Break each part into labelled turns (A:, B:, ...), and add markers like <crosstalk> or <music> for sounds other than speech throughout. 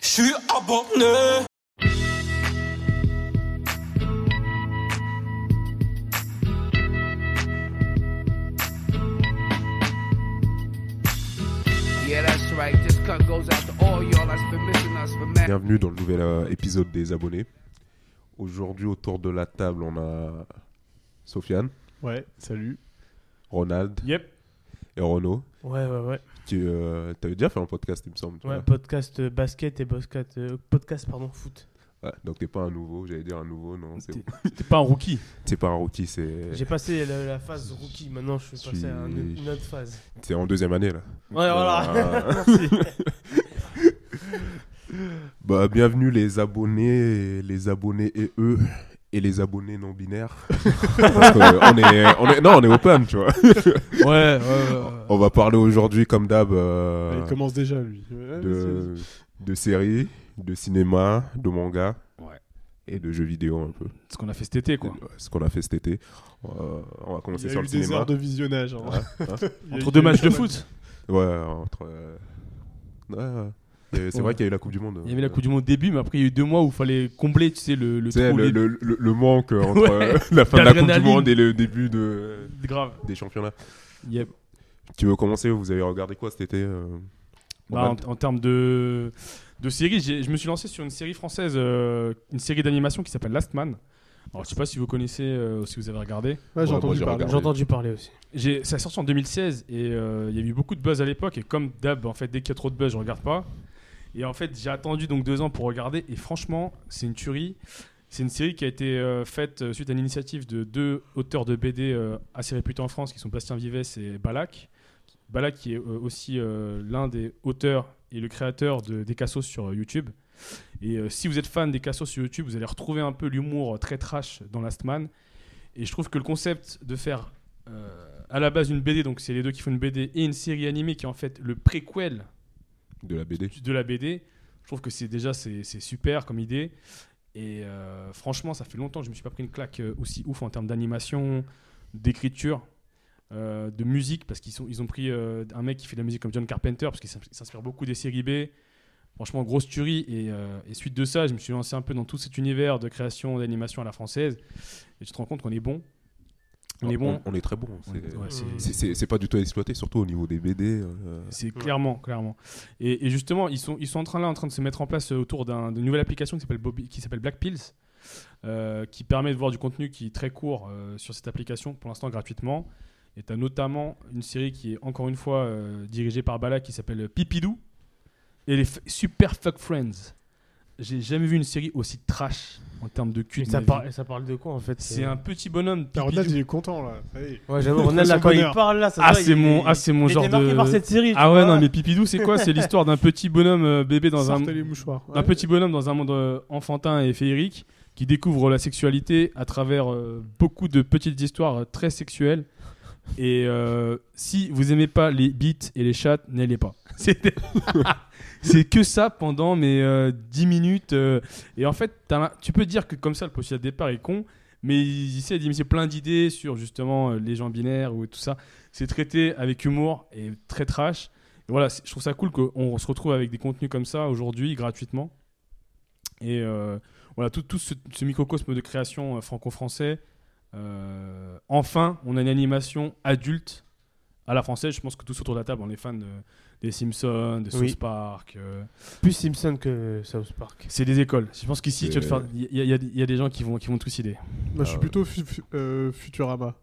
A: suis abonné.
B: Yeah, that's right. This cut goes out to all y'all that's been missing us for man.
C: Bienvenue dans le nouvel euh, épisode des abonnés. Aujourd'hui, autour de la table, on a Sofiane,
D: Ouais, salut.
C: Ronald
D: Yep.
C: et Renaud.
E: Ouais, ouais, ouais.
C: Tu avais déjà fait un podcast, il me semble. tu
E: Ouais,
C: vois.
E: podcast euh, basket et podcast, euh, podcast pardon, foot.
C: Ouais, Ah, donc, t'es pas un nouveau, j'allais dire un nouveau, non. C'est
D: T'es <laughs> t'es pas un rookie.
C: t'es pas un rookie, c'est
E: J'ai passé la, la phase rookie, maintenant je suis
C: Suis-
E: passé à un- une autre phase.
C: t'es en deuxième année, là.
E: Ouais, voilà.
C: Ah.
E: <laughs> Merci.
C: <laughs> Bah, bienvenue les abonnés, les abonnés et eux, et les abonnés non binaires. <laughs> Parce que on, est, on est- non, on est open, tu vois.
D: Ouais, ouais, ouais.
C: On va parler aujourd'hui, comme d'hab, euh,
D: Il commence déjà, lui. Ouais,
C: de, de séries, de cinéma, de manga
D: Ouais.
C: et de jeux vidéo un peu.
D: c'est- c'est Ce qu'on a fait cet été, quoi.
C: Ce qu'on a fait cet été. Euh, on va
F: Il
C: commencer
F: y a
C: sur
F: eu
C: le
F: des
C: cinéma.
F: heures de visionnage. hein.
C: Ouais, ouais.
F: Il y a eu-
D: Entre deux
F: il y a eu
D: matchs
F: pas
D: de
F: mal.
D: foot.
C: Ouais, entre. euh, ouais, ouais. Il y avait- C'est
D: Ouais.
C: vrai qu'il y a eu la Coupe du Monde.
D: Oh. Il y avait la Coupe du Monde au début, mais après, il y a eu deux mois où il fallait combler, tu sais, le, le
C: Tu sais,
D: trou.
C: le,
D: les-
C: le, le- le manque entre euh, <laughs> la fin de la Coupe du
D: D'adrénaline.
C: Monde et le début de,
D: Grave.
C: des championnats.
D: Yep.
C: Tu veux commencer Vous avez regardé quoi cet été euh,
D: Bah, en,
C: Roman
D: en termes de, de séries, j'ai- je me suis lancé sur une série française, euh, une série d'animation qui s'appelle Last Man. Alors, je sais pas si vous connaissez euh, ou si vous avez regardé.
F: Ouais, j'ai
C: Ouais, moi,
F: entendu
C: j'ai
F: parler.
C: regardé.
E: J'ai entendu parler aussi.
D: J'ai- Ça a sorti en 2016 et euh, il y a eu beaucoup de buzz à l'époque. Et comme d'hab, en fait, dès qu'il y a trop de buzz, je regarde pas. Et en fait, j'ai attendu donc deux ans pour regarder. Et franchement, c'est une tuerie. C'est une série qui a été euh, faite euh, suite à l'initiative de deux auteurs de BD euh, assez réputés en France, qui sont Bastien Vivès et Balak. Balak qui est euh, aussi euh, l'un des auteurs et le créateur de, des Cassos sur euh, YouTube. Et euh, si vous êtes fan des Cassos sur YouTube, vous allez retrouver un peu l'humour euh, très trash dans Last Man. Et je trouve que le concept de faire euh, à la base une BD, donc c'est les deux qui font une BD et une série animée qui est en fait le préquel
C: De la BD.
D: de la BD. Je trouve que c'est déjà c'est c'est super comme idée. Et euh, franchement, ça fait longtemps que je me suis pas pris une claque euh, aussi ouf en termes d'animation, d'écriture, euh, de musique, parce qu'ils sont ils ont pris euh, un mec qui fait de la musique comme John Carpenter, parce qu'il s'ins- s'inspire beaucoup des séries B. Franchement, grosse tuerie. Et, euh, et suite de ça, je me suis lancé un peu dans tout cet univers de création d'animation à la française. Et tu te rends compte qu'on est bon. On est bon.
C: Ah, On, est très bon. c'est-
D: Ouais, c'est-
C: c'est- C'est c'est pas du tout exploité, surtout au niveau des BD. euh,
D: C'est clairement, clairement. Et, et justement, ils sont, ils sont en train là, en train de se mettre en place euh, autour d'un- d'une nouvelle application qui s'appelle Bobby- qui s'appelle Black Pills, euh, qui permet de voir du contenu qui est très court euh, sur cette application, pour l'instant gratuitement. Et tu as notamment une série qui est encore une fois euh, dirigée par Bala qui s'appelle Pipidou et les f- Super Fuck Friends. J'ai jamais vu une série aussi trash en termes de cul.
E: Mais
D: de
E: ça,
D: ma
E: par-
D: vie.
E: ça parle de quoi en fait euh
D: C'est un petit bonhomme.
F: Ah, Ronald,
D: Pipidou.
F: il est content là. Ça y est.
E: Ouais, j'avoue, Ronald là
F: Son
E: quand il
F: bonheur.
E: parle là, ça
D: Ah,
E: se voit,
D: c'est
E: il
D: mon,
E: est-
D: ah, c'est mon
E: il était
D: genre
E: marqué
D: de.
E: par cette série. tu
D: Ah ouais,
E: vois.
D: non, mais Pipidou, c'est quoi C'est l'histoire d'un petit bonhomme euh, bébé dans un,
F: Sortez les mouchoirs.
D: d'un petit bonhomme dans un monde euh, enfantin et féerique qui découvre la sexualité à travers euh, beaucoup de petites histoires euh, très sexuelles. Et euh, si vous aimez pas les beats et les chats, n'allez pas. <laughs> C'est c'est que ça pendant mes 10 minutes. euh, et en fait, t'as l'im- tu peux dire que comme ça, le postulat de départ est con, mais il essaie d'immiscer plein d'idées sur justement euh, les gens binaires ou tout ça. C'est traité avec humour et très trash. Et voilà, c'est- je trouve ça cool qu'on se retrouve avec des contenus comme ça aujourd'hui, gratuitement. Et euh, voilà, tout, tout ce, ce microcosme de création euh, franco-français. euh, enfin, on a une animation adulte à la française. Je pense que tous autour de la table, on est fans de- des Simpsons, de South
E: Oui.
D: Park. euh,
E: Plus Simpson que South Park.
D: c'est des écoles. Je pense qu'ici, tu vas te faire. Il y, a- il y a- il y a des gens qui vont, qui vont te suicider.
F: Moi, je suis
C: Ah,
F: plutôt fu- fu-
E: <laughs>
F: euh, Futurama.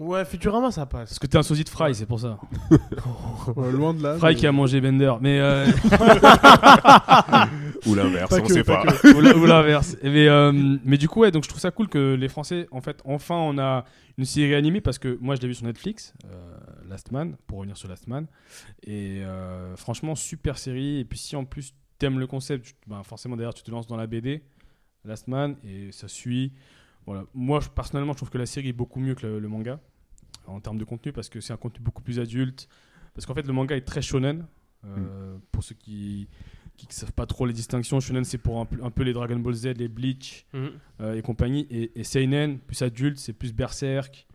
E: Ouais, Futurama ça passe.
D: Parce que t'es un sosie de Fry, c'est pour ça.
F: Euh, loin de là.
D: Fry
F: mais-
D: qui a mangé Bender, mais euh, <laughs>
C: Ou l'inverse,
F: Pas
C: on
F: que,
C: sait pas.
F: pas
C: <laughs>
D: ou la- ou l'inverse. Mais, euh, mais du coup, ouais, donc je trouve ça cool que les Français, en fait, enfin, on a une série animée parce que moi, je l'ai vu sur Netflix, euh, Last Man, pour revenir sur Last Man, et euh, franchement, super série. Et puis si en plus t'aimes le concept, tu- ben, forcément derrière, tu te lances dans la BD, Last Man, et ça suit. Voilà. Moi, je- personnellement, je trouve que la série est beaucoup mieux que le, le manga en termes de contenu parce que c'est un contenu beaucoup plus adulte. Parce qu'en fait, le manga est très shonen. euh, Pour ceux qui qui ne savent pas trop les distinctions, shonen c'est pour un, peu- un peu les Dragon Ball Z, les Bleach euh, et compagnie, et, et seinen plus adulte, c'est plus berserk,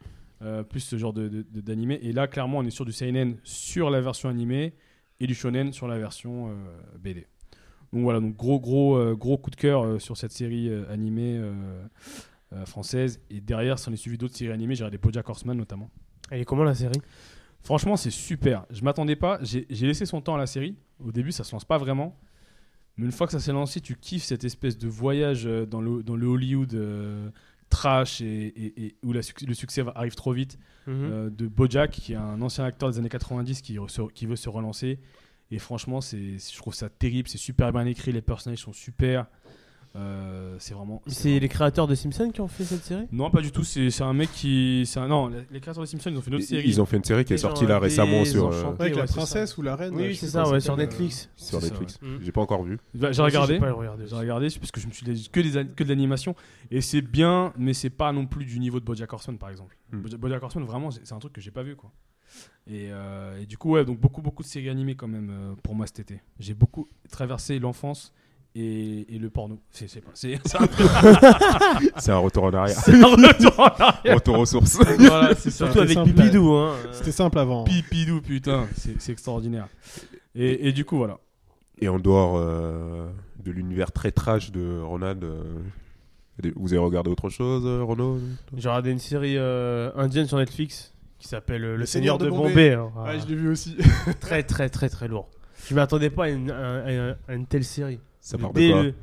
D: euh, plus ce genre de- de- de- d'animé. et là, clairement, on est sur du seinen sur la version animée et du shonen sur la version euh, BD. Donc voilà, donc gros gros euh, gros coup de cœur euh, sur cette série euh, animée euh, euh, française. Et derrière, s'en est suivi d'autres séries animées. J'ai regardé BoJack Horseman notamment.
E: Elle est comment la série
D: Franchement, c'est super. Je m'attendais pas. J'ai j'ai laissé son temps à la série. Au début, ça se lance pas vraiment. Mais une fois que ça s'est lancé, tu kiffes cette espèce de voyage euh, dans le, dans le Hollywood euh, trash et, et- et où la suc- le succès va- arrive trop vite.
E: Mmh.
D: euh, de Bojack, qui est un ancien acteur des années 90 qui, re- se- qui veut se relancer. Et franchement, c'est, je trouve ça terrible. C'est super bien écrit. Les personnages sont super. Euh, c'est vraiment. c'est
E: C'est les créateurs de Simpson qui ont fait cette série
D: Non, pas du tout. C'est, c'est un mec qui. C'est un- non, les les créateurs des Simpsons, ils ont fait une autre série.
C: Ils ont fait une série qui est
E: Les
C: sortie
E: gens,
C: là
E: euh,
C: récemment
E: des
C: sur, euh,
E: enchanteurs.
F: Avec
E: Oui,
F: la
E: ouais, c'est
F: princesse ou la reine. euh,
E: Oui,
F: je
E: oui, c'est
F: sais pas
E: ça,
F: comment
E: ouais,
F: ça
E: sur
F: s'appelle,
E: Netflix.
C: sur
D: C'est ça,
C: Netflix.
E: ouais. Mm.
C: J'ai pas encore
D: <laughs>
C: vu.
D: Bah, j'ai
E: Moi aussi,
D: regardé.
E: pas le regardé.
D: J'ai regardé c'est parce que je me suis dit que, des, an- que de l'animation. Et c'est bien, mais c'est pas non plus du niveau de Bojack Horseman, par exemple.
C: Hmm.
D: Boja- Bojack Horseman, vraiment, c'est c'est un truc que j'ai pas vu, quoi. Et, euh, et du coup, ouais, donc beaucoup, beaucoup de séries animées quand même euh, pour moi cet été. J'ai beaucoup traversé l'enfance et, et le porno. C'est c'est pas- c'est- <laughs> c'est un,
C: C'est un retour en arrière.
D: c'est un retour en
C: <laughs>
D: arrière.
C: retour aux
D: <laughs>
C: sources.
D: Voilà, c'est ça.
E: Surtout
F: C'était
E: avec
F: simple,
E: Bibidou. Hein.
F: C'était simple avant.
D: Pipidou, putain, c'est c'est extraordinaire. Et, et du coup, voilà.
C: Et en dehors euh, de l'univers très trash de Ronald, euh, vous avez regardé autre chose, euh, Renaud
E: J'ai regardé une série euh, indienne sur Netflix qui s'appelle euh, Le,
F: Le
E: Seigneur,
F: Seigneur
E: de
F: de
E: Bombay. hein. Ah,
F: Ouais, je l'ai vu <laughs> aussi.
E: Très très très très lourd. Je m'attendais pas à une, à- à- à une telle série.
C: Ça parle
E: Dès
C: de quoi
E: le-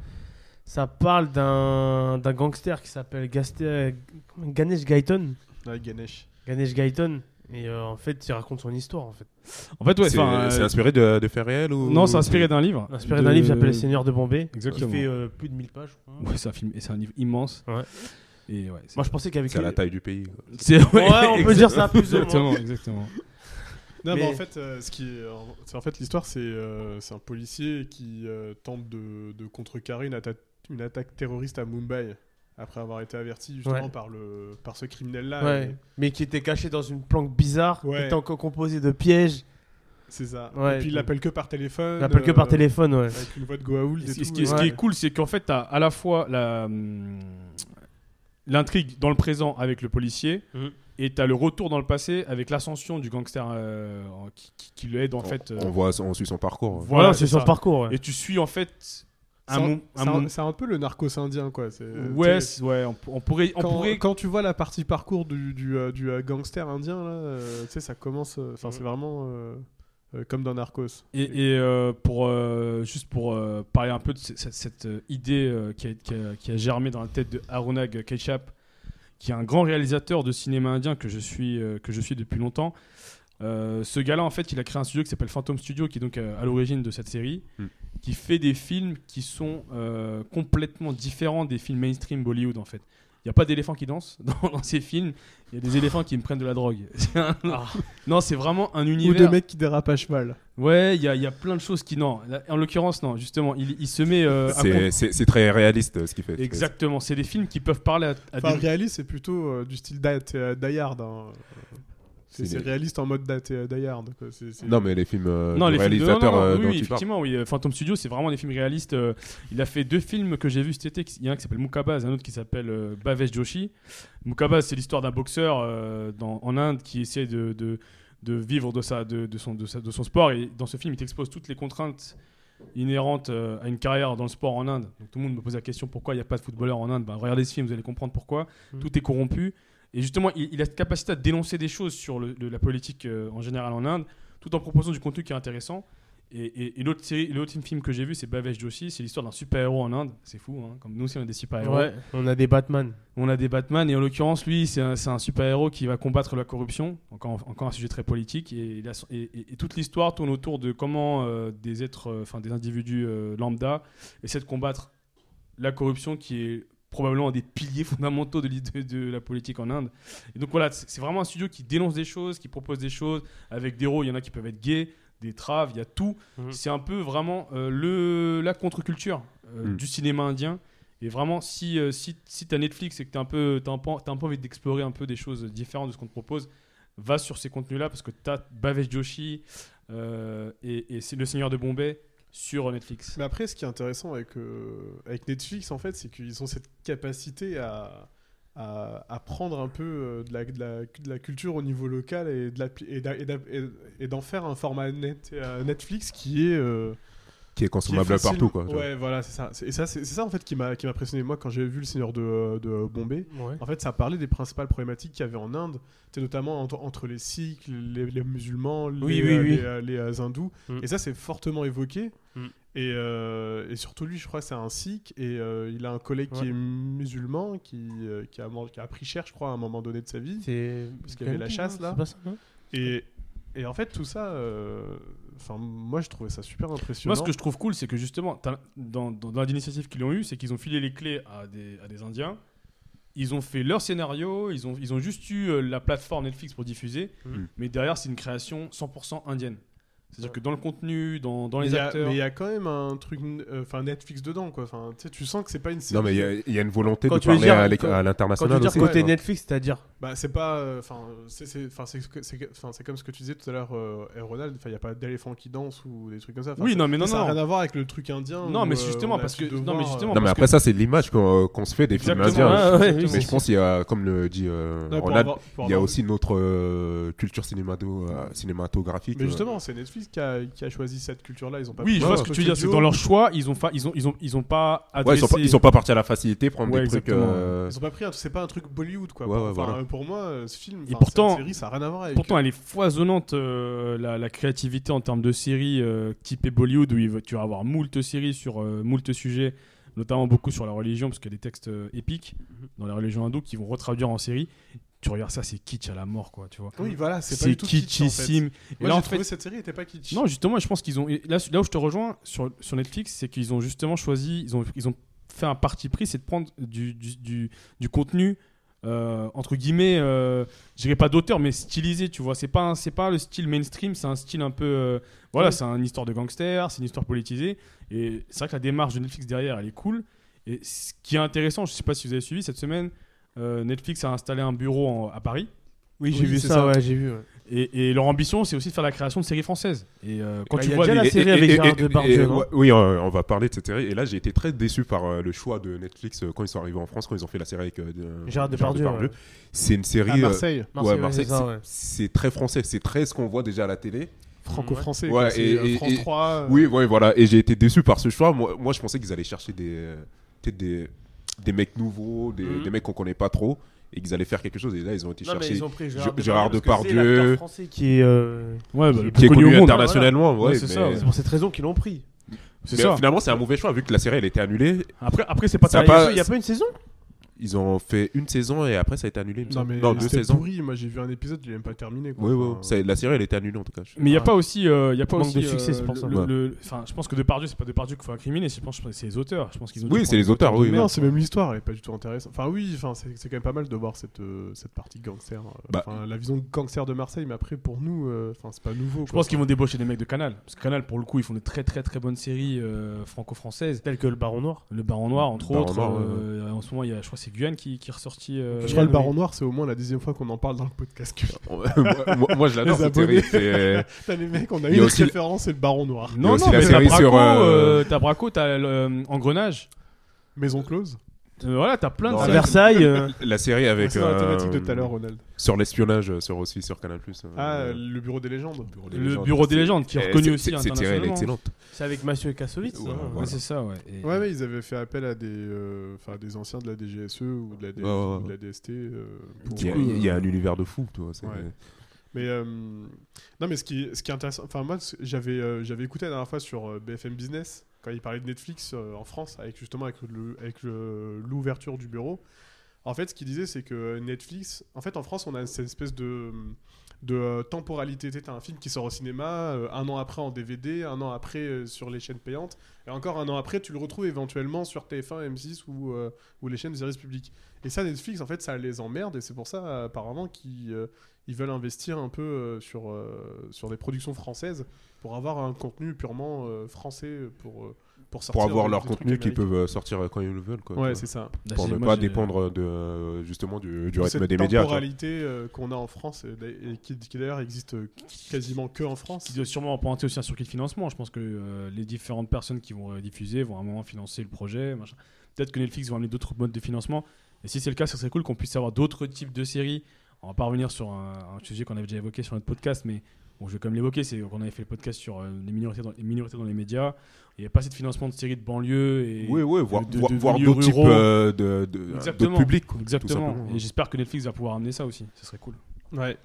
E: Ça parle d'un d'un gangster qui s'appelle Gaster- Ganesh Gaiton.
F: Ouais, Ganesh.
E: Ganesh Gaiton. Et euh, en fait, il raconte son histoire en fait.
D: En fait, ouais,
C: C'est
D: enfin, euh,
C: c'est inspiré de, de faits réels ou
D: non, c'est inspiré d'un livre.
E: Inspiré
D: De-
E: d'un livre qui s'appelle Le Seigneur de Bombay.
D: Exactement.
E: Qui fait euh, plus de 1000 pages. je crois.
D: Ouais, c'est un film et c'est un livre immense.
E: Ouais.
D: Et ouais, c'est-
E: Moi, je pensais qu'avec.
C: C'est à la
E: les-
C: taille du pays.
D: C'est-
E: Ouais, on peut dire ça plus ou moins.
D: Exactement, exactement.
F: Non, mais,
E: Mais-
F: en fait, euh, ce qui est, en- c'est en fait l'histoire, c'est euh, c'est un policier qui euh, tente de, de contrecarrer une, atta- une attaque terroriste à Mumbai après avoir été averti justement
E: Ouais.
F: par le par ce criminel là.
E: Ouais. Mais qui était caché dans une planque bizarre, qui
F: Ouais.
E: était encore composée de pièges.
F: C'est ça.
E: Ouais.
F: et puis il l'appelle que par téléphone.
E: On l'appelle que par
F: euh,
E: téléphone, ouais.
F: Avec une voix de Goa'uld et
D: Ce, qui- ce
F: tout,
D: qui, ce
F: euh,
D: qui
E: Ouais.
D: est cool, c'est qu'en fait, t'as à la fois la, hum, l'intrigue dans le présent avec le policier
E: Mhm.
D: et t'as le retour dans le passé avec l'ascension du gangster euh, en- qui, qui- qui l'aide en
C: On-
D: fait. euh,
C: on voit, on suit son parcours.
E: Voilà, c'est son
D: ça.
E: parcours. ouais.
D: Et tu suis en fait un
F: c'est un-
D: mon- un
F: c'est un-
D: mon-
F: C'est un peu le narcos indien quoi. c'est-
D: Ouais,
F: euh, t'es-
D: c'est- ouais, on, on pourrait. On
F: quand,
D: pourrait...
F: quand tu vois la partie parcours du, du, euh, du, euh, gangster indien, là, euh, tu sais, ça commence. euh, Enfin, c'est vraiment euh, euh, comme dans Narcos.
D: Et, et, euh, pour, euh, juste pour euh, parler un peu de ce- cette, cette, euh, idée euh, qui, a, qui a- qui a germé dans la tête de Arunag Kechap, qui est un grand réalisateur de cinéma indien que je suis, euh, que je suis depuis longtemps. Euh, ce gars-là, en fait, il a créé un studio qui s'appelle Phantom Studio, qui est donc euh, à l'origine de cette série,
F: Hmm.
C: Mm.
D: qui fait des films qui sont euh, complètement différents des films mainstream Bollywood, en fait. Il n'y a pas d'éléphants qui dansent <laughs> dans, dans ces films, il y a des éléphants qui me prennent de la drogue. <laughs> C'est un- Non, c'est vraiment un
F: Ah. Ou
D: univers.
F: de mecs qui dérapent à cheval.
D: Ouais, il y, a- il y a plein de choses qui. Non, là, en l'occurrence, non, justement, il, il se met euh, à.
C: C'est-
D: compte-
C: C'est c'est très réaliste euh, ce qu'il fait.
D: Exactement, c'est des films qui peuvent parler à, à Ah,
F: Enfin,
D: des.
F: réaliste, c'est plutôt euh, du style Die, euh, Die Hard, hein. C'est
C: C'est
F: c'est
C: des-
F: réaliste en mode Die, euh, Die Hard, quoi. C'est-
D: Mm.
F: c'est-
C: Non, mais les films euh,
D: non,
C: du
D: les films de- non, non,
C: réalisateur
D: non,
C: euh,
D: oui,
C: dont
D: oui,
C: tu parles.
D: effectivement, oui. euh, Phantom Studio, c'est vraiment des films réalistes. euh, il a fait deux films que j'ai vus cet été. qui- Il y en a un qui s'appelle Mukabaz, un autre qui s'appelle euh, Bhavesh Joshi. Mukabaz, c'est l'histoire d'un boxeur euh, dans- en Inde qui essaie de, de, de vivre de, sa, de, de son, de, sa- de son sport. Et dans ce film, il t'expose toutes les contraintes inhérentes euh, à une carrière dans le sport en Inde. Donc, tout le monde me pose la question pourquoi il n'y a pas de footballeur en Inde. Ben, regardez ce film, vous allez comprendre pourquoi.
E: Mhm.
D: Tout est corrompu. Et justement, il, il a cette capacité à dénoncer des choses sur le- le- la politique euh, en général en Inde, tout en proposant du contenu qui est intéressant. Et, et- et l'autre série- l'autre film que j'ai vu, c'est Bhavesh Joshi. C'est l'histoire d'un super-héros en Inde. C'est fou, hein, comme nous aussi, on a des super-héros.
E: Ouais, Ah on a des Batman.
D: On a des Batman, et en l'occurrence, lui, c'est un, c'est un super-héros qui va combattre la corruption. Encore, encore un sujet très politique. Et, il a son- et- et- et toute l'histoire tourne autour de comment euh, des êtres, euh, enfin des individus euh, lambda, essaient de combattre la corruption qui est probablement un des piliers <laughs> fondamentaux de, l'id- de- de la politique en Inde. Et donc voilà, c'est c'est vraiment un studio qui dénonce des choses, qui propose des choses. Avec des rôles, il y en a qui peuvent être gays, des traves, il y a tout.
E: Mhm.
D: C'est un peu vraiment euh, le, la contre-culture euh,
C: Mhm.
D: du cinéma indien. Et vraiment, si, euh, si, si t'as Netflix et que t'as un, peu- t'as un, peu- t'as un peu envie d'explorer un peu des choses différentes de ce qu'on te propose, va sur ces contenus-là parce que t'as Bhavesh Joshi euh, et, et c'est Le Seigneur de Bombay sur Netflix.
F: Mais après, ce qui est intéressant avec, euh, avec Netflix, en fait, c'est qu'ils ont cette capacité à, à, à prendre un peu euh, de la, de, la, de la culture au niveau local et de la- et d'a- et d'a- et- et d'en faire un format net, euh, Netflix qui est, euh,
C: qui est
F: qui est
C: consommable
F: facile.
C: partout, quoi. tu vois.
F: Ouais, voilà, c'est ça. C'est- Et ça, c'est c'est ça en fait qui m'a qui m'a impressionné. Moi, quand j'ai vu le Seigneur de, euh, de Bombay,
E: Ouais.
F: en fait, ça parlait des principales problématiques qu'il y avait en Inde, c'est notamment entre, entre les Sikhs, les, les musulmans, les,
E: Oui, oui,
F: euh,
E: oui.
F: les, euh, les, euh, hindous.
E: Mm.
F: Et ça, c'est fortement évoqué.
E: Mm.
F: Et, euh, et surtout, lui, je crois, c'est un Sikh et euh, il a un collègue qui
E: Ouais.
F: est musulman, qui, euh, qui, a, mangé- qui a pris cher, je crois, à un moment donné de sa vie.
E: C'est
F: Parce qu'il y avait la chasse, là.
E: C'est pas ça, non
F: Et, et en fait, tout ça, euh, enfin, moi, je trouvais ça super impressionnant.
D: Moi, ce que je trouve cool, c'est que justement, t'as- dans, dans, dans l'initiative qu'ils ont eue, c'est qu'ils ont filé les clés à des, à des Indiens. Ils ont fait leur scénario, ils ont, ils ont juste eu euh, la plateforme Netflix pour diffuser,
F: Mm.
C: Mhm.
D: mais derrière, c'est une création 100% indienne. C'est-à-dire
E: Ouais.
D: que dans le contenu, dans, dans
F: Mais
D: les
F: il y a-
D: acteurs.
F: Mais il y a quand même un truc, euh, enfin Netflix dedans quoi. Enfin, tu sais, tu sens que c'est pas une série.
C: Non, mais il y a- il y, a une volonté
E: Quand
C: de
E: tu veux
C: parler
E: dire-
C: à l'é-
E: quand-
C: à
E: Quand tu
C: l'international
E: dis
C: aussi.
E: côté
C: quoi.
E: Netflix, c'est-à-dire
F: Bah c'est pas, euh, enfin c'est, c'est- enfin c'est, c'est- enfin, c'est comme ce que tu disais tout à l'heure, euh, eh, Ronald. Enfin, il y a pas d'éléphant qui danse ou des trucs comme ça. Enfin,
D: Oui,
F: c'est-
D: non, mais non,
F: ça a
D: non.
F: rien à voir avec le truc indien.
D: Non,
F: où,
D: mais c'est
F: euh,
D: justement
F: on a
D: parce que-
F: l'habitude de
D: non, mais
F: voir,
D: justement,
F: euh,
C: Non, mais
D: parce
C: après, ça, c'est l'image qu'on qu'on se fait des films
D: Exactement. Ah,
C: indiens. hein.
D: Ouais, ouais,
E: Mais
C: Mais
D: exactement.
C: je pense qu'il y a, comme le dit euh,
F: non, pour
C: Ronald,
F: avoir- pour
C: il y a
F: avoir-
C: aussi notre euh, culture cinémato- euh, cinématographique.
F: Mais
C: euh.
F: justement, c'est Netflix qui a, qui a choisi cette culture-là. Ils ont pas.
D: Oui,
F: pris
D: je vois
F: d'autres
D: ce que tu veux dire. C'est
F: studios.
D: dans leur choix, ils ont, fa- ils ont, ils ont, ils ont pas
C: Ouais, ils
D: adressé.
C: sont, pas, ils sont pas partis à la facilité prendre
D: Ouais,
C: des trucs.
D: exactement.
C: euh,
F: Ils ont pas pris. un- C'est pas un truc Bollywood quoi.
C: Ouais,
F: Enfin,
C: ouais, voilà.
F: euh, Pour moi, euh, ce film,
D: Et
F: enfin, cette
D: pourtant-
F: série, ça a rien à voir avec.
D: Pourtant, elle est foisonnante, euh, la, la créativité en termes de séries euh, typées Bollywood, où il va- tu vas avoir moult séries sur euh, moult sujets, notamment beaucoup sur la religion, parce qu'il y a des textes euh, épiques
F: Mhm.
D: dans la religion hindoue qui vont retraduire en série. Tu regardes ça, c'est kitsch à la mort, quoi, tu vois.
F: Oui, voilà, c'est pas
D: C'est
F: du tout kitsch, en fait.
D: kitschissime. Et
F: Moi,
D: là,
F: j'ai
D: en
F: trouvé
D: fait,
F: cette série était pas kitsch.
D: non, justement, je pense qu'ils ont. et Là, là où je te rejoins sur, sur Netflix, c'est qu'ils ont justement choisi. Ils ont, ils ont fait un parti pris, c'est de prendre du, du, du- du contenu, euh, entre guillemets, euh, je dirais pas d'auteur, mais stylisé, tu vois. C'est pas, un- c'est pas le style mainstream, c'est un style un peu. euh, voilà, c'est une histoire de gangster, c'est une histoire politisée. Et c'est vrai que la démarche de Netflix derrière, elle est cool. Et ce qui est intéressant, je sais pas si vous avez suivi, cette semaine, euh, Netflix a installé un bureau en- à Paris.
E: Oui,
F: j'ai vu ça.
E: ouais, j'ai vu. ouais.
D: Et, et leur ambition, c'est aussi de faire la création de séries françaises. Et euh, quand
E: Bah,
D: tu
E: y a
D: vois
E: déjà
D: les-
E: la
C: et-
E: série
C: et-
E: avec
C: et-
E: Gérard
C: et-
E: Depardieu,
C: et-
E: non
C: ouais, Oui, euh, on va parler de cette série. Et là, j'ai été très déçu par euh, le choix de Netflix euh, quand ils sont arrivés en France, quand ils ont fait la série avec euh, de-
E: Gérard Depardieu, ouais.
C: C'est une série.
F: À
C: euh,
F: Ah, Marseille.
E: Marseille,
C: ouais, Marseille,
E: c'est ça,
C: c'est-
E: ouais.
C: c'est très français. C'est très ce qu'on voit déjà à la télé.
F: franco-français.
C: Ouais,
F: quoi.
C: et-
F: C'est, euh,
C: et-
F: France
C: et-
F: 3. euh,
C: Oui, ouais, voilà. Et j'ai été déçu par ce choix. Moi, moi, je pensais qu'ils allaient chercher des, euh, peut-être des, des mecs nouveaux, des,
E: Mhm.
C: des mecs qu'on connaît pas trop, et qu'ils allaient faire quelque chose. Et là, ils ont été
E: Non, mais
C: chercher
E: ils ont pris
C: Gé- Gérard
E: Depardieu, parce que c'est
C: Depardieu.
E: l'acteur français qui est. euh,
D: Ouais, bah,
E: Qui
D: le
E: est
D: plus
C: qui est
D: connu
C: connu
D: au monde.
C: internationalement.
D: Ouais,
C: ouais,
D: c'est
C: mais-
D: ça, ouais.
E: C'est pour cette raison qu'ils l'ont pris.
D: C'est
C: mais
D: ça.
C: Finalement, c'est un mauvais choix vu que la série elle était annulée.
D: Après, après c'est pas
C: Ça
D: ça.
C: a pas-
E: Il n'y a pas une saison
C: Ils ont fait une saison et après ça a été annulé. il me
F: Non,
C: semble.
F: mais
C: non deux
F: c'était
C: saisons.
F: pourri. Moi, j'ai vu un épisode, il est même pas terminé. Quoi.
C: Oui, oui.
F: Enfin,
C: c'est- La série elle était annulée en tout cas. Je-
D: Mais il y a
E: Ouais.
D: pas aussi, euh, y a pas
E: Manque
D: aussi
E: de succès,
D: euh,
E: c'est pour ça.
D: le-
C: Ouais.
D: le- Enfin, je pense que Depardieu, c'est pas Depardieu qu'il faut incriminer. C'est, je pense que c'est les auteurs. Je pense qu'ils ont. dû
C: Oui,
D: prendre
C: c'est les
D: des
C: auteurs,
D: de
C: oui.
D: merde,
F: Non, c'est
D: quoi.
F: même l'histoire, elle est pas du tout intéressante. Enfin, oui, enfin, c'est c'est quand même pas mal de voir cette, euh, cette partie gangster. euh,
C: Bah.
F: Enfin, la vision gangster de Marseille, mais après, pour nous, euh, enfin, c'est pas nouveau.
D: Je pense qu'ils vont débaucher des mecs de Canal. Parce que Canal, pour le coup, ils font de très très très bonnes séries euh, franco-françaises.
E: Tel que le Baron Noir.
D: Le Baron Noir, entre
C: Baron
D: autres.
C: Noir, ouais,
D: euh, En ce moment, il y a, je crois, que c'est Guyane qui, qui est ressorti. euh,
F: Je crois que le
E: oui.
F: Baron Noir, c'est au moins la deuxième fois qu'on en parle dans le podcast.
C: <laughs>
F: que-
C: <laughs> moi, moi- moi, je l'adore
F: Les
C: cette
F: abonnés.
C: série. C'est- euh,
F: Putain, les mecs, on
C: Il y
F: a eu
C: a
F: une
C: aussi le-
F: référence, c'est le Baron Noir.
C: Il y a
D: Non,
C: aussi
D: non,
C: la
D: mais
C: série
D: t'as Braco,
C: sur, euh,
D: euh, t'as Braco, t'as euh, Engrenage.
F: Maison close.
D: Euh, voilà, t'as plein de.
C: Non,
E: À
C: ça-
D: séries.
E: Versailles. euh,
C: La série avec.
F: c'est dans la thématique de
C: euh,
F: tout à l'heure, Ronald.
C: Sur l'espionnage, euh, sur aussi sur Canal Plus. euh.
F: Ah, le bureau des légendes.
D: Le Bureau des légendes, euh, qui est reconnu aussi
C: Cette série elle est
D: internationalement.
C: excellente.
E: C'est avec Mathieu Kassovitz.
C: Ouais,
E: hein.
C: voilà.
D: Ouais, c'est ça, ouais. Et-
F: Ouais, mais ils avaient fait appel à des, euh, enfin, à des anciens de la DGSE ou de la, D-
C: Ouais, ouais, ouais.
F: ou de la DST. euh, pour-
C: Il y a- il y a un univers de fou, tu vois. c'est-
F: Ouais. Mais euh, non, mais ce qui, ce qui est intéressant, enfin moi ce- j'avais euh, j'avais écouté la dernière fois sur euh, BFM Business quand il parlait de Netflix euh, en France avec justement avec le- avec le- l'ouverture du bureau. En fait, ce qu'il disait, c'est que Netflix, en fait, en France, on a cette espèce de de euh, temporalité. T'as un film qui sort au cinéma, euh, un an après en DVD, un an après euh, sur les chaînes payantes, et encore un an après, tu le retrouves éventuellement sur TF1, M6 ou, euh, ou les chaînes de services publics. Et ça, Netflix, en fait, ça les emmerde, et c'est pour ça, apparemment, qu'ils euh, ils veulent investir un peu euh, sur, euh, sur des productions françaises pour avoir un contenu purement euh, français pour, euh, pour sortir.
C: Pour avoir
F: des-
C: leur
F: des trucs
C: contenu qu'ils
F: américains.
C: peuvent euh, sortir euh, quand ils le veulent. Quoi,
F: Ouais,
C: tu
F: c'est ça.
D: Là,
C: vois. pour
D: j'ai-
C: ne
D: Bah, moi,
C: pas
D: j'ai-
C: dépendre de, euh, justement du, du rythme
F: Cette
C: des médias. tu vois.
F: temporalité euh, qu'on a en France, et, d'a- et qui, qui d'ailleurs existe euh, quasiment que en France.
D: qui doit sûrement représenter aussi un circuit de financement. Je pense que euh, les différentes personnes qui vont euh, diffuser vont à un moment financer le projet. machin. Peut-être que Netflix vont amener d'autres modes de financement. Et si c'est le cas, ce serait cool qu'on puisse avoir d'autres types de séries. On va pas revenir sur un, un sujet qu'on avait déjà évoqué sur notre podcast, mais Bon, je vais quand même l'évoquer, c'est qu'on avait fait le podcast sur euh, les, minorités dans, les minorités dans les médias. Il n'y a pas assez de financement de séries de banlieue. Et
C: Oui, oui, voir,
D: de-
C: voir-
D: de
C: voir
D: milieux
C: d'autres types
D: ruraux.
C: euh, de, de,
D: Exactement.
C: d'autres publics. quoi, tout
D: Exactement.
C: simplement. hein.
D: Et j'espère que Netflix va pouvoir amener ça aussi. Ce serait cool.
F: Ouais.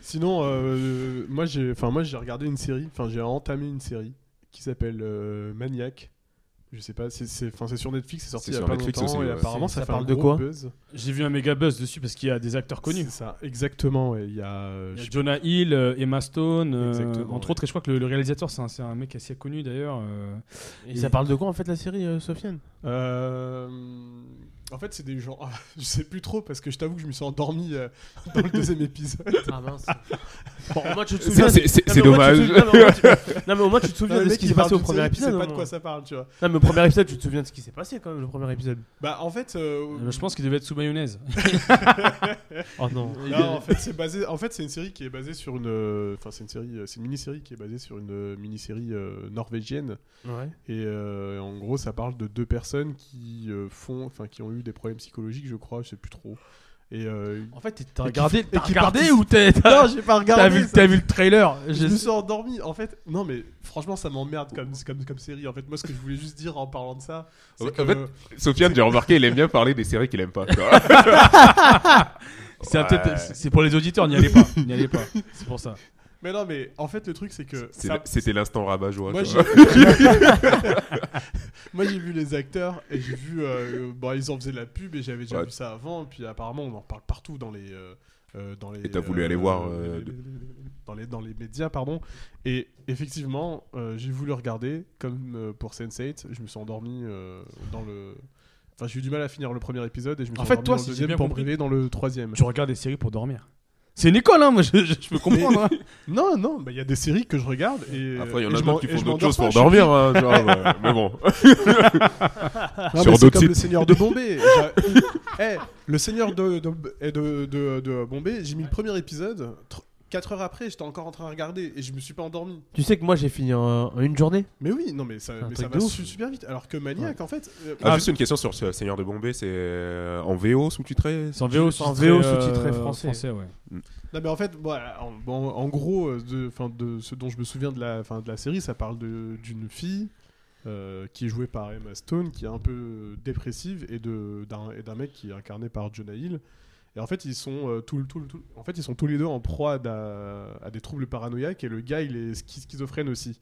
F: Sinon, euh, moi j'ai, enfin moi j'ai regardé une série, enfin j'ai entamé une série qui s'appelle euh, Maniac. Je sais pas, c'est, c'est, enfin, c'est sur Netflix, c'est sorti
C: C'est
F: il y a
C: sur
F: pas
C: Netflix
F: longtemps
C: aussi,
F: et
C: ouais.
F: apparemment
E: C'est-
F: ça,
E: ça
F: fait
E: parle
F: un
E: de quoi
F: gros buzz.
D: J'ai vu un méga buzz dessus parce qu'il y a des acteurs connus.
F: C'est ça, exactement. ouais. Il y a, euh,
D: Il y
F: je
D: a Jonah Hill, euh, Emma Stone, euh, entre
F: Exactement, ouais.
D: autres. Et je crois que le, le réalisateur, c'est un, c'est un mec assez connu d'ailleurs. euh,
E: Et ça parle de quoi en fait la série, euh, Sofiane
F: Euh, En fait, c'est des gens. <laughs> Ah, je sais plus trop parce que je t'avoue que je me suis endormi euh, dans le deuxième <laughs> épisode.
E: Ah mince. au moins tu te
C: Ça,
E: souviens.
C: c'est-
E: des-
C: c'est-
E: Non,
C: c'est
E: mais au moins, tu te-
C: <laughs> dommage.
E: non, mais au moins, tu- Non mais au moins tu te
F: Non,
E: souviens
F: le
E: de ce
F: mec,
E: qui
F: il
E: s'est
F: parle
E: passé au
F: d'une
E: premier
F: série, tu sais
E: épisode. hein, au
F: pas de
E: moins.
F: quoi ça parle, tu vois.
E: Non mais au premier épisode tu te souviens de ce qui s'est passé quand même le premier épisode.
F: Bah, en fait.
D: euh, je pense qu'il devait être sous mayonnaise.
E: Oh non.
F: Non, en fait, c'est basé. En fait, c'est une série qui est basée sur une. euh, Enfin, c'est une série. C'est une mini-série qui est basée sur une mini-série euh, norvégienne.
E: Ouais.
F: Et euh, en gros, ça parle de deux personnes qui euh, font, enfin, qui ont eu des problèmes psychologiques, je crois. Je sais plus trop. Et euh,
E: En fait
F: Et
E: t'as
F: qui-
E: regardé,
F: et
E: t'as
F: qui
E: regardé
F: participe-
E: ou t'es-
F: non,
E: <laughs> t'as
F: j'ai pas regardé.
E: t'as vu,
F: ça.
E: t'as vu le trailer
F: Je
E: Je-
F: me suis endormi. En fait, non, mais franchement, ça m'emmerde comme, comme, comme série. En fait, moi, ce que je voulais juste dire en parlant de ça, c'est
C: En
F: que
C: fait, Sofiane, j'ai remarqué, il aime bien parler des séries qu'il aime pas. tu <laughs> vois.
D: <laughs> C'est
C: Ouais.
D: peut-être- c'est pour les auditeurs, n'y allez pas. <laughs> N'y allez pas. C'est pour ça.
F: Mais non, mais en fait, le truc, c'est que.
C: C'est-
F: ça-
C: C'était l'instant rabat-joie.
F: Moi
C: tu <laughs>
F: j'ai...
C: vois. <laughs>
F: Moi j'ai vu les acteurs et j'ai vu euh, bon ils en faisaient de la pub et j'avais déjà
C: Ouais.
F: vu ça avant puis apparemment on en parle partout dans les euh, euh, dans les
C: Et t'as voulu aller voir, euh,
F: les- dans les dans les médias pardon et effectivement euh, j'ai voulu regarder comme euh, pour Sense8 je me suis endormi euh, dans le enfin j'ai eu du mal à finir le premier épisode et je me suis
D: En fait,
F: endormi
D: toi,
F: dans
D: si
F: le
D: j'ai
F: deuxième
D: bien
F: pour me
D: compris-
F: réveiller dans le troisième
D: Tu regardes des séries pour dormir. C'est une école, hein, moi, je, je- je peux comprendre. hein.
F: non non bah, il y a des séries que je regarde et
C: Après, il y
F: et
C: en a
F: je m'en-
C: d'autres qui font
F: et je
C: d'autres
F: m'endors
C: choses
F: pas,
C: pour
F: je suis
C: dormir. hein, genre, euh, mais bon.
F: Non,
C: Sur
F: Ah, mais c'est
C: d'autres
F: comme
C: sites.
F: le Seigneur
E: <laughs>
F: de Bombay. J'a- Eh, le Seigneur de, de, eh, de, de- de Bombay, j'ai mis le premier épisode. 4 heures après, j'étais encore en train de regarder et je me suis pas endormi.
E: Tu sais que moi j'ai fini en en une journée.
F: Mais oui, non, mais ça,
E: C'est un
F: mais ça
E: truc
F: va
E: de ouf.
F: su- super vite. Alors que Maniac, en fait. euh,
C: Ah,
F: ah,
C: juste une question sur ce Seigneur de Bombay, c'est euh, en VO sous-titré
D: C'est en VO
E: C'est en
D: sous-titré
E: VO
D: euh,
E: sous-titré français.
D: ouais.
F: non, mais en fait, voilà, en, bon, en gros, euh, de, enfin, de ce dont je me souviens de la, enfin, de la série, ça parle de- d'une fille. euh, qui est jouée par Emma Stone, qui est un peu euh, dépressive, et de- d'un et d'un mec qui est incarné par Jonah Hill. Et en fait, ils sont, euh, tout, le- tout le- tout le- en fait, ils sont tous les deux en proie à, à des troubles paranoïaques et le gars, il est schi- schizophrène aussi.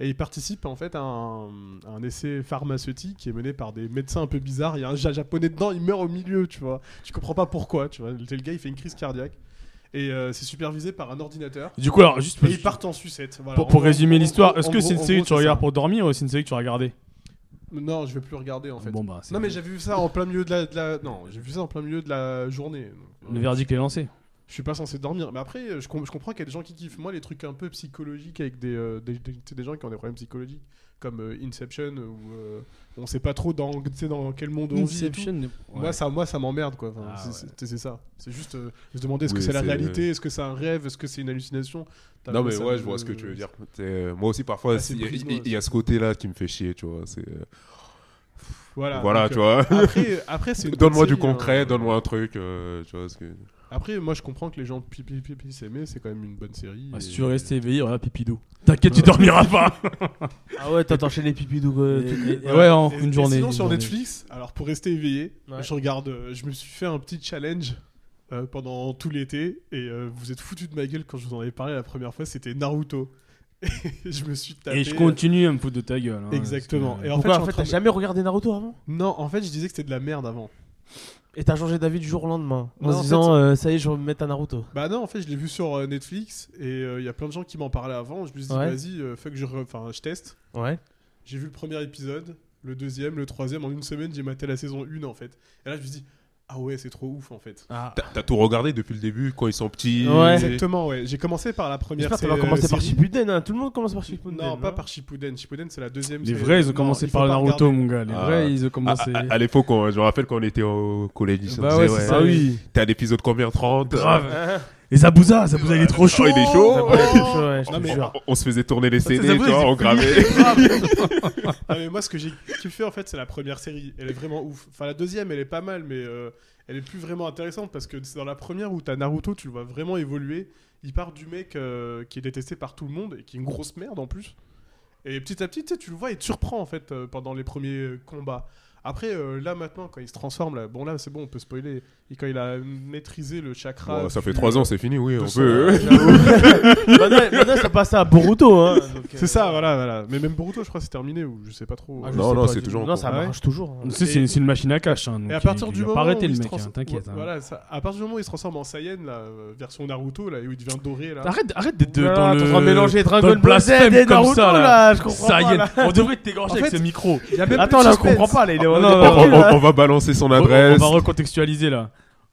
F: Et il participe en fait à un, à un essai pharmaceutique qui est mené par des médecins un peu bizarres. Il y a un ja- japonais dedans, il meurt au milieu, tu vois. Tu comprends pas pourquoi, tu vois. Le, le gars, il fait une crise cardiaque. Et euh, c'est supervisé par un ordinateur.
D: Du coup, alors, juste
F: Et
D: pour,
F: ils partent en sucette. Voilà.
D: pour,
F: En
D: pour
F: gros-
D: résumer
F: en
D: l'histoire,
F: gros-
D: est-ce
F: en
D: que
F: gros-
D: c'est une
F: en
D: série que
F: gros,
D: tu
F: c'est
D: regardes
F: ça.
D: pour dormir ou c'est une série que tu as regardée
F: Non, je vais plus regarder en fait.
D: Bon, bah, c'est-
F: non, mais j'avais vu ça en plein milieu de la, de la- Non, j'ai vu ça en plein milieu de la journée. Donc,
D: le
F: euh,
D: verdict est lancé.
F: Je suis pas censé dormir. Mais après, euh, je, com- je comprends qu'il y a des gens qui kiffent. Moi, les trucs un peu psychologiques avec des, euh, des, des- tu sais, des gens qui ont des problèmes psychologiques, comme euh, Inception, où euh, on sait pas trop dans, tu sais, dans quel monde on vit. et tout. Moi, ça, moi, ça m'emmerde, quoi. Enfin,
D: Ah,
F: c'est-
D: ouais.
F: c'est- c'est ça. C'est juste euh, se demander est-ce
C: Oui,
F: que c'est la
C: c'est- euh,
F: réalité, est-ce que c'est un rêve, est-ce que c'est une hallucination. T'as-
C: Non, mais
F: ça
C: ouais,
F: me-
C: je vois ce que tu veux dire. T'es, euh, moi aussi,
F: Ah,
C: parfois,
F: c'est
C: il y, a-
F: brise-moi,
C: il y a ce côté-là qui me fait chier, tu vois. c'est, euh,
F: Voilà,
C: voilà, tu
F: donc, euh,
C: vois.
F: <laughs> Après,
C: <laughs>
F: après c'est une bonne
C: Donne-moi du
F: série, hein.
C: concret, donne-moi un truc, euh, tu vois. ce que-
F: Après, moi, je comprends que les gens pipi pipi s'aimer, c'est quand même une bonne série.
D: Bah, si
F: et-
D: tu veux rester éveillé, regarde Pipidou. Euh. T'inquiète, tu dormiras <laughs> pas.
E: Ah ouais, t'as enchaîné pipidou. quoi,
D: Et-
E: euh, tout-
D: et-
E: voilà.
D: ouais, en
F: Et-
D: une
F: et
D: journée.
F: Sinon,
D: une
F: sur
D: journée.
F: Netflix, alors pour rester éveillé,
E: Ouais.
F: je regarde. euh, Je me suis fait un petit challenge euh, pendant tout l'été et euh, vous êtes foutu de ma gueule quand je vous en avais parlé la première fois. C'était Naruto. <laughs> Et je me suis tapé. euh,
D: Et je continue à me foutre de ta gueule. hein,
F: Exactement.
D: parce que-
F: Et en fait,
E: Pourquoi
F: je suis
E: en
F: en
E: fait
F: train
E: t'as
F: de-
E: jamais regardé Naruto avant
F: non, en fait, je disais que c'était de la merde avant.
E: Et t'as changé d'avis du jour au lendemain en
F: Non,
E: se
F: en
E: disant
F: fait-
E: euh, ça y est, je vais me mettre à Naruto.
F: Bah non, en fait, je l'ai vu sur euh, Netflix et euh, il y a plein de gens qui m'en parlaient avant. Je me suis dit,
E: Ouais.
F: vas-y, euh, fuck, je, re- enfin, je teste.
E: Ouais.
F: J'ai vu le premier épisode, le deuxième, le troisième. En une semaine, j'ai maté la saison 1 en fait. Et là, je me dis, ah ouais, c'est trop ouf en fait.
E: Ah.
C: T'as t'as tout regardé depuis le début, quand ils sont petits.
E: Ouais.
F: Exactement, ouais. J'ai commencé par la première
E: J'espère que t'as
F: sé-
E: pas commencé par
F: série.
E: Shippuden, hein. tout le monde commence par Shippuden.
F: Non, pas
E: hein.
F: par Shippuden. Shippuden, c'est la deuxième.
D: Les
F: série.
D: vrais, ils ont
F: Non,
D: commencé
F: il faut
D: par
F: pas
D: Naruto,
F: regarder.
D: mon gars. Les
C: Ah. ah,
D: vrais, ils ont
C: À,
D: commencé.
C: à- à l'époque, on- je me rappelle quand on était au collège. on
D: Bah
C: disait,
D: ouais, c'est ça,
E: Ah oui.
C: T'es à l'épisode combien 30
E: Ah,
D: Grave. Et Zabouza, Zabouza, il est trop chaud.
C: Oh, il est chaud.
E: Zabouza,
C: <laughs>
E: il est chaud, ouais, je
F: Non,
E: te
F: mais-
E: jure.
C: On se faisait tourner les
D: c'est
C: CD,
D: vrai,
C: tu vois,
D: ils
C: on gravait.
F: <laughs> Ah, mais moi, ce que j'ai kiffé, en fait, c'est la première série. Elle est vraiment ouf. Enfin, la deuxième, elle est pas mal, mais euh, elle est plus vraiment intéressante parce que c'est dans la première où t'as Naruto, tu le vois vraiment évoluer. Il part du mec euh, qui est détesté par tout le monde et qui est une grosse merde en plus. Et petit à petit, tu sais, tu le vois, il te surprend en fait euh, pendant les premiers euh, combats. Après, euh, là maintenant, quand il se transforme, là, bon là c'est bon, on peut spoiler. Et quand il a maîtrisé le chakra.
C: Bon, Oh, ça
F: du-
C: fait 3 ans, c'est fini, oui,
F: de
C: on
F: son-
C: peut. <laughs>
E: Maintenant, maintenant, ça passe à Boruto. Hein, donc, euh,
F: C'est ça, voilà, voilà. Mais même Boruto, je crois, c'est terminé ou je sais pas trop.
E: ah, je
C: Non,
E: sais
C: non,
E: pas,
C: c'est
E: je-
C: toujours en
E: Non, ça
F: cours.
E: marche toujours. hein.
D: Tu sais, c'est une, c'est une machine à cash. Hein, donc
F: Et à
D: il-
F: partir
D: il
F: du
D: va
F: moment
D: pas arrêter le
F: où il se
D: mec, hein,
F: transforme-
D: t'inquiète. hein.
F: Voilà, ça- à partir du moment où il se transforme en Saiyan, la version Naruto, là, où il devient doré, là.
D: Arrête, arrête d'être de-
E: Voilà,
D: dans
E: t'es
D: le.
E: en train de mélanger
D: dans
E: Dragon
D: le
E: Ball Z
D: blasphème
E: et
D: comme
E: Naruto
D: ça,
E: là.
D: là.
E: je comprends
D: Ça y
E: pas,
D: est,
E: là.
D: on devrait t'égorger
F: En
D: avec
F: fait-
D: ce micro.
F: Il y a même
E: Attends,
F: plus de
E: là, on
F: suspense.
E: comprend pas, là, il est
C: On,
E: on est
C: on-
E: perdu,
C: on-
E: là.
C: on va balancer son
D: On-
C: adresse.
D: On va recontextualiser là.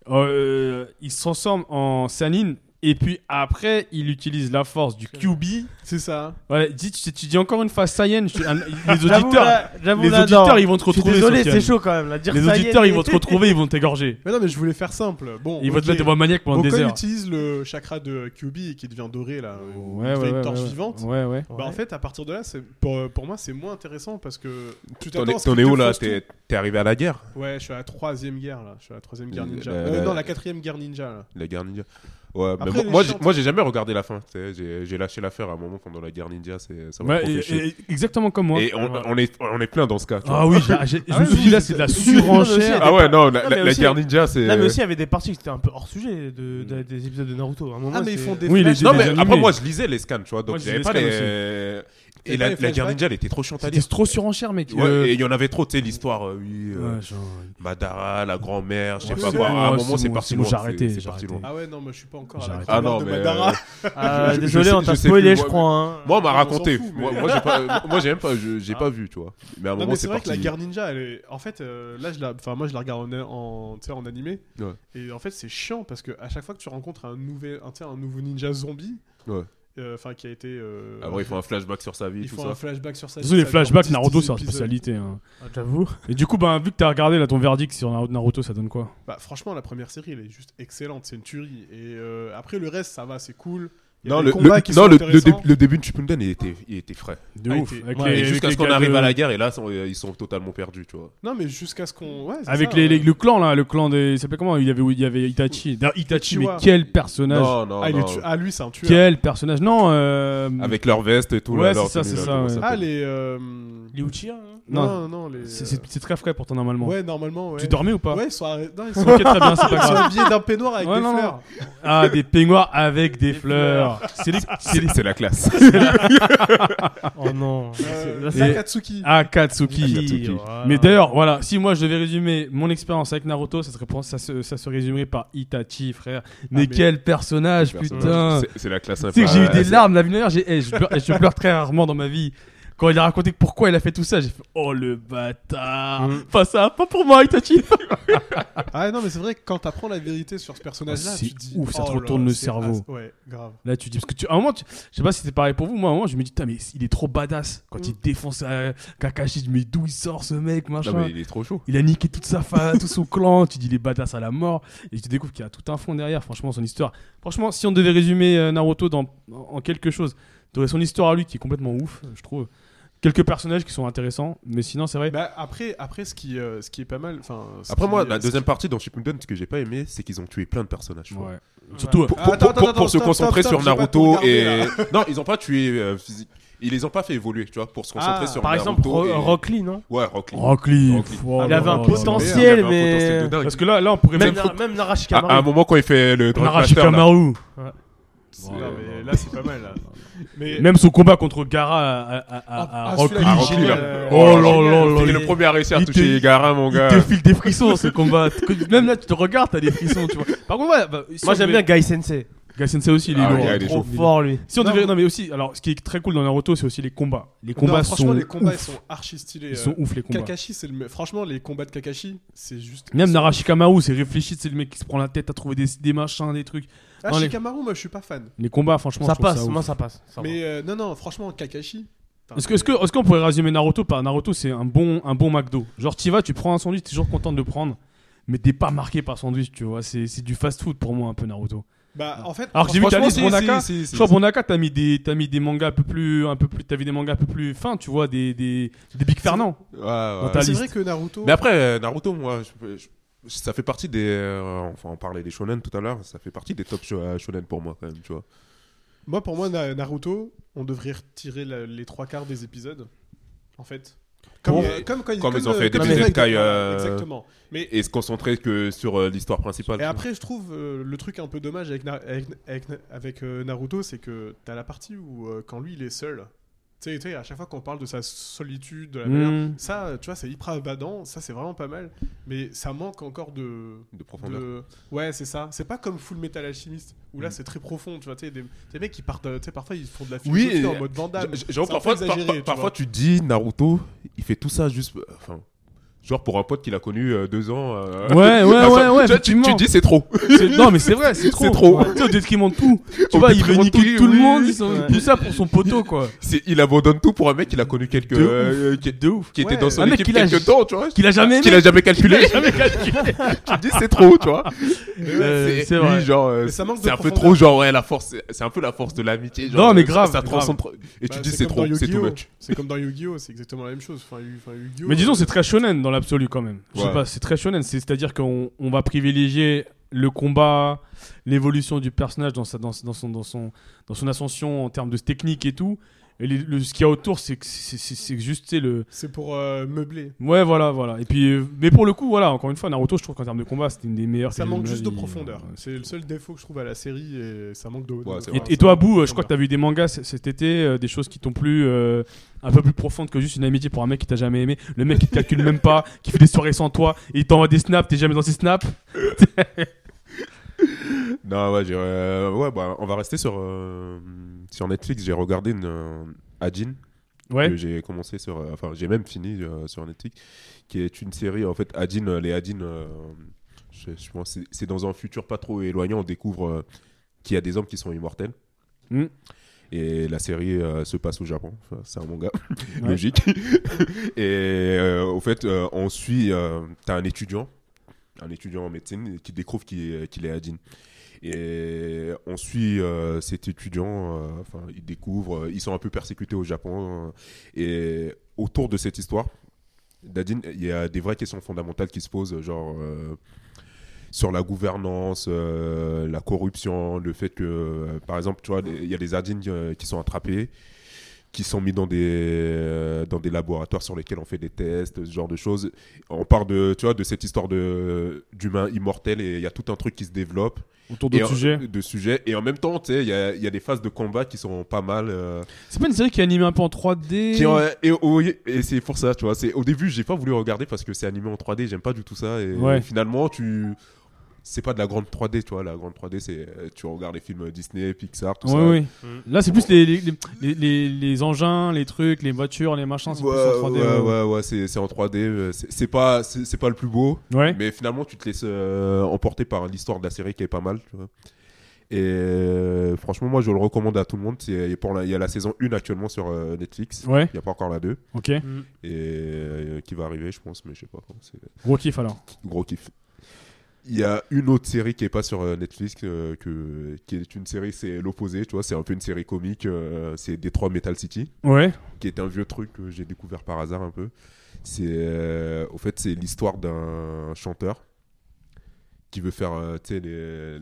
D: Euh, il se transforme en Sanin et puis après il utilise la force du QB.
F: C'est ça. hein.
D: Ouais, dis, tu, tu dis encore une fois Saiyan. je- un- les
E: J'avoue,
D: auditeurs,
E: là- j'avoue,
D: les
E: là, non.
D: auditeurs ils vont te
E: Ah, Je suis
D: retrouver.
E: Désolé,
D: Sofiane.
E: c'est chaud quand même. Là, dire
D: Les
E: ça y est.
D: auditeurs ils vont te retrouver, ils vont t'égorger.
F: Mais non, mais je voulais faire simple. Bon,
D: Ils vont
F: ok.
D: te mettre devant maniaque pendant
F: Donc,
D: des
F: quand il
D: heures.
F: utilise le chakra de Kyubi qui devient doré, là, où
D: Ouais,
F: il devient
D: ouais,
F: une
D: ouais,
F: torche
D: ouais.
F: vivante.
D: Ouais, ouais.
F: Bah, en fait, à partir de là, c'est- pour, euh, pour moi, c'est moins intéressant parce que tu
C: T'en
F: t'attends à
C: es-
F: ce
C: T'en
F: qu'il
C: es
F: te
C: où là
F: fasse
C: T'es t'es arrivé à la guerre
F: tout. Ouais, je suis à la troisième guerre là. Je suis à la troisième guerre
C: Euh,
F: ninja.
C: la-
F: Euh,
C: la-
F: Non, la quatrième guerre ninja là.
C: La guerre ninja. Ouais, mais
F: Après,
C: moi-
F: les
C: moi, j'ai-
F: chiantes-
C: moi, j'ai jamais regardé la fin. tu sais, J'ai j'ai lâché l'affaire à un moment pendant la guerre ninja. c'est- Ça m'a
D: Ouais,
C: trop
D: et-
C: fait chier.
D: et- exactement comme moi.
C: Et on,
D: Ouais.
C: on est, on est plein dans ce cas. tu vois.
D: Ah oui, j'ai- j'ai- je me
F: Ah ouais,
D: suis dit
F: oui,
D: là
F: c'est-
D: c'est de la
F: c'est-
D: surenchère.
C: Ah ouais, non, la,
E: Non,
C: la-
E: mais
C: la
E: aussi-
C: guerre ninja, c'est.
E: Là, mais aussi, il y avait des parties qui étaient un peu hors sujet de, de- des épisodes de Naruto. À un moment,
F: Ah, mais ils
E: c'est-
F: font des
D: Oui, les
F: flashs.
D: deux-
C: Non, mais
D: animés.
C: après, moi, je lisais les scans, tu vois.
D: Moi,
C: Donc,
D: je
C: j'avais
D: lisais
C: pas
D: les
C: les.
D: scans
C: Et
F: T'avais
C: la,
F: pas les
C: la guerre
F: flashbacks
C: ninja, elle était trop chiante à
D: C'était
C: lire.
D: trop surenchère mec.
C: Ouais,
D: Euh,
C: et il y en avait trop, tu sais, l'histoire. euh, oui, euh,
D: ouais, genre,
C: Madara, la grand-mère, je sais
D: Ouais,
C: pas
D: c'est
C: quoi.
D: bon,
C: À un
D: ouais,
C: moment,
D: c'est
C: c'est
D: bon,
C: parti
D: c'est bon,
C: loin.
D: j'ai
C: c'est-
D: arrêté,
C: c'est
D: j'ai
C: partie
D: arrêté.
C: loin.
F: Ah ouais, non, mais je suis pas encore
D: J'ai
F: à la
D: arrêté.
C: Ah non,
F: grand-mère de
C: mais.
F: Madara.
C: euh,
E: Ah,
C: Je- je
E: désolé,
C: sais-
E: on t'a
C: je sais
E: spoilé,
C: plus,
E: je
C: moi,
E: crois. hein.
C: Moi, on m'a
F: on s'en
C: raconté.
F: fout, mais-
C: Moi, moi, j'ai pas, <laughs> moi, j'ai même pas, je-
D: Ah.
C: j'ai pas vu, tu vois. Mais à un
F: Non,
C: moment,
F: mais c'est
C: c'est
F: vrai que la
C: parti.
F: guerre ninja, elle est... en fait, euh, là, je la... Enfin, moi, je la regarde en, en, tu sais, en animé.
C: Ouais.
F: Et en fait, c'est chiant parce que à chaque fois que tu rencontres un, nouvel... un, tu sais, un nouveau ninja zombie,
C: Ouais.
F: euh, enfin, qui a été. euh,
C: Ah, bon, ils font un flashback sur sa vie,
F: ils
C: tout
F: font
C: ça.
F: un flashback sur sa
D: Désolé, les
F: ça dure
D: flashbacks
F: 10,
D: Naruto
F: 10
D: c'est leur
F: épisodes.
D: spécialité. hein.
E: Ah, J'avoue.
D: Et du coup, bah, vu que t'as regardé là ton verdict sur Naruto- Naruto, ça donne quoi
F: Bah, franchement, la première série, elle est juste excellente. C'est une tuerie. Et euh, après, le reste, ça va, c'est cool. Il y a
C: Non,
F: des
C: le,
F: combats
C: le-
F: qui
C: non,
F: sont
C: le- le
F: intéressants.
C: dé- le début de Shippuden, il était, il était frais.
D: De
F: Ah,
D: ouf.
F: il était-
D: Avec
F: ouais,
D: les-
C: Et
F: avec
C: jusqu'à
D: les
C: ce qu'on
D: gars
C: arrive
D: de-
C: à la guerre, et là, sont- euh, ils sont totalement perdus, tu vois.
F: Non, mais jusqu'à ce qu'on. Ouais, c'est
D: Avec
F: ça, hein.
D: les, les-
F: ouais.
D: le clan là, le clan des. Il s'appelait comment il y, avait, il y avait Itachi. D'ailleurs, Itachi, mais
F: Uchiwa.
D: quel personnage
C: Non, non,
F: Ah, il est
C: Oh, non.
F: tu- ah, lui, c'est un tueur.
D: Quel personnage Non, euh.
C: Avec leur veste et tout.
D: Ouais,
C: là,
D: c'est
C: leur
D: ça,
C: tenue,
D: c'est
C: là,
D: ça,
C: comment
D: ouais.
C: s'appelle
F: Ah, les. euh,
E: Les Uchiha. hein.
D: Non.
F: Non, non, les. euh,
D: C'est- C'est c'est très frais pour toi normalement.
F: Ouais, normalement, ouais.
D: Tu dormais ou pas
F: Ouais, ils sont arrêt- non, <laughs> ils sont-
D: Ok, très bien, c'est <laughs> pas
F: ils sont
D: grave.
F: habillés d'un peignoir avec
D: Ouais,
F: des
D: non, non.
F: fleurs.
D: Ah, des peignoirs avec des fleurs. C'est les. c'est les-
C: C'est la
D: <laughs>
C: classe.
E: Oh non.
F: Euh,
E: Là, ça-
F: Sakatsuki.
D: Ah. Akatsuki.
E: Akatsuki,
D: Mais
E: voilà.
D: d'ailleurs, voilà, si moi je devais résumer mon expérience avec Naruto, ça, serait, ça, se, ça se résumerait par Itachi, frère. Ah, Mais,
F: mais-
D: quel personnage, putain
C: C'est- C'est la classe.
D: Tu sais que j'ai eu
C: sympa.
D: des larmes la vie dernière, j'ai- eh, je, pleure, eh, je pleure très rarement dans ma vie. Quand il a raconté pourquoi il a fait tout ça, j'ai fait Oh le bâtard
E: Mm.
D: Pas ça, pas pour moi, Itachi
F: Ah non, mais c'est vrai que quand t'apprends la vérité sur ce personnage-là,
D: Oh, c'est
F: tu te dis.
D: ouf, ça te
F: oh là
D: retourne
F: là,
D: le
F: c'est
D: cerveau.
F: as- Ouais, grave.
D: Là, tu dis, parce que tu, à un moment, tu- je sais pas si c'était pareil pour vous, moi, à un moment, je me dis, putain, mais il est trop badass. Quand il défonce euh, Kakashi, je me dis, d'où il sort ce mec, machin.
C: Mm. Non, mais il est trop chaud.
D: Il a niqué toute sa fa, tout son clan. Tu dis les badass à la mort. Et tu découvres qu'il y a tout un fond derrière, franchement, son histoire. Franchement, si on devait résumer euh, Naruto dans, en quelque chose, t'aurais son histoire à lui qui est complètement ouf, euh, je trouve. Quelques personnages qui sont intéressants, mais sinon, c'est vrai.
F: Bah, après, après ce, qui, euh, ce qui est pas mal. enfin, ce
C: Après
F: qui-
C: moi,
F: ce
C: la
F: qui-
C: deuxième partie dans Shippuden, ce que j'ai pas aimé, c'est qu'ils ont tué plein de personnages. je trouve.
D: Ouais. Surtout,
C: Pour,
F: Ah,
C: pour-
F: attends,
C: pour- pour
F: attends,
C: se
F: stop,
C: concentrer
F: stop,
C: sur
F: stop, j'ai pas
C: Naruto
F: tout
C: et
F: regardé,
C: <laughs> non, ils ont pas tué euh, physique. Ils les ont pas fait évoluer, tu vois, pour se concentrer
F: Ah,
C: sur
E: Par exemple,
C: Naruto.
E: Ro-
C: et-
E: Rock Lee, non
C: Ouais, Rock Lee.
D: Rock Lee,
C: Rock Lee.
D: oh
E: Il
D: là
E: avait un
D: là là.
E: potentiel.
C: Il avait un
E: mais-
C: potentiel de dingue.
D: Parce que là, là, on pourrait même.
E: Même, Nar- même Narashi
C: à, à un
E: Kamaru.
C: moment quand il fait le Drug
D: Narashi
C: Master, là,
D: Kamaru.
C: c'est-
F: Non, mais là, c'est pas mal. là. Mais.
D: Même son combat contre Gara à, à- à-
F: Ah,
D: à
F: ah,
D: Rock
F: celui-là,
C: Ah,
D: Lee.
C: Rock Lee, là.
F: euh,
D: Oh là
F: génial.
D: là là
C: Il est
D: là.
C: le premier à réussir à
D: Il te-
C: toucher Gara, mon
D: Il
C: gars.
D: te file des frissons ce combat. Même là, tu te regardes, t'as des frissons, tu vois. Par contre, ouais, bah, si
E: Moi,
D: on
E: j'aime
D: devait-
E: bien Guy Sensei.
D: Gai Sensei aussi, il est
C: Ah
D: lourd.
C: oui,
D: hein.
C: il est
E: Trop
C: chaud.
E: fort, lui.
D: Si on
F: Non,
D: devait-
F: mais-
D: non, mais aussi, alors ce qui est très cool dans Naruto, c'est aussi les combats. Les
F: Non,
D: combats
F: franchement,
D: sont
F: les combats,
D: ouf.
F: ils sont archi stylés.
D: Ils sont
F: euh,
D: ouf les combats.
F: Kakashi, c'est le. me- Franchement, les combats de Kakashi, c'est juste.
D: Même Narashi Kamaru, c'est réfléchi, c'est le mec qui se prend la tête à trouver des, des machins, des trucs.
F: Ah,
D: Non, les-
F: Shikamaru, moi, je suis pas fan.
D: Les combats, franchement,
E: Ça
D: je trouve
E: passe,
D: ça
E: moi,
D: ouf.
E: ça passe. ça va.
F: Mais euh, non, non, franchement, Kakashi. putain,
D: Est-ce que- est-ce que- est-ce qu'on pourrait résumer Naruto par Naruto, c'est un bon, un bon McDo Genre, tu vas, tu prends un sandwich, t'es toujours content de le prendre, mais t'es pas marqué par le sandwich, tu vois. C'est c'est du fast food pour moi, un peu Naruto.
F: Bah, en fait,
D: Alors que j'ai vu que t'as
C: Franchement,
D: mis
C: si,
D: Bonaka.
C: si, si, si,
D: Je crois
C: si.
D: Bonaka, t'as mis des, t'as mis des mangas un peu plus, un peu plus, t'as vu des mangas un peu plus fins, tu vois, des, des, des Big Fernand.
C: Ouais, ouais.
D: Dans ta
F: c'est
D: liste.
F: vrai que Naruto.
C: Mais après, euh, Naruto, moi, je- je- ça fait partie des. euh, enfin, on parlait des shonen tout à l'heure, ça fait partie des top sho- euh, shonen pour moi, quand même, tu vois.
F: Moi, pour moi, Na- Naruto, on devrait retirer la- les trois quarts des épisodes. En fait. Comme,
C: Pour-
F: euh, comme quand ils,
C: comme ils ont
F: euh,
C: fait
F: comme
E: des
F: ils ont
C: Zenkai,
F: fait-
C: euh,
F: Exactement. Mais
C: Et se concentrer que sur euh, l'histoire principale.
F: Et après, je trouve euh, le truc un peu dommage avec, Na- avec, avec- avec, euh, Naruto, c'est que t'as la partie où, euh, quand lui, il est seul, tu sais, tu sais, à chaque fois qu'on parle de sa solitude, de la manière-
D: Hmm.
F: Ça, tu vois, c'est hyper abadant, ça, c'est vraiment pas mal, mais ça manque encore de.
C: de profondeur.
F: de... Ouais, c'est ça. C'est pas comme Full Metal Alchimiste, où là,
C: Mm.
F: c'est très profond, tu vois, tu sais, des... des mecs qui partent, euh, tu sais, parfois, ils font de la
C: Oui,
F: philosophie
C: et-
F: en mode vandame.
C: J- Genre,
F: C'est un peu
C: parfois, par-
F: exagéré,
C: par-
F: tu
C: parfois
F: vois.
C: tu dis Naruto, il fait tout ça juste. Enfin, genre pour un pote qu'il a connu euh, deux ans. euh, <laughs>
D: Ouais, ouais,
C: enfin,
D: ouais, ouais,
C: tu- tu- Tu,
D: effectivement.
C: dis c'est trop.
D: C'est- Non, mais c'est vrai, c'est trop.
C: C'est trop.
D: Ouais. Tu sais, Au détriment de tout. Tu
C: Au
D: vois, il veut
C: détriment de
D: niquer
C: tout,
D: tout le
C: oui,
D: monde.
C: oui.
D: ils sont-
E: Ouais.
D: Tout ça pour son poteau, quoi.
C: C'est- Il abandonne tout pour un mec qu'il a connu quelques.
D: De ouf.
C: euh, qui,
D: De ouf.
C: qui était
F: Ouais.
C: dans son
D: Un mec
C: équipe
D: qu'il a
C: quelques
D: j-
C: temps, tu vois.
D: Qu'il a jamais aimé.
C: Qu'il a jamais
D: <laughs>
C: calculé. <laughs>
D: Jamais calculé.
C: tu dis c'est trop, tu vois.
D: Euh,
C: C'est-
D: c'est
C: lui,
D: vrai.
C: genre, euh,
F: Mais ça manque de
C: c'est un peu
F: profondeur.
C: trop, genre, ouais, la force, c'est- c'est un peu la force de l'amitié. genre,
D: Non, mais
C: euh,
D: grave,
C: Ça
D: grave.
C: transcende trop. Et tu
F: Bah,
C: dis c'est
F: comme
C: trop,
F: dans
C: c'est too
F: Yu-Gi-Oh!
C: much.
F: C'est comme dans Yu-Gi-Oh! C'est exactement la même chose. Enfin, Yu- enfin, Yu-Gi-Oh!
D: Mais disons, c'est très shonen dans l'absolu quand même. Je sais
C: Ouais.
D: pas, c'est très shonen. C'est- C'est-à-dire qu'on on va privilégier le combat, l'évolution du personnage dans, sa, dans, dans son, dans, son, dans son ascension en termes de technique et tout. Et les- le, ce qu'il y a autour, c'est que c'est- c'est c'est juste tu sais, le.
F: c'est pour euh, meubler.
D: Ouais, voilà, voilà. Et puis, euh, mais pour le coup, voilà, encore une fois, Naruto, je trouve qu'en termes de combat, c'était une des meilleures.
F: Ça
D: séries
F: manque
D: ma
F: juste de
D: vie.
F: profondeur.
D: Ouais,
F: C'est le seul défaut que je trouve à la série et ça manque de.
C: Ouais, c'est
F: de-
C: vrai.
D: Et, et toi, Abou, euh, je crois que t'as vu des mangas c- cet été, euh, des choses qui t'ont plu, euh, un peu plus profondes que juste une amitié pour un mec qui t'a jamais aimé. Le mec qui te calcule même pas, qui fait des soirées sans toi, et il t'envoie des snaps, t'es jamais dans ses snaps.
C: Non, ouais, j'ai- euh, ouais, bah, on va rester sur, euh, sur Netflix. J'ai regardé une, euh, Ajin, que
D: Ouais.
C: j'ai commencé sur. euh, enfin, j'ai même fini euh, sur Netflix, qui est une série, en fait, Adin, euh, les Adin, euh, je, je pense, c'est- c'est dans un futur pas trop éloigné, on découvre euh, qu'il y a des hommes qui sont immortels.
D: Mm.
C: Et la série euh, se passe au Japon, Enfin, c'est un manga,
D: <laughs> Ouais.
C: logique. <laughs> Et euh, au fait, euh, on suit, euh, t'as un étudiant, un étudiant en médecine, qui découvre qu'il est, qu'il est Adin. Et on suit euh, cet étudiant, euh, enfin, il découvre, euh, ils sont un peu persécutés au Japon. euh, et autour de cette histoire, Dadine, il y a des vraies questions fondamentales qui se posent, genre euh, sur la gouvernance, euh, la corruption, le fait que, euh, par exemple, tu vois, il y a des Adines euh, qui sont attrapés, qui sont mis dans des, euh, dans des laboratoires sur lesquels on fait des tests, ce genre de choses. On part de, tu vois, de cette histoire de- d'humain immortel et il y a tout un truc qui se développe.
D: Autour
C: Et euh,
D: d'autres
C: en-
D: sujets.
C: de sujets. Et en même temps, tu sais, il y a, il y a des phases de combat qui sont pas mal. euh,
D: C'est pas une série qui est animée un peu en 3D.
C: qui ont- euh, et oh, oui, et c'est pour ça, tu vois. C'est au début, j'ai pas voulu regarder parce que c'est animé en 3D, j'aime pas du tout ça. Et
D: Ouais.
C: finalement, tu c'est pas de la grande 3D, tu vois. La grande 3D, c'est euh, tu regardes les films Disney, Pixar, tout
D: Ouais,
C: ça.
D: ouais.
F: Mm.
D: Là, c'est plus les, les, les, les- les engins, les trucs, les voitures, les machins, c'est
C: Ouais,
D: plus en 3D.
C: ouais,
D: ouais.
C: ouais, ouais, c'est c'est en 3D. euh, C'est c'est pas, c'est c'est pas le plus beau,
D: Ouais.
C: mais finalement, tu te laisses euh, emporter par l'histoire de la série qui est pas mal, tu vois. Et euh, franchement, moi, je le recommande à tout le monde. C'est- et pour la- Il y a la saison 1 actuellement sur euh, Netflix.
D: Ouais,
C: Il n'y a pas encore la 2
D: ok.
F: Mm.
C: et euh, qui va arriver, je pense, mais je sais pas quand. c'est-
D: Gros kiff alors.
C: gros kiff. Il y a une autre série qui est pas sur euh, Netflix, euh, que, qui est une série, c'est l'opposé, tu vois, c'est un peu une série comique, euh, c'est Detroit Metal City,
D: Ouais.
C: qui est un vieux truc que j'ai découvert par hasard un peu. C'est, euh, au fait, c'est l'histoire d'un chanteur qui veut faire, euh, tu sais, les,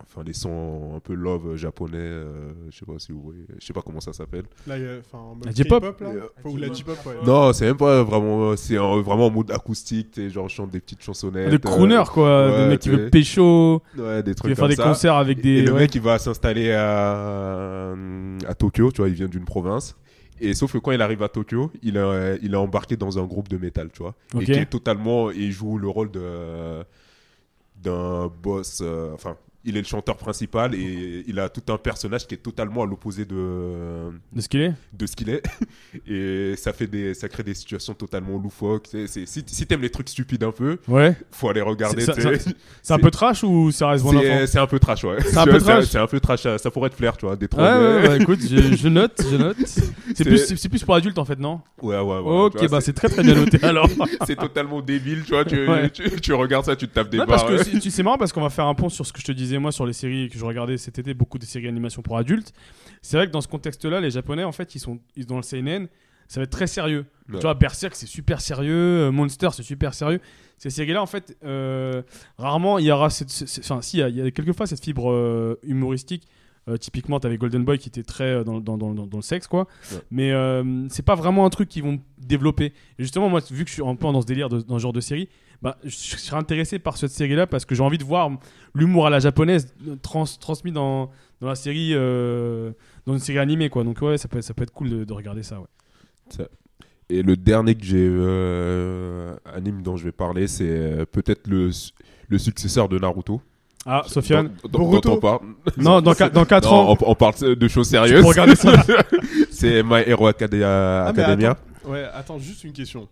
C: enfin, les sons un peu love japonais, euh, je sais pas si vous voyez, je sais pas comment ça s'appelle.
F: Là, il y a- enfin, en mode
D: La J-pop.
F: K-pop, là.
C: Euh,
F: Enfin, ou la J-pop, ouais.
C: Non, c'est même pas vraiment, c'est en- vraiment en mode acoustique, tu sais, genre je chante des petites chansonnettes.
D: De crooner quoi,
C: Euh, ouais,
D: de mec qui
C: t'es-
D: veut pécho,
C: euh, ouais, des
D: qui
C: trucs
D: veut faire
C: comme
D: des
C: ça.
D: concerts avec des.
C: Et le
D: ouais.
C: mec, il va s'installer à, euh, à Tokyo, tu vois, il vient d'une province. Et sauf que quand il arrive à Tokyo, il est, il est embarqué dans un groupe de métal, tu vois.
D: Ok.
C: Et qui est totalement. Il joue le rôle de d'un boss. euh, enfin, il est le chanteur principal et il a tout un personnage qui est totalement à l'opposé de,
D: De ce qu'il est.
C: de ce qu'il est. <laughs> Et ça, fait des, ça crée des situations totalement loufoques. C'est- c'est- si si t'aimes les trucs stupides un peu,
D: Ouais.
C: faut aller regarder.
D: C'est-
C: tu
D: ça-
C: sais.
D: C'est un
C: C'est-
D: peu trash ou ça reste bon enfant
C: C'est c'est un peu trash, ouais.
D: C'est
C: <laughs>
D: un peu trash.
C: C'est un peu trash, euh, ça, ça pourrait te flair, tu vois, des
D: Ouais, ouais, bah écoute, je, je note, je note. C'est plus, c'est- c'est plus pour adultes en fait, non
C: <laughs> ouais, ouais, ouais, Ah tu vois,
D: Ok, bah c'est très très
C: <laughs>
D: bien noté alors.
C: c'est-
D: <laughs>
C: c'est totalement débile, <laughs> tu vois, tu,
D: Ouais.
C: tu, tu regardes ça, tu te tapes des
D: Non,
C: barres.
D: parce que si- tu- c'est marrant parce qu'on va faire un pont sur ce que je te disais et moi sur les séries que je regardais cet été, beaucoup de séries d'animation pour adultes. C'est vrai que dans ce contexte-là, les Japonais, en fait, ils sont, ils sont dans le seinen, ça va être très sérieux.
C: Ouais.
D: Tu vois, Berserk, c'est super sérieux, euh, Monster, c'est super sérieux. Ces séries-là, en fait, euh, rarement il y aura cette. ce- ce- Enfin, si, il y a- il y a quelquefois cette fibre euh, humoristique. Euh, typiquement, t'avais Golden Boy qui était très euh, dans, dans- dans- dans- dans le sexe, quoi.
C: Ouais.
D: Mais euh, c'est pas vraiment un truc qu'ils vont développer. Et justement, moi, vu que je suis un peu dans ce délire, de- dans ce genre de série, bah, je je serais intéressé par cette série-là parce que j'ai envie de voir l'humour à la japonaise trans- transmis dans, dans la série, euh, dans une série animée, quoi. Donc, ouais, ça peut, être- ça peut être cool de, de regarder ça, ouais.
C: Et le dernier que j'ai euh, anime dont je vais parler, c'est euh, peut-être le, su- le successeur de Naruto.
D: Ah, Sofiane,
C: Dont- dont- dont on parle.
D: <laughs> non, dans, qua- dans 4
C: Non,
D: ans,
C: on, on parle de choses
D: tu
C: sérieuses.
D: peux regarder ça.
C: <laughs>
D: Ah,
C: c'est My Hero Academia.
F: mais
C: Academia.
F: Ouais, attends, juste une question.